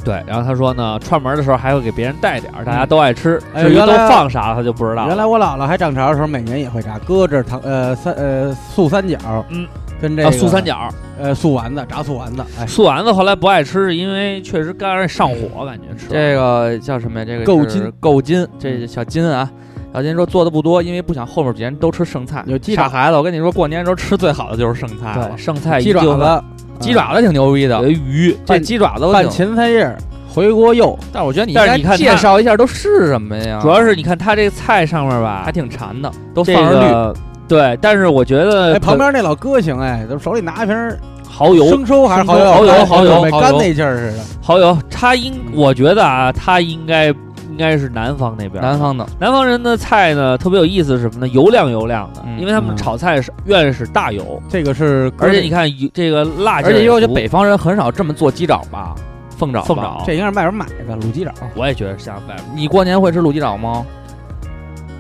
G: 对，然后他说呢，串门的时候还会给别人带点儿，大家都爱吃。
F: 哎
G: 至于
F: 原
G: 都
F: 来啊
G: 放啥，他就不知道了。
F: 原来我姥姥还涨潮的时候，每年也会炸搁这糖呃三呃素三角，
G: 嗯，
F: 跟这
G: 啊，
F: 个
G: 素三角、
F: 呃素丸子炸素丸子，哎，
G: 素丸子后来不爱吃，是因为确实干上上火，感觉吃。
B: 这个叫什么呀？这个
F: 够
B: 是
F: 筋，
B: 够筋，这小筋啊。小金说做的不多，因为不想后面别人都吃剩菜。
F: 有鸡
B: 傻
F: 爪
B: 孩子，我跟你说，过年的时候吃最好的就是剩菜了
G: 对，。剩菜
F: 鸡爪
G: 一定会，
F: 子，
B: 鸡爪子挺牛逼的
G: 有，鱼，
B: 这鸡爪子我
F: 拌
B: 挺
F: 芹菜叶儿，回锅肉，
B: 但是我觉得你应
G: 但是
B: 该
G: 你看
B: 介
G: 它
B: 绍一下都是什么呀？
G: 主要是你看它这个菜上面吧
B: 还，挺馋的，都
G: 这
B: 放着绿。
G: 个对，但是我觉得
F: 哎，旁
G: 可
F: 边那老哥行哎，都手里拿一瓶儿
G: 蚝油，
F: 生抽还是蚝油？
G: 蚝油蚝
F: 蚝
G: 油蚝油
F: 干那劲儿似的。
G: 蚝油，他应我觉得啊，他应该应该是南方那边儿，
B: 南方的，
G: 南方人的菜呢特别有意思是什么呢？油亮油亮的，
B: 嗯
G: 因为他们
F: 嗯
G: 炒菜是愿是大油，
F: 这个是，
G: 而且你看油这个辣劲儿也足，
B: 而且因为我觉得北方人很少这么做鸡爪吧，凤爪吧
G: 凤爪，
F: 这应该是外边买的卤鸡爪，
G: 我也觉得像外面
B: 你过年会吃卤鸡爪吗？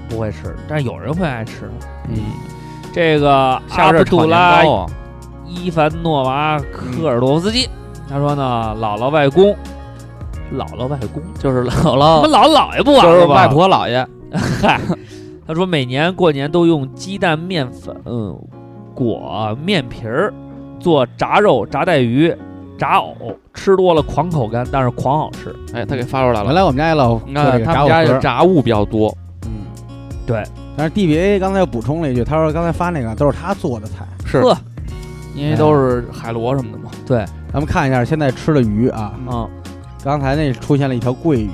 G: 不会吃，但是有人会爱吃。
B: 嗯，
G: 这个阿
B: 夏日
G: 卜
B: 炒
G: 杜
B: 年
G: 拉
B: 糕啊，
G: 伊凡诺娃科尔洛夫斯基，他说呢，姥姥外公，姥姥外公，
B: 就是姥
G: 我
B: 姥，
G: 姥姥姥爷不完
B: 哦就是
G: 了吧？
B: 外婆姥爷，
G: 嗨，他说每年过年都用鸡蛋、面粉、嗯、裹面皮儿做炸肉、炸带鱼、炸藕，吃多了狂口干，但是狂好吃。
B: 哎，他给发出来
F: 原
B: 了。
F: 来我们家也老
B: 你
F: 做这个
B: 看嗯他
F: 炸
B: 们
F: 藕
B: 家
F: 盒
B: 的炸物比较多，
F: 嗯，
G: 对。
F: 但是 DBA 刚才又补充了一句，他说刚才发那个都是他做的菜。
B: 是
G: 呵，
B: 因为都是海螺什么的嘛。
F: 哎咱们看一下现在吃的鱼啊，
G: 嗯，
F: 刚才那出现了一条桂鱼，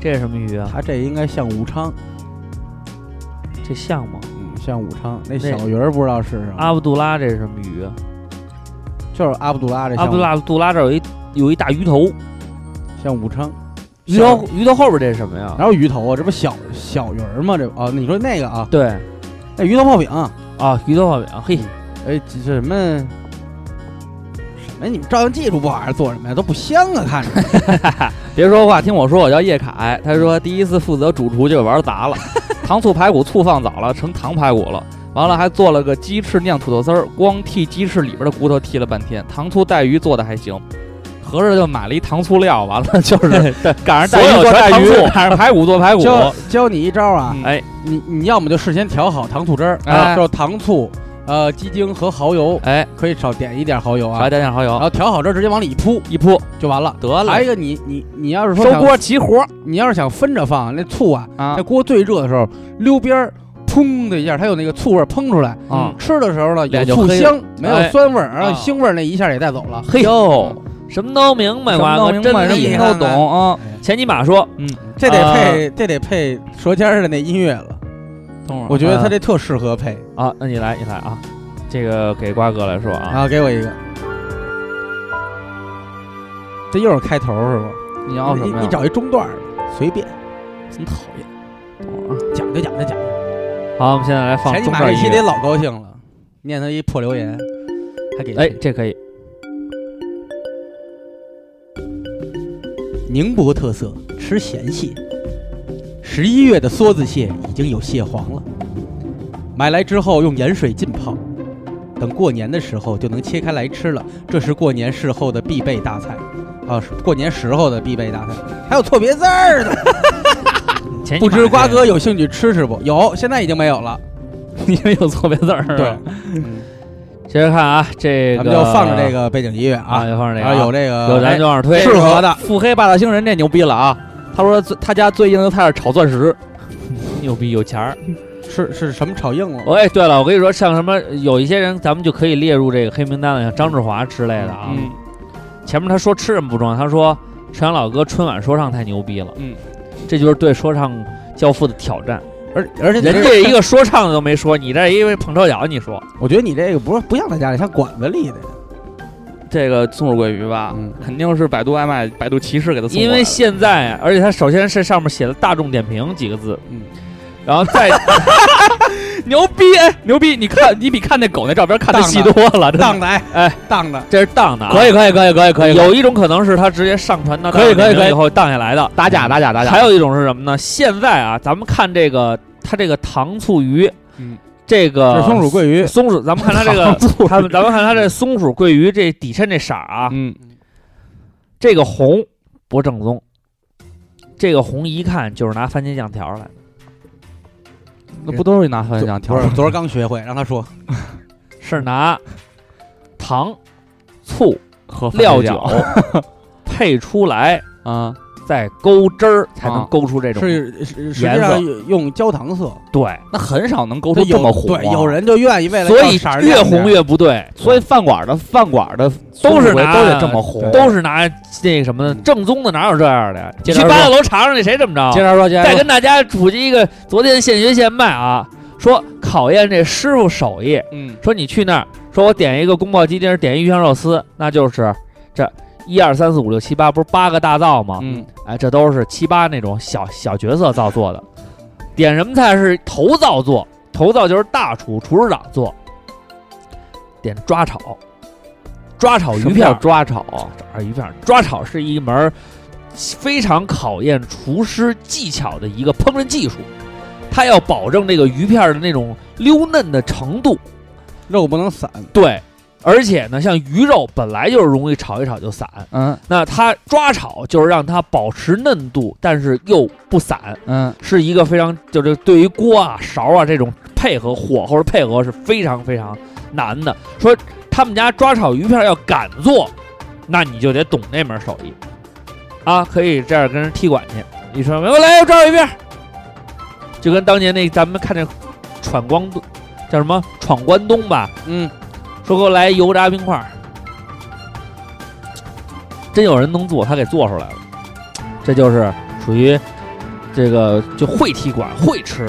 G: 这是什么鱼啊？
F: 它这应该像武昌，
G: 这像吗？
F: 嗯，像武昌那小鱼儿不知道是什么，
G: 阿卜杜拉这是什么鱼啊？
F: 就是阿布杜拉这
G: 阿
F: 像
G: 卜杜拉杜拉这儿有一有一大鱼头，
F: 像武昌，
G: 鱼头鱼头后边这是什么呀？
F: 哪有鱼头啊？这不小小鱼儿吗？这不哦，你说那个啊，
G: 对
F: 那鱼头泡饼，
G: 啊，鱼头后边啊，嘿，
F: 哎，这什么？什么？你们照相技术不好还是做什么呀？都不香啊，看着。
B: 别说话，听我说，我叫叶凯。他说第一次负责主厨就玩砸了，糖醋排骨醋放早了，成糖排骨了。完了还做了个鸡翅酿土豆丝儿，光剔鸡翅里边的骨头剔了半天。糖醋带鱼做的还行，合着就买了一糖醋料，完了就是赶上带鱼做带鱼，赶上排骨做排骨。
F: 教教你一招啊，
B: 哎，
F: 你你要么就事先调好糖醋汁儿，
B: 哎
F: 就是糖醋、呃鸡精和蚝油，
B: 哎，
F: 可以少点一点蚝油
B: 还
F: 啊。
B: 加点蚝
F: 然
B: 油，
F: 后调好汁儿直接往里一铺
B: 一铺
F: 就完了。
B: 得
F: 还有
B: 了
F: 一，个你你你要是说
B: 哎收
F: 想，
B: 锅齐活
F: 你要是想分着放，那醋啊，
B: 啊
F: 在锅最热的时候溜边儿，砰的一下，它有那个醋味儿烹出来。
B: 啊！
F: 吃的时候呢，有
B: 脸就
F: 醋
B: 黑了
F: 香，没有
B: 哎
F: 酸味儿，然后
B: 啊
F: 腥味儿那一下也带走了。
B: 嘿哟，
G: 什么都明白，
B: 什么
G: 瓜
B: 都
G: 哥
B: 明
G: 哎真
B: 白，
G: 厉
B: 什
G: 害。
B: 么都懂嗯啊！
G: 前几马说，
F: 这得
G: 啊
F: 配，这得配《舌尖儿》的那音乐了。
B: 等会儿
F: 我觉得他
G: 啊
F: 这特适合配
G: 啊，那你来，你来啊，这个给瓜哥来说啊，
F: 啊！给我一个，这又是开头是不？
B: 你要什
F: 你
B: 么
F: 你
B: 呀？
F: 找一中段儿，随便
B: 真讨厌。等会儿啊
F: 讲就讲就讲。
G: 好，我们现在来放
F: 前几
G: 中
F: 马
G: 段
F: 这
G: 音
F: 期
G: 乐
F: 得。老高兴了，念他一破留言，还给
G: 哎，这可以。
F: 宁波特色吃咸蟹。十一月的梭子蟹已经有蟹黄了，买来之后用盐水浸泡，等过年的时候就能切开来吃了。这是过年事后的必备大菜，啊，是过年时候的必备大菜，还有错别字儿呢。
G: 前几
F: 不
G: 马
F: 知瓜
G: 这个
F: 哥有兴趣吃吃不？有，现在已经没有了。
G: 因为有错别字儿。
F: 对，，
G: 接着看啊，这
F: 咱
G: 个
F: 们就放着这个背景音乐啊
G: 啊，，就放着这个
F: 然
G: 啊，
F: 后有这
G: 有
F: 个哎
G: 咱就往上推。
F: 适合的，
B: 腹黑霸道星人这牛逼了啊！他说最他家最硬的菜是炒钻石，
G: 牛逼有钱儿。
F: 是是什么炒硬了？
G: 哎，对了，我跟你说，像什么有一些人，咱们就可以列入这个黑名单了，像张志华之类的啊。
B: 嗯，
G: 前面他说吃什么不重要，他说陈阳老哥春晚说唱太牛逼了。
B: 嗯，
G: 这就是对说唱教父的挑战。
F: 而而且你
G: 人
F: 这，
G: 家一个说唱的都没说，你这因为捧臭脚你说
F: 我觉得你这个不是不像在家里，像馆子里的。
B: 这个松鼠桂鱼
G: 啊
B: 吧，
F: 嗯
B: 肯定是百度外卖、百度骑士给他送过
G: 因
B: 来的。
G: 为现在，而且他首先是上面写了“大众点评”几个字，
F: 嗯，
G: 然后再
B: 牛逼，哎，牛逼！你看，你比看那狗那照片看的细多 了，真的。
F: 当的哎
G: 哎，
F: 当的，
G: 这是当的、啊，
B: 可以，可以，可以，可以，可以，
G: 有一种可能是他直接上传到
B: 可
G: 大
B: 以
G: 众点评
B: 可以可以
G: 以后荡下来的，嗯
B: 打假，打假，打假。
G: 还有一种是什么呢？现在啊，咱们看这个，它这个糖醋鱼，
B: 嗯，
G: 这
F: 这
G: 个
F: 是松鼠桂鱼，
G: 松鼠，咱们看它这 个，它咱们看它这松鼠桂鱼这底衬这色儿啊，
B: 嗯，
G: 这个红不正宗，这个红一看就是拿番茄酱调出来的。
B: 那不都是拿番茄酱调
F: 不是？昨儿刚学会，让他说
G: 是拿糖、醋、
B: 和番
G: 料
B: 茄
G: 酒
B: 酱
G: 配出来，
B: 啊？
G: 再勾汁儿，才能
B: 啊
G: 勾出这种。
F: 是是实际
G: 颜色
F: 上用焦糖色，
G: 对，
B: 那很少能勾
F: 它
B: 出这
F: 有
B: 么红啊。
F: 对，有人就愿意为了
G: 所
F: 要
G: 以
F: 色儿
G: 越
F: 亮点
G: 红越不对，
B: 所以饭馆的饭馆
G: 都
B: 的
G: 是
B: 松鼠桂
G: 拿
B: 都得这么红。嗯
G: 都是拿那什么的，正宗的哪有这样的呀？
B: 接
G: 去
B: 着说
G: 八角楼尝尝那谁这么
B: 接
G: 着？
B: 着说，接着
G: 再
B: 说，
G: 跟大家普及一个昨天现学现卖啊，说考验这师傅手艺。
B: 嗯
G: 说你去那儿，说我点一个宫保鸡丁，点一鱼香肉丝，那就是这一二三四五六七八，不是八个大灶吗？
B: 嗯，
G: 哎，这都是七八那种小小角色造做的。点什么菜是头灶做，头灶就是大厨厨师长做。点抓炒，抓炒鱼
K: 什么
G: 片
K: 叫
G: 儿，
K: 抓炒啊？
G: 啊鱼片儿，抓炒是一门儿非常考验厨师技巧的一个烹饪技术，它要保证这个鱼片儿的那种溜嫩的程度。
F: 肉不能散，
G: 对，而且呢，像鱼肉本来就是容易炒一炒就散，
B: 嗯
G: 那它抓炒就是让它保持嫩度，但是又不散，
B: 嗯
G: 是一个非常就是对于锅啊、勺啊这种配合火候的配合是非常非常难的。说他们家抓炒鱼片要敢做，那你就得懂那门手艺啊，可以这样跟人踢馆去。你说我来我抓炒鱼片，就跟当年那咱们看那闯关东叫什么闯关东吧，
B: 嗯，
G: 说给我来油炸冰块儿，真有人能做，他给做出来了，这就是属于这个就会踢馆会吃，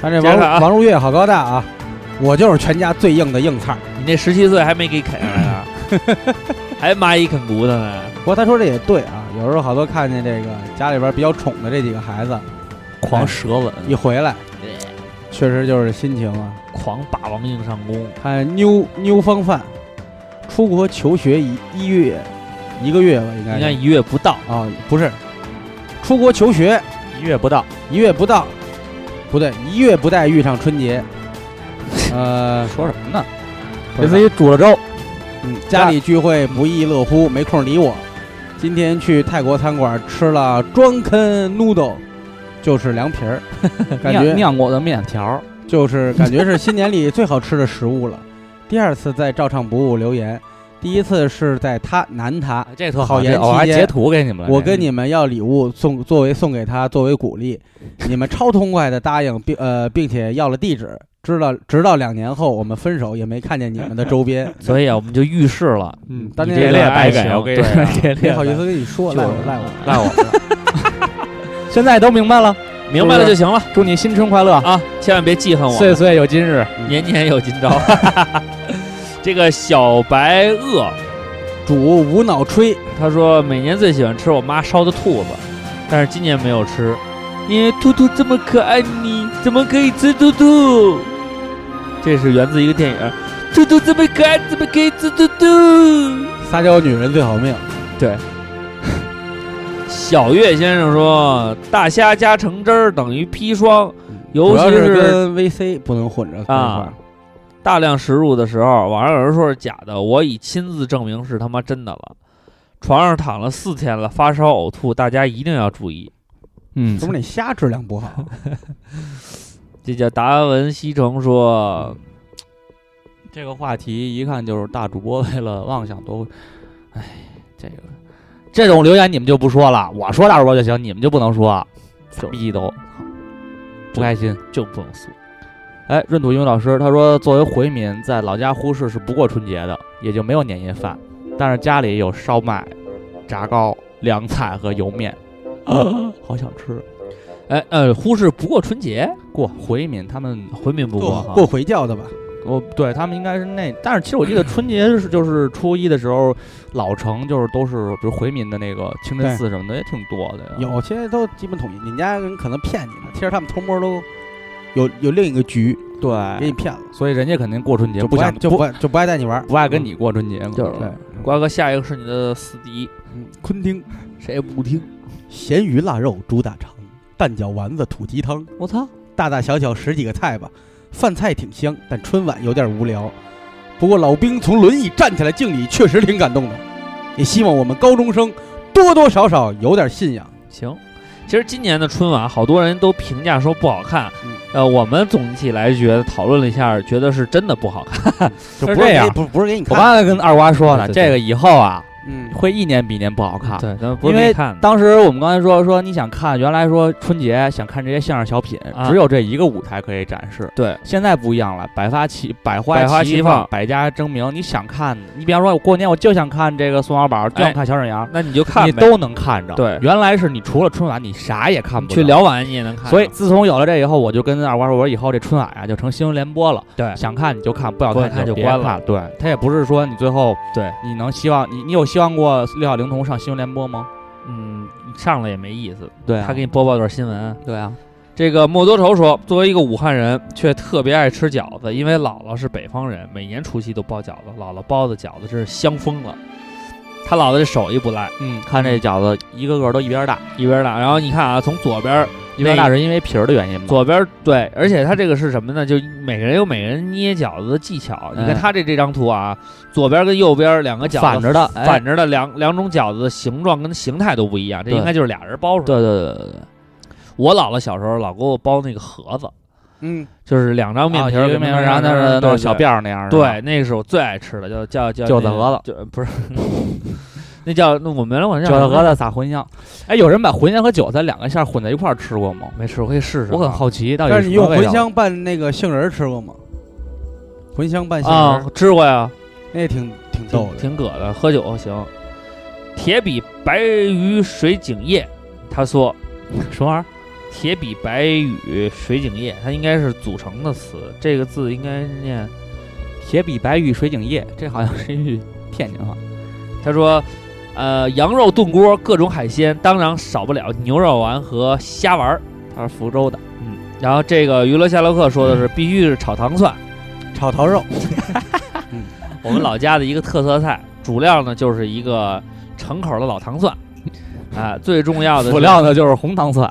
F: 看这
G: 接
F: 王
G: 着啊
F: 王如月好高大啊！我就是全家最硬的硬菜儿。
G: 你那十七岁还没给啃上来 呢，还蚂蚁啃骨头呢，
F: 不过他说这也对啊，有时候好多看见这个家里边比较宠的这几个孩子，
G: 狂舌吻，
F: 一回来，确实就是心情啊。
G: 狂霸王硬上弓，
F: 看妞妞方范，出国求学一一月一个月吧，
K: 哎
F: 应该
G: 应
F: 是
G: 该一月不到，
F: 啊、不是，出国求学啊
G: 一月不到，
F: 一月不到，不对，一月不带遇上春节。呃，
B: 说什么呢？
F: 不知道
B: 煮了粥，
F: 嗯，家里聚会不亦乐乎，没空理我。今天去泰国餐馆吃了庄坑 noodle，就是凉皮 儿，感
B: 酿
F: 觉
B: 酿过的面条儿，
F: 就是感觉是新年里最好吃的食物了。第二次在照唱不误留言，第一次是在他男他，
G: 这
F: 特好
K: 这
F: 言
K: 我还
F: 期
K: 截
F: 间，
K: 图给你们了。
F: 我跟你们要礼物送，作为送给他，作为鼓励，你们超痛快的答应，并呃，并且要了地址。知道，直到两年后我们分手，也没看见你们的周边，
G: 所以啊，我们就预示了，
F: 嗯，当
G: 你
F: 年
G: 这
F: 也
G: 恋
K: 恋
G: 爱
K: 爱
G: 情
K: 感，我跟你
G: 对
K: 说
G: 啊，
F: 没好意思跟你说，
G: 就
F: 赖我赖我。
G: 赖 我，
B: 现在都明白了。
G: 明白了就行了
B: 祝你新春快 乐，
G: 啊，千万别记恨我
B: 岁，岁有今日。
G: 年年有今朝。 这个小白鳄
F: 主无脑吹，
G: 他说每年最喜欢吃我妈烧的兔子，但是今年没有吃，因为兔兔这么可爱你，怎么可以吃兔兔？这是源自一个电影，兔兔这么可爱，怎么可以吃兔兔？
F: 撒娇女人最好命。
G: 小月先生说，大虾加橙汁儿等于砒霜，嗯尤其
F: 主要是
G: 是
F: 跟 VC 不能混着
G: 啊，大量摄入的时候，网上有人说是假的，我已亲自证明是他妈真的了。床上躺了四天了，发烧呕吐，大家一定要注意。
B: 嗯
F: 是不是你虾质量不好？
G: 这叫达文西城说，
B: 这个话题一看就是大主播为了妄想夺，哎，这个这种留言你们就不说了，我说大主播就行，你们就不能说，
G: 就
B: 逼都不开心。
G: 就不能素。
B: 哎，闰土英语老师他说，作为回民，在老家呼市是不过春节的，也就没有年夜饭，但是家里有烧麦、炸糕、凉菜和油面， 好想吃。
G: 哎呃，忽视不过春节，
B: 过回民他们
G: 回民 不过
F: 过
G: 哈。
F: 过回教的吧？
B: 我对他们应该是那，但是其实我记得春节是就是初一的时候，老城就是都是比如回民的那个清真
F: 对
B: 寺什么的也挺多的呀。
F: 有些都基本统一。你们家人可能骗你呢，其实他们偷摸都有有另一个局
G: 哎
F: 给
B: 对
F: 你，骗了，
B: 所以人家肯定过春节
F: 就
B: 不
F: 爱
B: 想
F: 就不爱就不爱带你玩儿。
B: 不爱跟你过春节嘛。
G: 就是
F: 对，
G: 瓜哥，下一个是你的死敌，
F: 嗯昆汀
G: 谁也不听。
F: 咸鱼腊肉猪大肠，蛋饺丸子土鸡汤。
B: 我操，
F: 大大小小十几个菜吧。饭菜挺香，但春晚有点无聊。不过老兵从轮椅站起来敬礼，确实挺感动的。也希望我们高中生多多少少有点信仰。
G: 行，其实今年的春晚，好多人都评价说不好看。
F: 嗯
G: 呃，我们总体来觉得讨论了一下，觉得是真的不好看。
F: 就
K: 不是这样
F: 给不不是给你
K: 我
F: 看，
K: 刚才跟二瓜说呢，
G: 对对对
K: 这个以后啊，
F: 嗯，
B: 会一年比一年不好看。
G: 对，咱们不
B: 因
G: 是没
B: 为
G: 看的，
B: 当时我们刚才说说，你想看原来说春节想看这些相声小品，
G: 啊
B: 只有这一个舞台可以展示。
G: 对，
B: 现在不一样了，百花齐百花
G: 百花齐
B: 放
G: 放，
B: 百家争鸣。你想看，你比方说，我过年我就想看这个宋小宝，就想看小沈阳，
G: 那你就看
B: 你
G: 呗，
B: 都能看着。
G: 对
B: 原来是你除了春晚，你啥也看不
G: 去
B: 了。
G: 辽晚你也能看着。
B: 所以自从有了这以后，我就跟二瓜说，我说以后这春晚啊就成新闻联播了，
G: 对
B: 想看你就看，不想
G: 不想
B: 看
G: 看就
B: 别
G: 关
B: 看
G: 了
B: 对，他也不是说你最后
G: 对
B: 你能希望你你有希望过六小龄童上新闻联播吗？
G: 嗯，上了也没意思。
B: 对啊、
G: 他给你播报段新闻。
B: 对啊，
G: 这个莫多愁说，作为一个武汉人，却特别爱吃饺子，因为姥姥是北方人，每年除夕都包饺子，姥姥包的饺子真是香疯了。他姥姥这手艺不赖，
B: 嗯，看这饺子一个个都一边大，
G: 一边儿大。然后你看啊，从左边儿
B: 一边大
G: 那
B: 是因为皮儿的原因嘛。
G: 左边儿对，而且他这个是什么呢？就每个人有每个人捏饺子的技巧。你看
B: 嗯
G: 他这这张图啊，左边跟右边两个饺子
B: 反着的，哎
G: 反着的两两种饺子的形状跟形态都不一样，这
B: 对
G: 应该就是俩人包出来。
B: 对对对对对，
G: 我姥姥小时候老给我包那个盒子，
F: 嗯，
G: 就是两张面皮儿
B: 哦一
G: 给
B: 个
G: 弄
B: 面
G: 成，
B: 皮，然后那
G: 对
B: 是
G: 对
B: 弄
G: 对
B: 小辫儿那样儿是吧。
G: 对，那个是我最爱吃的，叫叫叫
B: 韭菜
G: 那个
B: 盒子，
G: 就不是， 那叫那我们原来管叫
B: 韭
G: 什
B: 菜
G: 么
B: 盒子撒茴香，哎，有人把茴香和韭菜两个馅儿混在一块儿吃过吗？
G: 没吃，我可以试试啊。
B: 我很好奇，到底
F: 但是你
B: 什
F: 用
B: 么味
F: 茴
B: 道啊
F: 香拌那个杏仁儿吃过吗？茴香拌杏仁
G: 啊
F: 儿，，
G: 吃过呀，
F: 那也挺挺逗
G: 挺挺
F: 的。
G: 葛的，喝酒行。铁笔白鱼水井液，他说
B: 什么玩意儿？
G: 铁笔白鱼水井液，它应该是组成的词，这个字应该念
B: 铁笔白玉水井液，这好像是一句天津话。
G: 他说，呃，羊肉炖锅，各种海鲜，当然少不了牛肉丸和虾丸儿。
B: 他是福州的，
G: 然后这个娱乐夏洛克说的是必须是炒糖蒜，
F: 炒桃肉，
B: 嗯
G: 我们老家的一个特色菜，主料呢就是一个成口的老糖 蒜。啊，最重要的
B: 辅
G: 是
B: 料呢就是红糖蒜。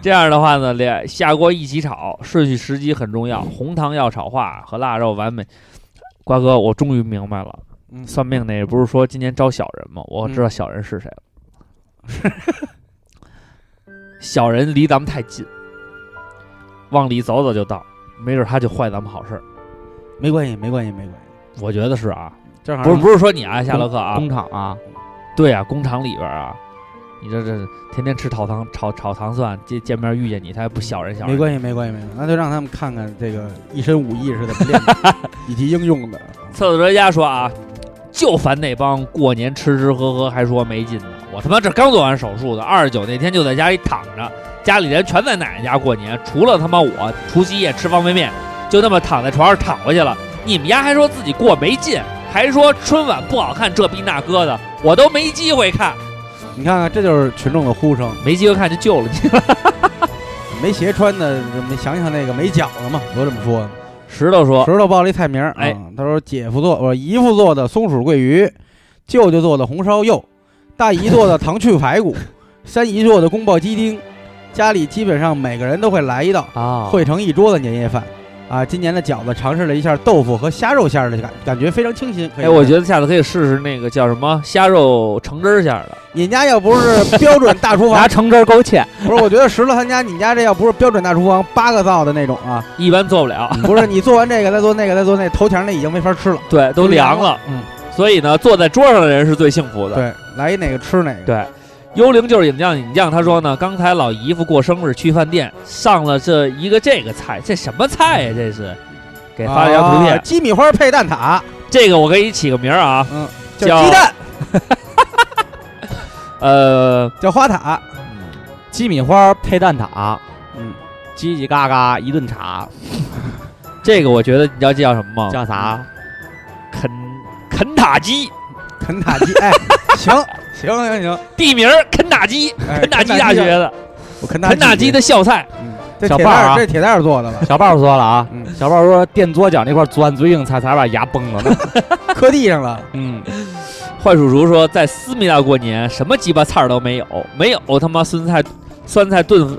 G: 这样的话呢，俩下锅一起炒，顺序时机很重要，红糖要炒化和腊肉完美。瓜哥，我终于明白了，
F: 嗯
G: 算命那不是说今年招小人吗？我
B: 嗯
G: 知道小人是谁了，小人离咱们太近，往里走走就到，没准他就坏咱们好事儿。
F: 没关系，没关系，没关系。
G: 我觉得是啊，
F: 正好
G: 不是不是说你啊，夏洛克啊，
B: 嗯工厂啊，
G: 对啊，工厂里边啊，你这这天天吃炒糖炒炒糖蒜，见见面遇见你，他还不小人小人
F: 没关系，没关系，没关系。那就让他们看看这个一身武艺是怎么练 的，以及应用的。
G: 厕所专家说啊，就烦那帮过年吃吃喝喝还说没劲的。我他妈这刚做完手术的，二十九那天就在家里躺着，家里人全在奶奶家过年，除了他妈我除夕夜吃方便面，就那么躺在床上躺过去了。你们家还说自己过没劲，还说春晚不好看，这逼那哥的，我都没机会看，
F: 你看看，这就是群众的呼声。
G: 没机会看就救了你。
F: 没鞋穿的，没想想那个没脚的嘛，我怎么说呢？
G: 石头说，
F: 石头报了一菜名儿，
G: 哎
F: 啊，他说姐夫做，我姨夫做的松鼠桂鱼，舅舅做的红烧肉，大姨做的糖去排骨，三姨做的宫爆鸡丁，家里基本上每个人都会来一道，
B: 啊，
F: 汇成一桌子年夜饭。啊，今年的饺子尝试了一下豆腐和虾肉馅儿的感，感觉非常清新。可以
G: 哎，我
F: 吃
G: 觉得下次可以试试那个叫什么虾肉橙汁儿馅儿的，
F: 你们家要不是标准 大厨房，
B: 橙汁儿勾芡，
F: 不是，我觉得石头他家，你们家这要不是标准大厨房，八个灶的那种 啊，
G: 一般做不了。
F: 不是你做完这个再做那个再做那个，头前那已经没法吃了。
G: 对，都
F: 都凉
G: 凉了
F: 了。嗯，
G: 所以呢，坐在桌上的人是最幸福的。，
F: 对，来一哪个吃哪个。
G: 对幽灵就是尹酱，尹酱他说呢，刚才老姨夫过生日去饭店，上了这一个这个菜，这什么菜呀、这是，给发了一张图片。
F: 啊鸡米花配蛋挞，
G: 这个我给你起个名儿啊，
F: 嗯，
G: 叫
F: 叫鸡蛋，
G: 呃，
F: 叫花塔，
B: 鸡米花配蛋挞，
F: 嗯，
B: 叽叽嘎嘎一顿茶，
G: 这个我觉得你知道这叫什么吗？
B: 叫啥？
G: 肯肯塔基，
F: 肯 塔基。哎，行行行行，
G: 地名儿肯塔基，
F: 哎
G: 肯塔基大学，的
F: 我肯塔
G: 肯塔基的，校菜。
F: 嗯这
B: 小
F: 铁
B: 棒
F: 蛋
B: 啊
F: 儿，这铁蛋儿做 的吧？
B: 小豹说了啊，
F: 嗯，
B: 小豹说垫左脚那块儿钻最硬，才才把牙崩了呢。
F: 磕地上了，
B: 嗯，
G: 坏叔叔说，在思密达过年，什么鸡巴菜儿都没有，没有他妈酸菜酸菜炖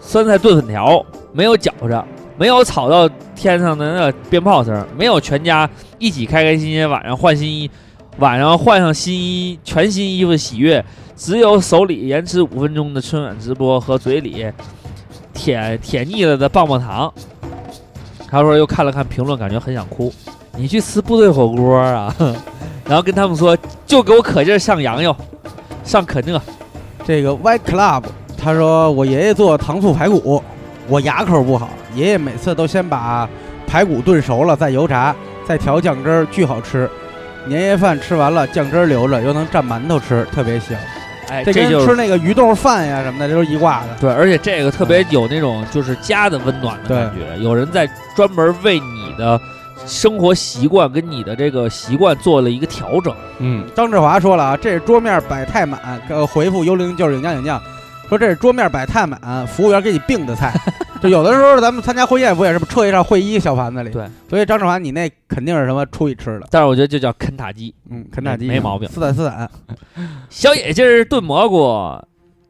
G: 酸菜炖粉条，没有饺子，没有吵到天上的那鞭炮声，没有全家一起开开心心晚上换新衣，晚上换上新衣全新衣服的喜悦，只有手里延迟五分钟的春晚直播和嘴里舔舔腻了的棒棒糖。他说又看了看评论，感觉很想哭。你去吃部队火锅啊？ 然后跟他们说，就给我可劲儿上羊肉，上可乐，
F: 这个 White Club，他说我爷爷做糖醋排骨，我牙口不好，爷爷每次都先把排骨炖熟了再油炸，再调酱汁儿，巨好吃。年夜饭吃完了，酱汁儿留着，又能蘸馒头吃，特别香。
G: 哎，
F: 这
G: 这
F: 跟
G: 就是
F: 吃那个鱼冻饭呀什么的，这都是一挂的。
G: 对，而且这个特别有那种就是家的温暖的感觉，有人在专门为你的生活习惯跟你的这个习惯做了一个调整。
L: 嗯，
F: 张志华说了啊，这是桌面摆太满，呃，回复幽灵就是影将影将，说这是桌面摆太满，服务员给你并的 菜。就有的时候咱们参加婚宴不也是吗撤一下会衣小盘子里？
G: 对，
F: 所以张志华你那肯定是什么出去吃的，
G: 但是我觉得就叫肯塔基。
F: 嗯，肯塔基
G: 没没毛病
F: 斯坦斯坦，
G: 小野今儿炖蘑菇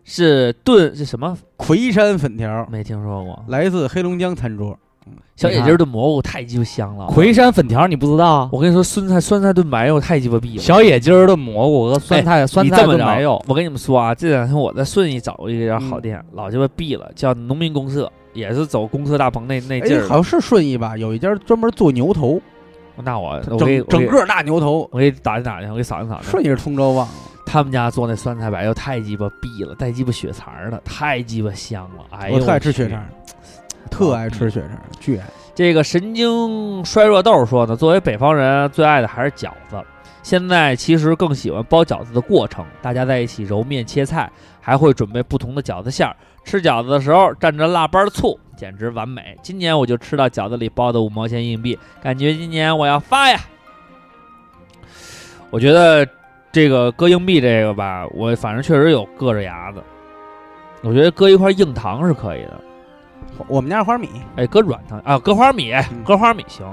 G: 是炖是什么？
F: 魁山粉条
G: 没听说过。
F: 来自黑龙江餐桌，
G: 小野今儿炖蘑菇太鸡巴香了。
B: 魁山粉条你不知道啊？
G: 我跟你说，酸菜酸菜炖白肉太鸡巴逼了。
B: 小野鸡儿炖蘑菇和酸菜、酸菜
G: 你这么
B: 炖
G: 着
B: 白肉，
G: 我跟你们说啊，这两天我在顺义找一家好店，
F: 嗯
G: 老鸡巴毙了，叫农民公社，也是走公社大棚那那
F: 哎
G: 劲，儿
F: 好
G: 的。
F: 像是顺义吧？有一家专门做牛头，
G: 那我我给
F: 整整个大牛头，
G: 我给打听打听，我给扫听扫听。
F: 顺义是通州忘了。
G: 他们家做那酸菜白肉太鸡巴逼了，带鸡巴血肠儿的，太鸡巴香了。哎呦，
F: 我特爱吃
G: 去
F: 血肠，，特爱吃血肠，巨爱。
G: 这个神经衰弱豆说呢，作为北方人，最爱的还是饺子。现在其实更喜欢包饺子的过程，大家在一起揉面切菜，还会准备不同的饺子馅儿。吃饺子的时候蘸着腊八醋，简直完美。今年我就吃到饺子里包的五毛钱硬币，感觉今年我要发呀！我觉得这个搁硬币这个吧，我反正确实有硌着牙的。我觉得搁一块硬糖是可以的，
F: 我我们家是花米，
G: 哎，搁软糖啊，搁花米，
B: 嗯
G: 搁花米行，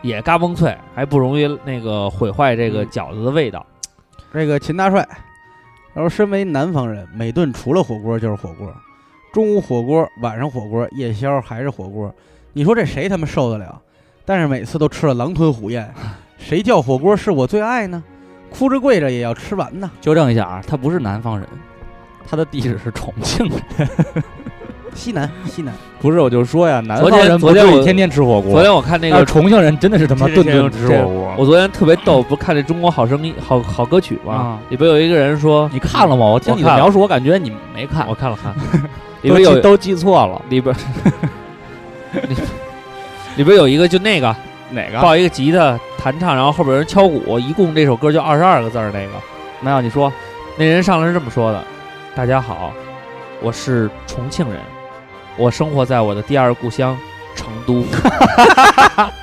G: 也嘎嘣脆，还不容易那个毁坏这
B: 嗯
G: 个饺子的味道。
F: 这个秦大帅，他说：“身为南方人，每顿除了火锅就是火锅，中午火锅，晚上火锅，夜宵还是火锅。你说这谁他妈受得了？但是每次都吃了狼吞虎咽，谁叫火锅是我最爱呢？哭着跪着也要吃完呢。
B: 纠正一下啊，他不是南方人，他的地址是重庆的。
F: 西南，西南，
L: 不是，我就说呀，南
G: 昨
L: 方
G: 天
L: 人
G: 昨
L: 不
G: 天
L: 至
G: 我
L: 于天天吃火锅，
G: 昨天我看那
L: 但
G: 个
L: 是，重庆人真的是他妈
G: 天天
L: 顿顿吃
G: 天
L: 火
G: 天
L: 锅。
G: 我昨天特别逗，不看那《中国好声音》好好歌曲吗
B: 啊？
G: 里边有一个人说，
B: 你看了吗？我听你
G: 我
B: 的
G: 看了
B: 描述，我感觉你没看
G: 我。看了看， 里
L: 都
G: 边
L: 记
G: 有
L: 都记错了，
G: 里边里里边有一个就那个
B: 啊
L: 哪个？
G: 抱一个吉他弹唱，然后后边有人敲鼓，一共这首歌就二十二个字儿那个。
B: 没有，你说
G: 那人上来是这么说的：“大家好，我是重庆人，我生活在我的第二故乡成都。”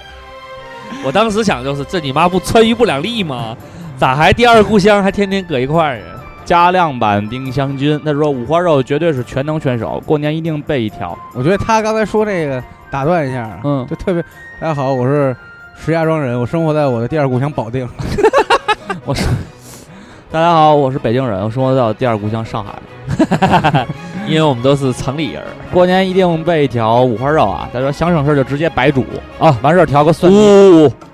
G: 我当时想就是这你妈不川渝不两立吗？咋还第二故乡还天天搁一块儿呀？
B: 加量版丁香君，他说五花肉绝对是全能选手，过年一定备一条。
F: 我觉得他刚才说这个，打断一下啊，
B: 嗯
F: 就特别。大家好，我是石家庄人，我生活在我的第二故乡保 定。
B: 大家好，我是北京人，我生活在我第二故乡上海。
G: 因为我们都是城里人儿。
B: 过年一定备一条五花肉啊！他说想省事就直接白煮啊，完事儿调个蒜泥，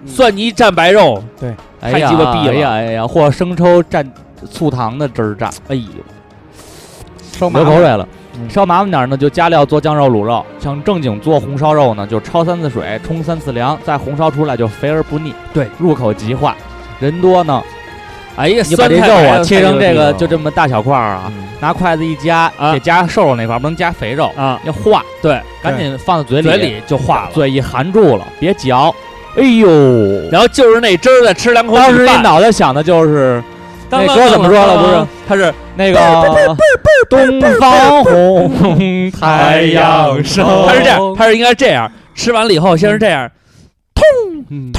B: 嗯
G: 蒜泥蘸白肉，
B: 哎
G: 哦
B: 呀
G: 太鸡巴逼了
B: 哎呀哎呀，或生抽蘸醋糖的汁儿蘸，
G: 哎呦，
F: 烧麻
B: 流口
F: 烦
B: 水了。
G: 嗯
B: 稍麻烦点儿呢，就加料做酱肉、卤肉；想正经做红烧肉呢，就焯三次水，冲三次凉，再红烧出来就肥而不腻，
G: 对，
B: 入口即化。人多呢，
G: 哎呀，
B: 你把这
G: 酸菜
B: 肉
G: 白
B: 啊
G: 肉
B: 切成这个
G: 太
B: 就这么大小块儿啊，拿筷子一夹，
G: 啊
B: 得夹瘦肉那块儿，不能夹肥肉，
G: 啊，
B: 要化，
G: 对，
B: 赶紧放到嘴里，
G: 嘴里就化了，
B: 嘴一含住了，别嚼。哎呦，
G: 然后就是那汁儿再吃两口米
B: 当
G: 饭。
B: 时一脑袋想的就是
G: 当
B: 那
G: 啷
B: 歌怎么说了？
G: 当啷
B: 不
G: 当啷
B: 是，他是那个东方红太阳升，
F: 哦哎
G: 他是这样，他是应该这样，吃完了以后先是这样，
B: 嗯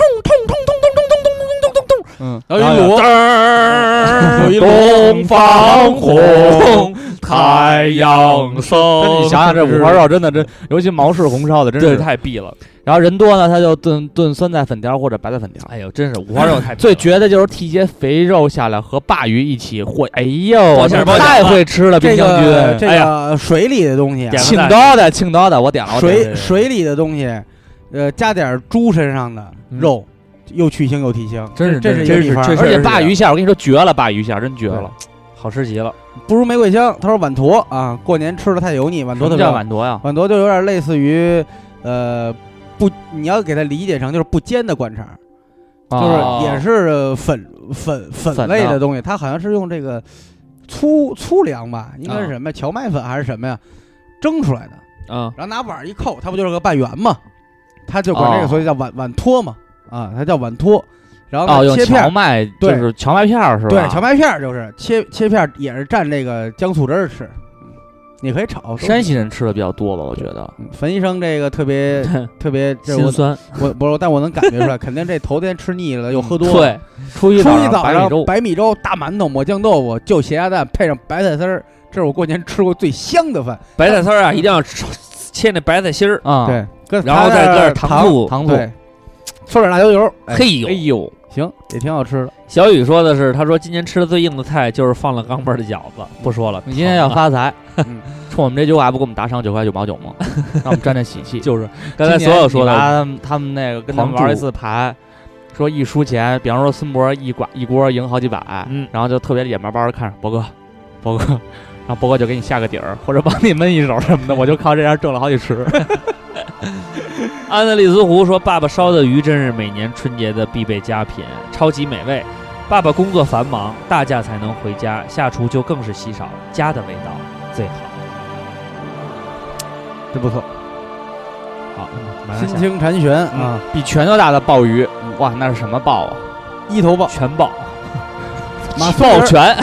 F: 哦然后一卤，
B: 嗯东方红太阳升。
L: 那你想想，这五花肉真的真，尤其毛氏红烧的，真
G: 这
L: 是
G: 太逼了。
B: 然后人多呢，他就炖炖酸菜粉条或者白菜粉条。
G: 哎呦，真是五花肉太
B: 最绝的就是剔些肥肉下来和鲅鱼一起和，哎
G: 包
B: 呦，
G: 馅儿包
B: 太
G: 饺子
B: 会吃了，
F: 这
B: 冰箱
F: 个
B: 君。
F: 这
G: 哎
F: 个水里的东西啊，
G: 点
B: 青刀的，青刀的，我点了，我点
F: 水
B: 了
F: 水里的东西，呃，加点儿猪身上的
B: 嗯
F: 肉，又去腥又提腥，
G: 真是
F: 这
G: 真
F: 是
G: 是
F: 一个秘方
G: 真是
B: 而且
G: 是
B: 鲅鱼馅儿，我跟你说绝了，鲅鱼馅儿真绝了。
G: 好吃极了。
F: 不如玫瑰香。他说碗坨啊，过年吃的太油腻，碗坨特
B: 什么
F: 别
B: 叫
F: 好
B: 碗坨呀？
F: 碗坨就有点类似于，呃，
B: 哦
F: 不，你要给它理解成就是不煎的灌肠，就是也是粉粉粉
B: 啊粉
F: 类
B: 的
F: 的东西，它好像是用这个粗粗粮吧，应
B: 啊
F: 该是什么呀荞麦粉还是什么呀，蒸出来的，
G: 啊，
F: 然后拿碗儿一扣，它不就是个半圆吗？它就管这个，
B: 哦
F: 所以叫碗碗托嘛，啊，它叫碗托。然后
B: 哦，
F: 呢
B: 用
F: 切片
B: 荞
F: 儿，
B: 麦就
F: 对
B: 是荞麦片儿是吧？
F: 对，荞麦片儿就是切切片儿也是蘸这个姜醋汁儿吃，你可以炒。都是
B: 山西人吃的比较多吧？我觉得
F: 嗯冯医生这个特 别特别，这
B: 心
F: 我
B: 酸。
F: 我不是，但我能感觉出来，肯定这头天吃腻了，又喝 多了。
B: 对，初一
F: 初一
B: 上
F: 早
B: 白米粥
F: 上，白米粥、大馒头、抹酱豆腐、就咸鸭蛋，配上白菜丝儿，这是我过年吃过最香的饭。
G: 白菜丝儿啊，一定要炒切那白菜心儿，
B: 啊，，
F: 对，跟
G: 然后再搁点
F: 糖
G: 醋。
B: 糖醋，
F: 对，搓点辣椒油，哎，
G: 嘿
B: 哎
G: 呦，
B: 呦，
F: 行，也挺好吃的。
G: 小雨说的是，他说今年吃的最硬的菜就是放了钢镚儿的饺子，不说了。
B: 你今天要发财
F: 嗯，
B: 冲我们这句话不给我们打赏九块九毛九 吗？让我们沾沾喜气。
G: 就是 刚才所有说
B: 今
G: 的，
B: 年你拿他们那个跟他们
G: 狂
B: 玩了一
G: 祝
B: 次牌，说一输钱，比方说孙博一刮一锅赢好几百，
G: 嗯
B: 然后就特别眼巴巴的看着博哥，博哥， 然后博哥就给你下个底儿，或者帮你闷一手什么的，我就靠这样挣了好几十。
G: 安德利斯湖说，爸爸烧的鱼真是每年春节的必备佳品，超级美味。爸爸工作繁忙，大假才能回家，下厨就更是稀少，家的味道最好。
F: 这不错，
G: 好，马上
F: 心
G: 下嗯
F: 清禅玄啊，
B: 比拳头大的鲍鱼，哇，那是什么鲍啊？
F: 一头鲍、
G: 全爆
F: 马松
G: 爆
F: 林儿
G: 全，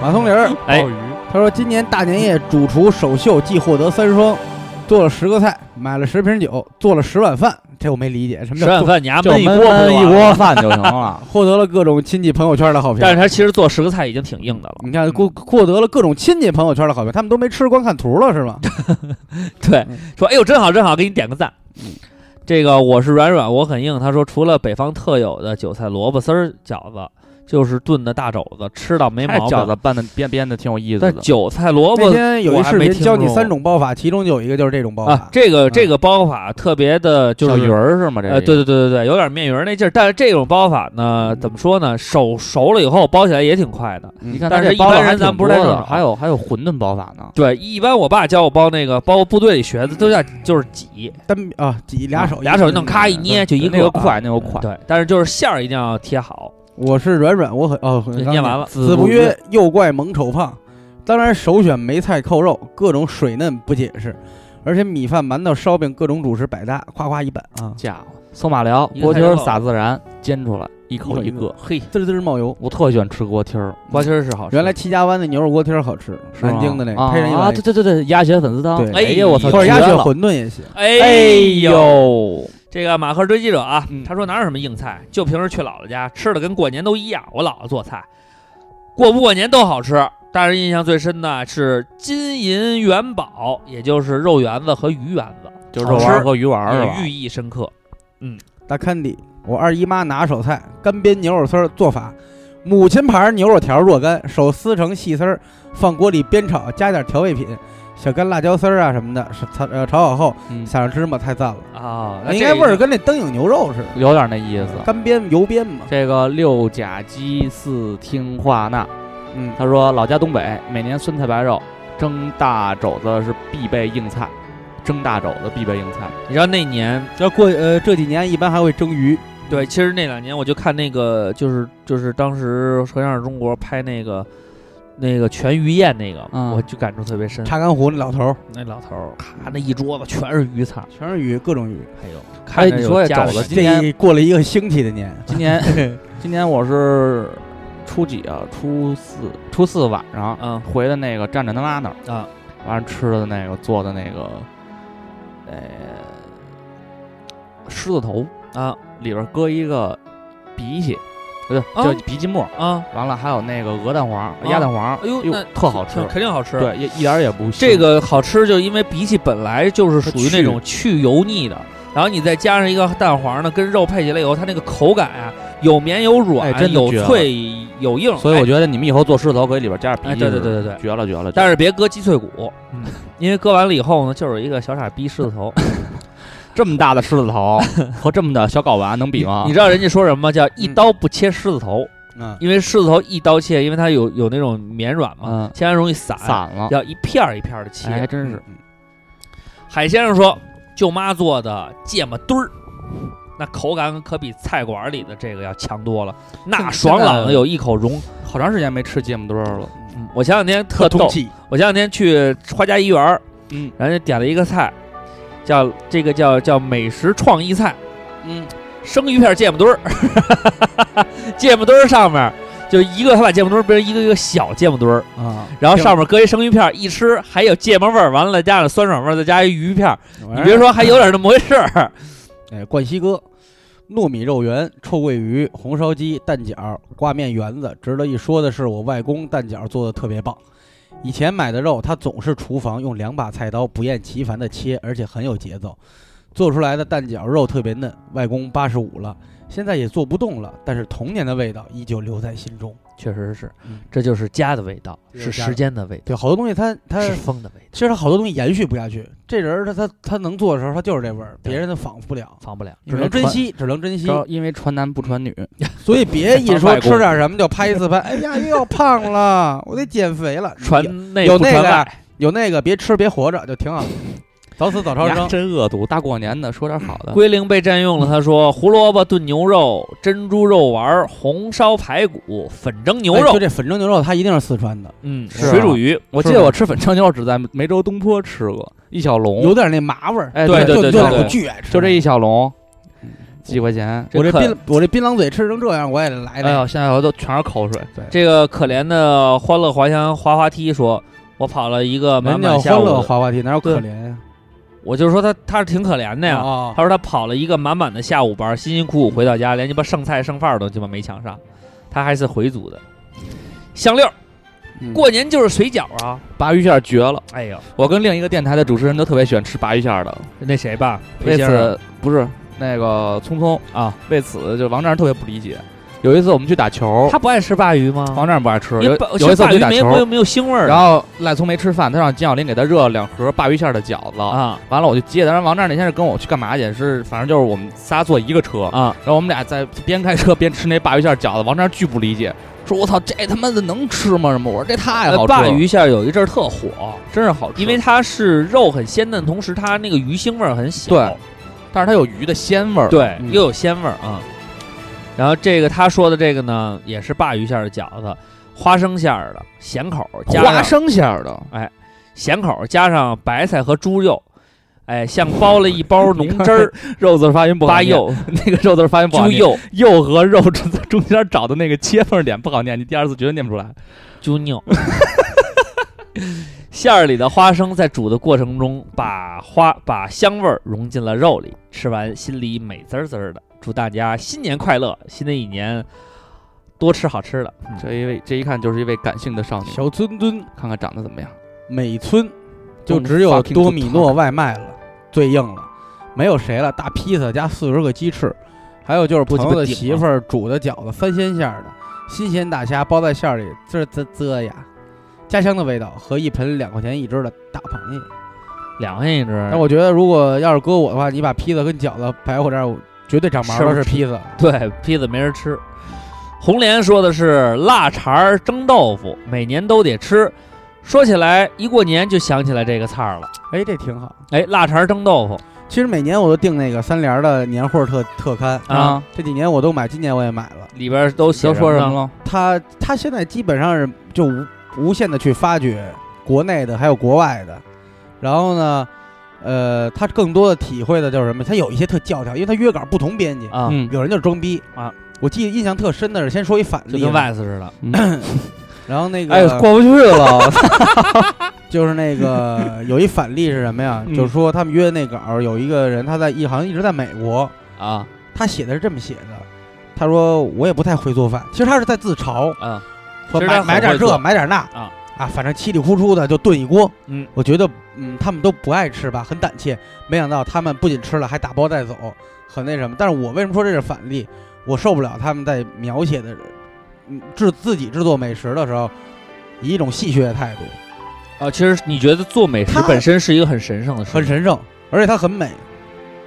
F: 马松林儿。
G: 哎，
F: 他说今年大年夜主厨首秀即获得三双，做了十个菜，买了十瓶酒，做了十碗饭。这我没理解，什么
G: 吃
F: 叫
G: 完
F: 做。
G: 饭你丫
B: 就
G: 焖一锅不就完
B: 焖
G: 了
B: 一锅饭就行了
F: 获得了各种亲戚朋友圈的好评
G: 但。是他其实做十个菜已经挺硬的了。
F: 你看，获获得了各种亲戚朋友圈的好评，他们都没吃，光看图了 是吗？
G: 对，说哎呦真好真好，给你点个赞。这个我是软软，我很硬。他说除了北方特有的韭菜萝卜丝儿饺子，就是炖的大肘子，吃到没
B: 哎，
G: 毛病。
B: 饺子拌的编编的挺有意思
G: 但
B: 的。
G: 韭菜萝卜
F: 那天有
G: 哦我
F: 一
G: 还
F: 视
G: 没
F: 频
G: 听
F: 教你
G: 说
F: 三种包法，其中就有一个就是这种包法。
G: 啊，这个
F: 嗯
G: 这个包法特别的，就
B: 小
G: 是
B: 鱼儿是吗？这
G: 呃，对对对对对，有点面鱼儿那劲儿。但是这种包法呢，怎么说呢？手熟了以后包起来也挺快的。
B: 你看，
G: 但是
B: 这
G: 一
B: 包
G: 般
B: 子还
G: 人咱
B: 挺
G: 不太
B: 多
G: 正
B: 的
G: 常
B: 还有还有馄饨包法呢。
G: 对，一般我爸教我包那个，包括部队里学的，都叫就是挤，嗯
F: 单啊，几俩手嗯
G: 俩手就弄咔一捏就一
B: 那个
G: 啊
B: 快，那个快。
G: 对，但是就是馅儿一定要贴好。
F: 我是软软，我很哦，
G: 对
F: 刚
G: 念完了
F: 子不曰，又怪萌丑胖。当然首选梅菜扣肉，各种水嫩不解释，而且米饭、馒头、烧饼各种主食百搭，夸夸一本啊，
B: 家伙，搜马良
G: 一个
B: 锅
G: 菜
B: 贴儿
G: 就够
B: 撒孜然，煎出来一口
F: 一口
B: 一
F: 一个
B: 个。
G: 嘿，
F: 滋滋冒油。
B: 我特喜欢吃锅贴儿，
G: 瓜心儿是好吃的。
F: 原来戚家湾的牛肉锅贴儿好吃，
B: 是吗
F: 南京的那
B: 啊
F: 个，配上一
B: 啊，
F: 碗
B: 对对对对，鸭血粉丝汤。
F: 对
B: 哎呀，我操，
F: 或者鸭
B: 绝
F: 血
B: 了。
F: 馄饨也行。
G: 哎
B: 哎
G: 呦，
B: 呦，
G: 这个马克追记者啊
B: 嗯，
G: 他说哪有什么硬菜，就平时去姥姥家吃的跟过年都一样。我姥姥做菜，过不过年都好吃。但是印象最深的是金银元宝，也就是肉圆子和鱼圆子，
B: 就肉丸儿和鱼丸儿是啊吧
G: 也？寓意深刻。
F: 大坎底，我二姨妈拿手菜干煸牛肉丝儿做法，母亲牌牛肉条若干，手撕成细丝儿，放锅里煸炒，加点调味品，小干辣椒丝儿啊什么的，是炒呃炒好后
B: 嗯，
F: 撒上芝麻，太赞了。
G: 啊，
F: 应该味儿跟那灯影牛肉似的，
B: 有点那意思。
F: 干煸油煸嘛。
B: 这个六甲基四氰化钠，
F: 嗯，
B: 他说老家东北，每年酸菜白肉，蒸大肘子是必备硬菜，蒸大肘子必备硬菜。
G: 你知道那年
F: 要过呃这几年一般还会蒸鱼，
G: 对，其实那两年我就看那个，就是就是当时《舌尖上的中国》拍那个那个全鱼宴那个，
B: 嗯
G: 我就感触特别深。
F: 查干湖那老头儿
G: 那老头儿，咔，那一桌子全是鱼菜，
F: 全是鱼，各种鱼。
G: 哎呦，看着
B: 你
G: 有
B: 说也
G: 家
B: 找了
G: 的
B: 今天
F: 这一过了一个星期 的年，
B: 今年今年我是初几啊？初四，初四晚上
G: 嗯
B: 回的那个站站他妈那儿
G: 啊，
B: 完了吃的那个做的那个，呃，狮子头
G: 啊
B: 里边搁一个鼻血，不对，
G: 啊
B: 叫鼻筋沫，
G: 啊，
B: 完了还有那个鹅蛋黄、鸭蛋黄，
G: 哎呦，那
B: 特好吃
G: 肯，肯定好吃。，
B: 对，一一点儿也不腥
G: 这个好吃就是因为比起本来就是属于
B: 它去
G: 那种去油腻的，然后你再加上一个蛋黄呢，跟肉配起来以后，它那个口感啊，有绵有软，
B: 哎真的
G: 有
B: 绝了
G: 脆有硬。
B: 所以
G: 哎
B: 我觉得你们以后做狮子头可以里边加点
G: 哎
B: 皮，
G: 对对对对对
B: 绝了绝了。
G: 但
B: 是
G: 是别搁鸡脆骨，
B: 嗯
G: 因为搁完了以后呢，就是一个小傻逼狮子头。
B: 这么大的狮子头 和这么的小睾丸能比吗？
G: 你知道人家说什么吗？叫
B: 嗯
G: 一刀不切狮子头，
F: 嗯，
G: 因为狮子头一刀切，因为它有有那种绵软嘛
B: 嗯，
G: 切完容易散，
B: 散了，
G: 要一片儿一片儿的
B: 哎，还
G: 切。
B: 真是。
G: 海先生说，舅妈做的芥末墩儿，那口感可比菜馆里的这个要强多了，
B: 现
G: 那
B: 在
G: 爽朗的有一口融。
B: 好长时间没吃芥末墩儿了。
G: 我前两天特逗，
F: 气，
G: 我前两天去花家一园儿，
B: 嗯
G: 然后就点了一个菜，叫这个叫叫美食创意菜，
B: 嗯，
G: 生鱼片芥末墩儿， 芥末墩儿上面就一个，他把芥末墩儿变成一个一个小芥末墩儿，
F: 啊，
G: 然后上面搁一生鱼片儿，一吃还有芥末味儿，完了再加上酸爽味儿，再加一鱼片儿，你别说还有点那么回事儿，
F: 哎，冠希哥，糯米肉圆、臭鳜鱼、红烧鸡、蛋饺、挂面圆子。值得一说的是，我外公蛋饺做的特别棒。以前买的肉，他总是厨房用两把菜刀不厌其烦地切，而且很有节奏。做出来的蛋饺肉特别嫩。外公八十五了，现在也做不动了，但是童年的味道依旧留在心中。
G: 确实是
F: 嗯，
G: 这就是家的味道，是时间的味道，
F: 对，好多东西 他他
G: 是风的味道，
F: 其实他好多东西延续不下去。这人儿他他他能做的时候，他就是这味儿，别人他仿不了，
G: 防不了。
F: 只能珍惜，只能珍惜。
B: 高因为传男不传女，
F: 所以别一
G: 外
F: 说
G: 公
F: 吃点什么就拍一次拍，哎 呀又胖了，我得减肥了。
G: 传
F: 有
G: 内
F: 有
G: 不
F: 那
G: 传
F: 个
G: 外，
F: 有那个别吃别活着就挺好，早死早超生。
B: 真恶毒！大过年的说点好的，
G: 龟苓被占用了。他说：“胡萝卜炖牛肉、珍珠肉丸儿、红烧排骨、粉蒸牛
F: 哎
G: 肉
F: 就，这粉蒸牛肉，它一定是四川的，
G: 嗯，
B: 是啊
G: 水煮鱼。
B: 我记得我吃粉蒸牛肉只在梅州东坡吃过一小
F: 有
B: 笼，
F: 点那麻味儿。
B: 哦哎，
G: 对
B: 对
F: 就
G: 对
F: 就
G: 对
F: 那我
G: 对
F: 巨爱吃，
B: 就这一。小笼，几块钱。
F: 我这
G: 可
F: 槟我这槟榔嘴吃成这样，我也得来
B: 哎
F: 点
B: 呦，。现在我都全是口水。
G: 这个可怜的欢乐滑翔滑滑梯说：“我跑了一个满
F: 人
G: 满
F: 叫
G: 下
F: 欢
G: 午
F: 乐
G: 的，
F: 滑滑梯，哪有可怜呀？
G: 我就说他他是挺可怜的呀。
F: 哦
G: 他说他跑了一个满满的下午班，辛辛苦苦回到家，连鸡巴剩菜剩饭儿都鸡巴没抢上，他还是回族的。香六，
F: 嗯
G: 过年就是水饺啊！
B: 鲅鱼馅儿绝了！
G: 哎呦，
B: 我跟另一个电台的主持人都特别喜欢吃鲅鱼馅儿的。
G: 那谁吧，啊
B: 为
G: 裴先生
B: 此不是那个聪聪啊，为此就王站特别不理解。有一次我们去打球，
G: 他不爱吃鲅鱼吗？
B: 王站不爱吃，
G: 因
B: 有
G: 为鲅
B: 有一次我
G: 鲅
B: 们去
G: 鱼
B: 打
G: 没有没有
B: 球，
G: 没有腥味儿的
B: 然后赖聪没吃饭，他让金小林给他热了两盒鲅鱼馅儿的饺子。
G: 啊
B: 完了我就接他，然后王站那天是跟我去干嘛去？是反正就是我们仨坐一个车，
G: 啊，
B: 然后我们俩在边开车边吃那鲅鱼馅儿饺子。王站巨不理解，说我操，这他妈的能吃吗？什么？我说这太好吃了，
G: 呃鲅鱼馅儿有一阵儿特火，
B: 真是好吃，
G: 因为它是肉很鲜嫩，同时它那个鱼腥味儿很小，
B: 对但是它有鱼的鲜味儿。
G: 对
F: 嗯
G: 又有鲜味儿啊。然后这个他说的这个呢，也是鲅鱼馅儿的饺子，花生馅儿的咸口儿，加
B: 花
G: 上
B: 生馅儿的，
G: 咸口儿加上白菜和猪肉，哎，像包了一 包浓汁儿
B: 肉字发音不
G: 八
B: 好念，
G: 柚、
B: 那个肉字发音不好
G: 猪
B: 念，
G: 肉、
B: 又和肉中中间找的那个切缝点不好念，你第二次绝对念不出来。
G: 猪肉。 馅儿里的花生在煮的过程中，把花把香味儿融进了肉里，吃完心里美滋儿滋儿的。祝大家新年快乐，新的一年多吃好吃的。嗯
B: 这一位，这一看就是一位感性的少女，
F: 小尊尊
B: 看看长得怎么样？
F: 每村就
B: Don't
F: 只有
B: fucking
F: 多米诺
B: talk
F: 外卖了，最硬了，没有谁了。大披萨加四十个鸡翅，还有就是
G: 不鸡
F: 朋
G: 巴
F: 友的
G: 顶
F: 媳妇儿煮的饺子，三鲜馅儿的，新鲜大虾包在馅儿里，滋滋滋呀，家乡的味道和一盆两块钱一只的大螃蟹。
G: 两块钱一只，
F: 但我觉得如果要是搁我的话，你把披萨跟饺子摆我这儿，我绝对长毛
G: 是不
F: 的
G: 是
F: 是披萨。
G: 对披萨没人吃。红莲说的是腊肠儿蒸豆腐，每年都得吃。说起来，一过年就想起来这个菜儿了。
F: 哎，这挺好。
G: 哎，腊肠儿蒸豆腐
F: 其实每年我都订那个三联儿的年货特特刊，
G: 啊，
F: 这几年我都买，今年我也买了。
G: 里边儿都写
B: 要说什
G: 呢
B: 么了？
F: 他他现在基本上是就无无限的去发掘国内的还有国外的，然后呢，呃，他更多的体会的就是什么？他有一些特教条，因为他约稿不同编辑，
G: 啊？
B: 嗯，
F: 有人就是装逼
G: 啊。
F: 我记得印象特深的是，先说一反
G: 就
F: 例
G: 跟
F: 吧，
G: 外头似的。
F: 然后那个、
B: 哎，过不去了。
F: 就是那个有一反例是什么呀？
B: 嗯
F: 就是说他们约的那稿，有一个人他在一好像一直在美国
G: 啊，
F: 他写的是这么写的，他说我也不太会做饭，其实他是在自嘲，
G: 啊，
F: 说
G: 其实他
F: 买
G: 很
F: 买点
G: 会做
F: 这，买点那
G: 啊
F: 啊，反正稀里糊涂的就炖一锅。
G: 嗯，
F: 我觉得嗯，他们都不爱吃吧，很胆怯。没想到他们不仅吃了，还打包带走，很那什么。但是我为什么说这是反例？我受不了他们在描写的嗯制自己制作美食的时候，以一种戏谑的态度，
G: 啊，其实你觉得做美食
F: 他
G: 本身是一个很神圣的事，
F: 很神圣，而且它很美。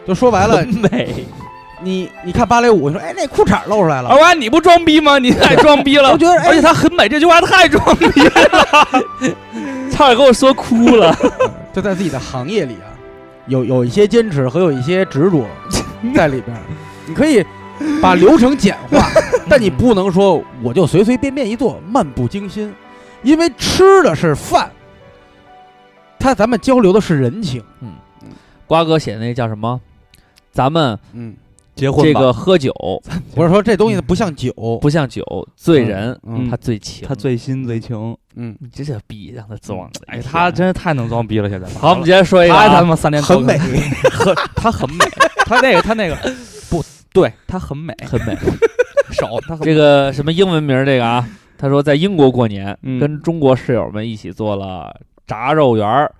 F: 就说白了，
G: 美。哦
F: 你你看芭蕾舞，你说哎那裤衩露出来
B: 二
F: 了，
B: 娃，你不装逼吗？你太装逼了
F: 我。觉得
B: 而
F: 哎
B: 且她很美，这句话太装逼了， 差点给我说哭了。
F: 就 在自己的行业里啊，有有一些坚持和有一些执着在里边儿。你可以把流程简 化，但你不能说我就随随便便一做，漫不经心，因为吃的是饭，他咱们交流的是人情，
G: 瓜哥写的那叫什么？咱们
F: 嗯，
G: 结
F: 婚
G: 这
F: 吧
G: 个喝酒
F: 我是说这东西不像酒，
G: 不像酒，醉人
F: 嗯
G: 他醉情，
M: 他最新最情，
F: 嗯，
G: 你这叫逼让他装的。
B: 哎，他真是太能装逼了，现在。
G: 好，我们接着说一个啊，
B: 他他妈三连
M: 很美，
B: 很他很美，他那个他那个不对，他很美，
G: 很 美。
B: 手他很
G: 这个什么英文名儿这个啊，他说在英国过年，
B: 嗯
G: 跟中国室友们一起做了炸肉圆儿、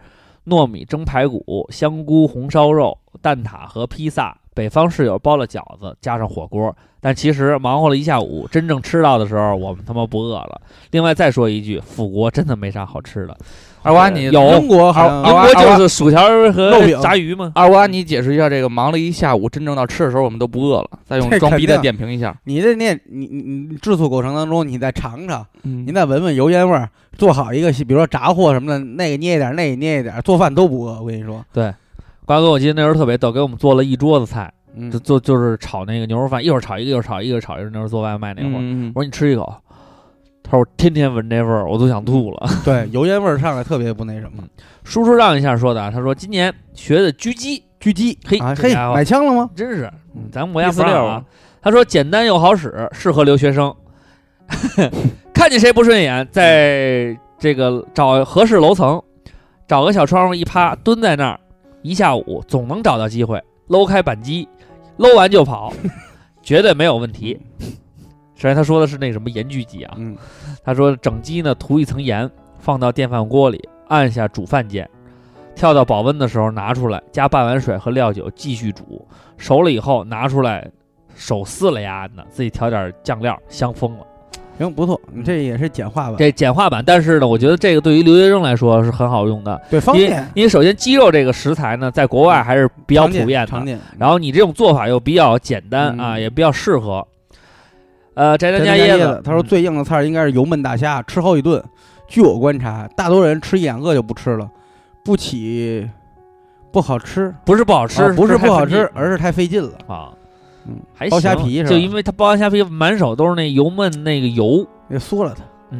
G: 糯米蒸排骨、香菇红烧肉、蛋挞和披萨。北方室友包了饺子，加上火锅，但其实忙活了一下午，真正吃到的时候，我们他妈不饿了。另外再说一句，腐国真的没啥好吃的。
B: 二瓜你
G: 有
F: 英国嗯哦好像
G: 英国啊就是薯条儿和
F: 肉饼
G: 炸鱼嘛。
B: 二瓜你解释一下这个忙了一下午，真正到吃的时候我们都不饿了，再用
F: 这
B: 装逼
F: 肯定
B: 的点评一下。
F: 你这念你你你制作过程当中，你再尝尝，
B: 嗯
F: 你再闻闻油烟味儿，做好一个，比如说炸货什么的，那个捏一点儿，那个捏一点儿，做饭都不饿。我跟你说，
G: 瓜哥，我记得那时候特别逗，给我们做了一桌子菜，
F: 嗯
G: 就做就是炒那个牛肉饭，一会儿炒一个，一会儿炒一个，一会儿炒一个，那时候做外卖那会儿，
B: 嗯
G: 我，说你吃一口，他说我天天闻这味儿，我都想吐了。
F: 对，油烟味儿上来特别不那什么。
G: 叔叔让一下说的啊，他说今年学的狙击，狙击，嘿，
F: 啊，
G: 哎这
F: 嘿，
G: 家伙
F: 买枪了吗？
G: 真是
F: 嗯
G: 咱们国家
B: 一四
G: 不让
B: 六
G: 啊。他说简单又好使，适合留学生， 看见谁不顺眼，在这个找合适楼层，找个小窗户一趴，蹲在那儿一下午，总能找到机会，搂开扳机，搂完就跑，绝对没有问题。首先他说的是那什么盐焗鸡啊，
F: 嗯，
G: 他说整鸡呢涂一层盐，放到电饭锅里，按下煮饭键，跳到保温的时候拿出来，加半碗水和料酒继续煮，熟了以后拿出来，手撕了呀呢，自己调点酱料，香疯了。
F: 行，不错，
G: 嗯
F: 你这也是简化版，
G: 这简化版，但是呢，我觉得这个对于留学生来说是很好用的，
F: 对，方
G: 因为
F: 便，
G: 因为首先鸡肉这个食材呢，在国外还是比较
F: 常
G: 普
F: 见，
G: 遍的
F: 常，见。
G: 然后你这种做法又比较简单啊，
F: 嗯
G: 也比较适合。呃，宅男家
F: 咱家
G: 椰
F: 子，他说
G: 嗯
F: 最硬的菜儿应该是油焖大虾，吃好几顿。据我观察，大多人吃一两个就不吃了，不起不好吃，
G: 嗯不是不好吃
F: 啊，不是
G: 太
F: 不好
G: 费劲
F: 吃，而是太费劲了。
G: 啊，
F: 嗯
G: 还
F: 包虾
G: 行
F: 皮是吧
G: 就因为他包完虾皮，满手都是那油焖那个油。
F: 也哎缩了它。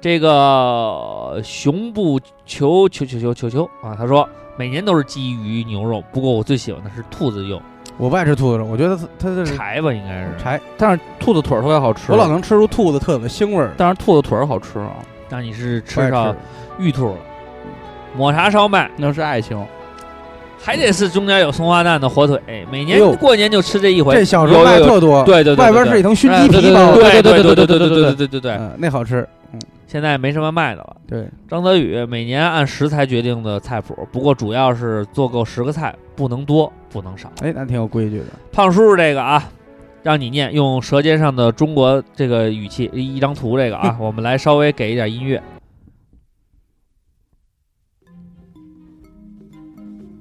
G: 这个熊不求求求求求求啊，他说每年都是鸡鱼牛肉，不过我最喜欢的是兔子肉，
F: 我不爱吃兔子肉，我觉得它它这是
G: 柴吧应该是。
F: 柴，
B: 但是兔子腿儿特别好吃，
F: 我老能吃出兔子特有的腥味儿。
B: 但是兔子腿儿好吃啊，
G: 那你是
F: 不爱
G: 吃上玉兔了，抹茶烧麦
B: 那是爱情。
G: 还得是中间有松花蛋的火腿，每
F: 哎呦
G: 年过年就吃这一回。
F: 这小时候
G: 有
F: 卖
G: 有有
F: 特多，
G: 对对对对
F: 外边是一层熏鸡皮包，
G: 对对对对对对对对对对对对，
F: 嗯那好吃。
G: 现在没什么卖的了。
F: 对，
G: 张泽宇每年按食材决定的菜谱，不过主要是做够十个菜，不能多，不能少。
F: 哎，那挺有规矩的。
G: 胖叔叔这个啊，让你念，用《舌尖上的中国》这个语气，一一张图这个啊，
F: 嗯
G: 我们来稍微给一点音乐。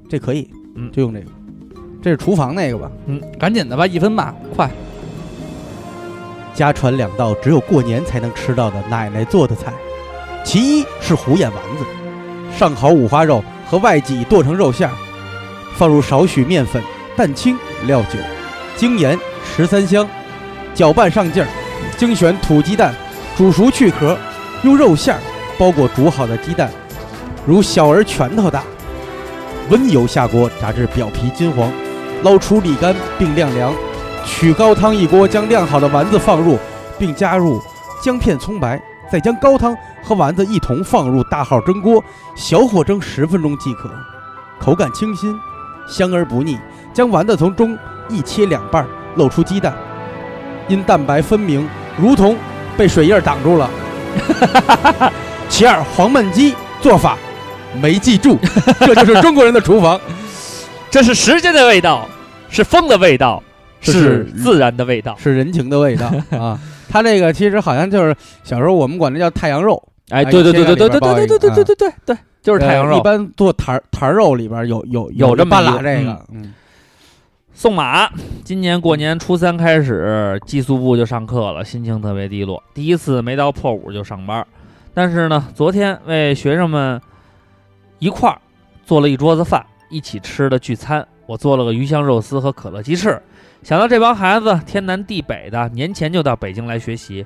F: 这可以，
G: 嗯
F: 就用这个。这是厨房那个吧？
B: 赶紧的吧，一分半，快！
F: 家传两道只有过年才能吃到的奶奶做的菜，其一是虎眼丸子，上好五花肉和外脊剁成肉馅儿，放入少许面粉、蛋清、料酒、精盐、十三香，搅拌上劲儿，精选土鸡蛋，煮熟去壳，用肉馅儿包裹煮好的鸡蛋，如小儿拳头大，温油下锅炸至表皮金黄，捞出沥干并晾凉。取高汤一锅，将晾好的丸子放入，并加入姜片、葱白，再将高汤和丸子一同放入大号蒸锅，小火蒸十分钟即可。口感清新，香而不腻。将丸子从中一切两半，露出鸡蛋，因蛋白分明，如同被水印挡住了。 其二，黄焖鸡做法没记住，这就是中国人的厨房。
G: 这是时间的味道，是风的味道，
F: 这
G: 是
F: 是
G: 自然的味道。
F: 是人情的 味道啊。它这个其实好像就是小时候我们管这叫太阳肉，
G: 哎，
F: 哎
G: 对对对对对
F: 先让
G: 对
F: 里边包
G: 对
F: 一个
G: 对对对对对对，就是太阳
F: 呃一
G: 肉。
F: 般做坛坛肉里边有有
G: 有这么
F: 半
G: 一
F: 拉
G: 个
F: 这个，嗯，
G: 送马，今年过年初三开始，寄宿部就上课了，心情特别低落。第一次没到破五就上班，但是呢，昨天为学生们一块儿做了一桌子饭，一起吃的聚餐，我做了个鱼香肉丝和可乐鸡翅。想到这帮孩子天南地北的，年前就到北京来学习，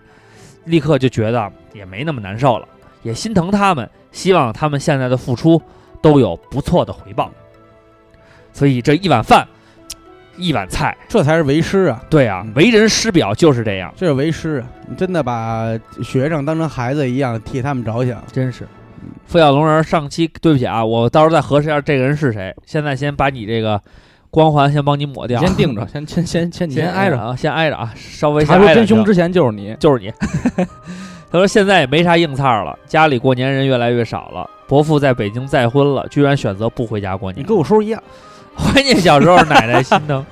G: 立刻就觉得也没那么难受了，也心疼他们，希望他们现在的付出都有不错的回报。所以这一碗饭，一碗菜，
F: 这才是为师啊，
G: 对啊，
B: 嗯
G: 为人师表就是这样，
F: 这是为师啊！你真的把学生当成孩子一样替他们着想，
G: 真是。付小龙人上期对不起啊，我到时候再核实一下这个人是谁。现在先把你这个光环先帮你抹掉，
B: 先 定着，先先先先你
G: 先
B: 挨着。
G: 啊，先挨着啊，稍微
B: 他
G: 先
B: 说
G: 挨着
B: 真
G: 就
B: 凶之前就是你，
G: 就是你。 他说现在也没啥硬菜儿了，家里过年人越来越少了。伯父在北京再婚了，居然选择不回家过
F: 你
G: 年。
F: 跟我叔一样，
G: 怀念小时候奶奶心 疼。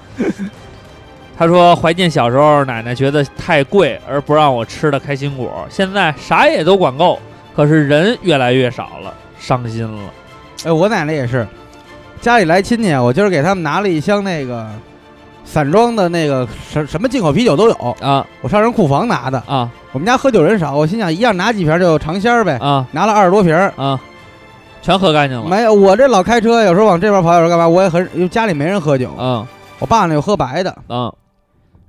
G: 他说怀念小时候奶奶觉得太贵而不让我吃的开心果，现在啥也都管够，可是人越来越少了，伤心了。
F: 哎，我奶奶也是，家里来亲戚，啊我今儿给他们拿了一箱那个散装的那个什什么进口啤酒都有，
G: 啊
F: 我上人库房拿的。
G: 啊
F: 我们家喝酒人少，我心想一样拿几瓶就尝鲜儿呗，
G: 啊
F: 拿了二十多瓶儿。
G: 啊！全喝干净了。
F: 没有，我这老开车，有时候往这边跑，有时候干嘛，我也很因为家里没人喝酒，
G: 嗯
F: 我爸呢又喝白的，
G: 嗯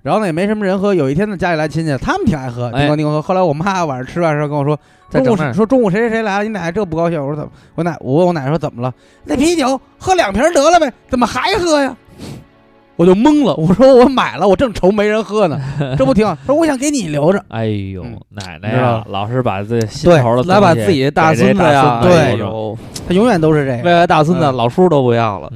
F: 然后呢也没什么人喝。有一天呢，家里来亲戚，他们挺爱喝，
G: 哎
F: 挺高兴喝。后来我妈晚上吃饭的时候跟我说，
G: 再
F: 中
G: 整
F: 午
G: 点
F: 说中午谁谁谁来了，你奶奶这不高兴。我说怎么？我奶我问我奶奶说怎么了？那啤酒喝两瓶得了呗，怎么还喝呀？我就懵了，我说我买了，我正愁没人喝呢， 这不挺好？说我想给你留着，
G: 哎呦
F: 嗯，
G: 奶奶
B: 你知
G: 呀
B: 道，
G: 老是把这心
F: 对
G: 头的东西
B: 来把自己的大孙子呀，
G: 给这大
F: 对
G: 孙子
B: 哎呦
F: 他永远都是这
B: 未
F: 个。
B: 来大孙子老叔都不要了。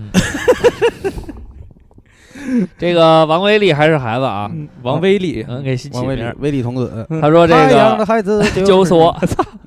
G: 这个王威力还是孩子啊，
F: 嗯
B: 王威力，
G: 嗯，给新起
F: 王威
G: 名
F: 力
G: 儿。，
F: 威力童子，
G: 他说这
F: 太阳的
G: 个
F: 孩子
G: 就是我，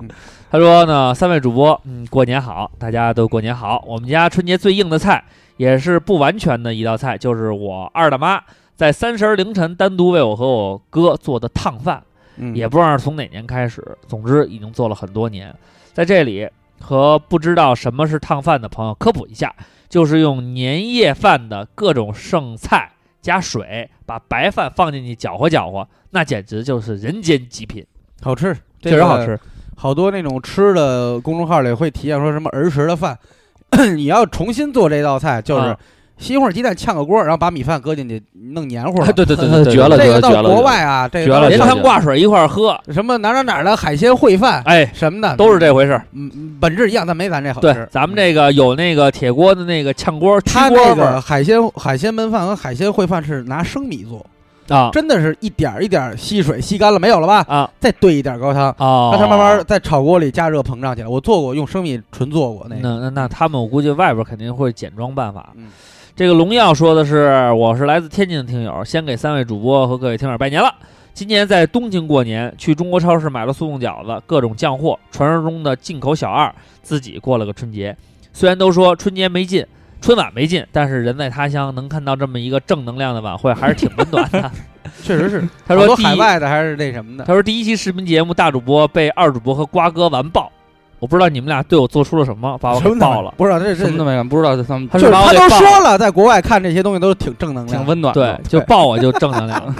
F: 嗯
G: 他说呢，三位主播，嗯，过年好，大家都过年好。我们家春节最硬的菜，也是不完全的一道菜，就是我二大妈在三十儿凌晨单独为我和我哥做的烫饭。
F: 嗯
G: 也不知道是从哪年开始，总之已经做了很多年。在这里和不知道什么是烫饭的朋友科普一下，就是用年夜饭的各种剩菜加水，把白饭放进去搅和搅和，那简直就是人间极品，
F: 好吃，
G: 确实好吃。。
F: 好多那种吃的公众号里会提倡说什么儿时的饭， 你要重新做这道菜，就是
G: 啊
F: 西红柿鸡蛋炝个锅，然后把米饭搁进去弄黏糊了。
G: 啊对对对
B: 对对绝了
F: 这个
B: 绝
F: 到
B: 了
F: 国外啊，这
B: 绝
F: 个
B: 了
F: 到
G: 连
B: 绝了
G: 汤挂水一块儿喝，
F: 什么哪哪哪儿的海鲜烩饭
G: 哎，
F: 什么的，
G: 都是这回事儿。
F: 嗯本质一样，但没咱这好
G: 对
F: 吃。，
G: 咱们这个有那个铁锅的那个炝锅，
F: 他
G: 炝锅
F: 那
G: 味儿
F: 个海鲜海鲜焖饭和海鲜烩饭是拿生米做，
G: 啊
F: 真的是一点儿一点儿吸水吸干了没有了吧？
G: 啊
F: 再兑一点儿高汤，
G: 哦，
F: 让它慢慢在炒锅里加热膨胀起来。我做过，用生米纯做过那个。
G: 那那那他们，我估计外边肯定会简装办法。
F: 嗯
G: 这个龙耀说的是，我是来自天津的听友，先给三位主播和各位听友拜年了。今年在东京过年，去中国超市买了速冻饺子、各种酱货，传说中的进口小二，自己过了个春节。虽然都说春节没劲，春晚没劲，但是人在他乡能看到这么一个正能量的晚会，还是挺温暖 的。
F: 确实是，
G: 他
F: 好
G: 说
F: 多
G: 第
F: 海
G: 一，
F: 外的还是那什么的。
G: 他说第一期视频节目大主播被二主播和瓜哥完爆，我不知道你们俩对我做出了什么，把我给
F: 什么
G: 爆了。
F: 不知道这这
B: 什么都没干，不知道他们
G: 他
F: 就是
G: 把我
F: 他
G: 给
F: 都
G: 爆
F: 说了，在国外看这些东西都是挺正能量
B: 挺
F: 的。
B: 温暖
G: 对
B: 的。，
G: 就抱我就正能量 了。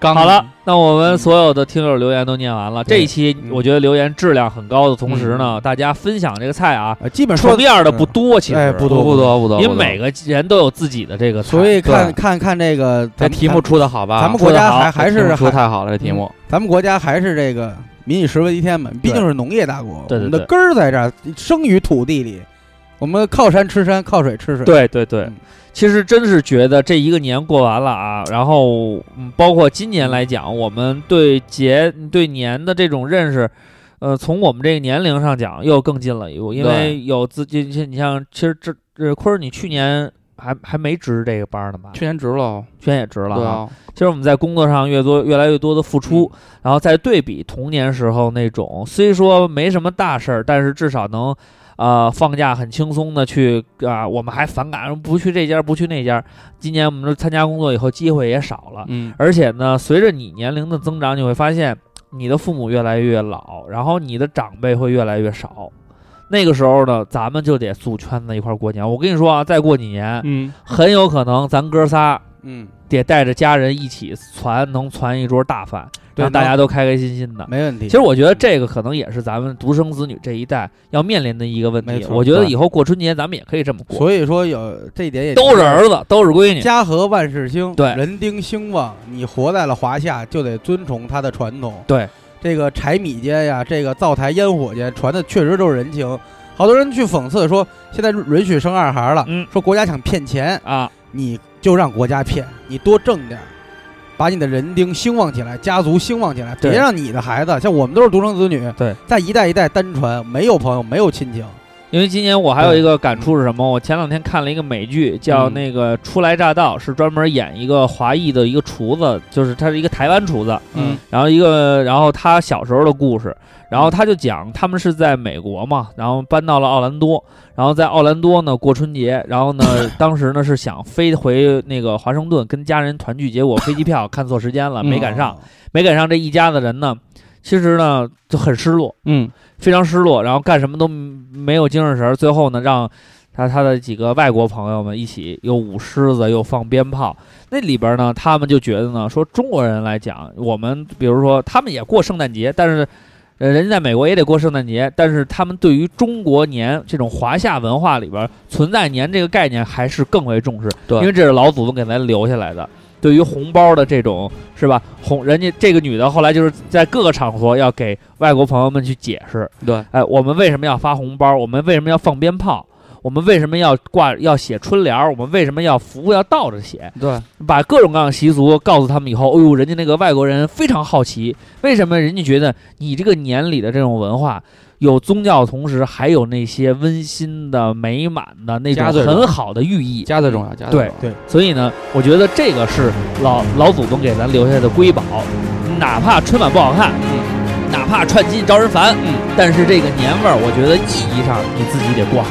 G: 好了，那我们所有的听友留言都念完了。这一期
F: 嗯
G: 我觉得留言质量很高的同时呢，大家分享这个菜啊，
F: 呃基本说
G: 重样的不多，其
F: 哎
G: 实
F: 不
B: 多不多不多，
G: 因为每个人都有自己的这个菜，
F: 所以看
B: 对
F: 看看这个
B: 这
F: 咱
B: 题目，出的好吧？
F: 咱们国家还还嗯是
B: 出得好这题目出太好了，这题目
F: 咱咱们国家还是这个民以食为天嘛，毕竟是农业大国，
G: 对对对
F: 我们的根儿在这儿，生于土地里，我们靠山吃山，靠水吃水。，
G: 对对对
F: 嗯，
G: 其实真是觉得这一个年过完了啊，然后嗯，包括今年来讲，我们对节对年的这种认识，呃，从我们这个年龄上讲又更近了一步，因为
B: 对
G: 有自己，你像其实这这坤儿，你去年还还没值这个班呢吧？
B: 去年值了，哦
G: 去年也值了
B: 对
G: 啊。
B: 啊，
G: 其实我们在工作上越多越来越多的付出，
B: 嗯
G: 然后再对比童年时候那种，虽说没什么大事儿，但是至少能，呃，放假很轻松的去啊、我们还反感不去这家不去那家。今年我们参加工作以后，机会也少了，
B: 嗯，
G: 而且呢，随着你年龄的增长，你会发现你的父母越来越老，然后你的长辈会越来越少。那个时候呢，咱们就得组圈子一块儿过年。我跟你说啊，再过几年，
B: 嗯，
G: 很有可能咱哥仨
F: 嗯，
G: 得带着家人一起攒，能攒一桌大饭。
F: 对
G: 让大家都开开心心的。
F: 没嗯问题。
G: 其实我觉得这个可能也是咱们独生子女这一代要面临的一个问
F: 没
G: 题。
F: 错
G: 我觉得
F: 对
G: 以后过春节咱们也可以这么过，
F: 所以说有这一点也
G: 都是儿子，都是闺女。
F: 家和万事兴，
G: 对
F: 人丁兴旺。你活在了华夏，就得遵从它的传统。
G: 对，
F: 这个柴米间呀，这个灶台烟火间，传的确实都是人情。好多人去讽刺说，现在允许生二孩了，
G: 嗯
F: 说国家想骗钱，
G: 啊，
F: 你就让国家骗，你多挣点儿，把你的人丁兴旺起来，家族兴旺起来，
G: 对
F: 别让你的孩子像我们都是独生子女，
G: 对，
F: 在一代一代单传，没有朋友，没有亲情。
G: 因为今年我还有一个感触是什么？我前两天看了一个美剧，叫
B: 嗯
G: 那个《初来乍到》，是专门演一个华裔的一个厨子，就是他是一个台湾厨子，
B: 嗯，
G: 然后一个，然后他小时候的故事，然后他就讲他们是在美国嘛，然后搬到了奥兰多，然后在奥兰多呢过春节，然后呢当时呢是想飞回那个华盛顿跟家人团聚，结果飞机票看错时间了，没赶
F: 哦
G: 上，没赶上这一家子人呢，其实呢就很失落，
B: 嗯，
G: 非常失落，然后干什么都没有精神神儿。最后呢，让他他的几个外国朋友们一起又舞狮子，又放鞭炮。那里边呢，他们就觉得呢，说中国人来讲，我们比如说他们也过圣诞节，但是。呃，人家在美国也得过圣诞节，但是他们对于中国年这种华夏文化里边存在年这个概念还是更为重视，
B: 对
G: 因为这是老祖宗给咱留下来的。对于红包的这种是吧？红人家这个女的后来就是在各个场合要给外国朋友们去解释，
B: 对，
G: 哎，我们为什么要发红包？我们为什么要放鞭炮？我们为什么要挂要写春联儿？我们为什么要服务要倒着写？
B: 对，
G: 把各种各样的习俗告诉他们以后，哎呦，人家那个外国人非常好奇，为什么人家觉得你这个年里的这种文化有宗教，同时还有那些温馨的、美满的那种
B: 家最重要
G: 很好的寓意。
B: 家最重要，家最
G: 对
B: 重要
F: 对
G: 所以呢，我觉得这个是老老祖宗给咱留下的瑰宝，哪怕春晚不好看，哪怕串戏招人烦，嗯，但是这个年味儿，我觉得意义上你自己得过好，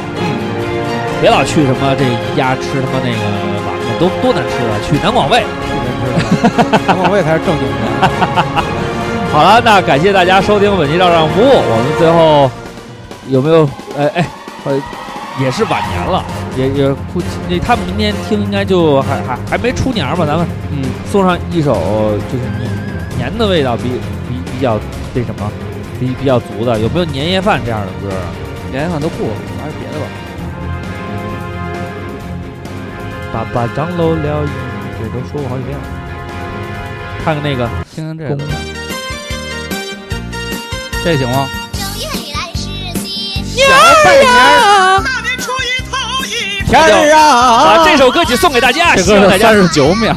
G: 别老去什么这一家吃他妈那个碗子都多难吃啊，去南广味。
F: 南广卫才是正经的。
G: 好了，那感谢大家收听本期《照上服务》，我们最后有没有？呃，哎，呃，也是晚年了，也也估计那他们明天听应该就还还还没出年儿吧，咱们
B: 嗯，
G: 送上一首就是年年的味道比比比较那什么，比比较足的，有没有年夜饭这样的歌啊？
B: 连饭都不，还是别的吧。
G: 把把张楼聊一，这都说过好几遍了。看看那个
B: 听听这
G: 公
B: 个，这行吗？
J: 正月里来是节，
G: 天儿
F: 啊
G: 啊，这首歌曲送给大家，希望大家
B: 十九秒，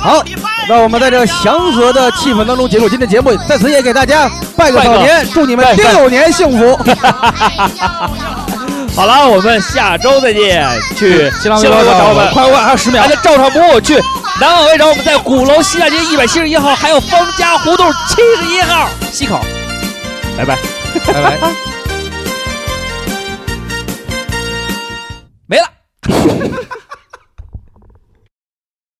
F: 好，让我们在这祥和的气氛当中结束今天的节目，在此也给大家拜个早年，祝你们丁酉年幸福。
G: 好了，我们下周再见。去
B: 新浪微
G: 新浪微
B: 博
G: 博找我们，
B: 快快还有十秒
G: 大。家照常不误去南网围找我们，在鼓楼西大街一百七十一号，还有方家胡同七十一号西口。拜拜。
B: 拜拜。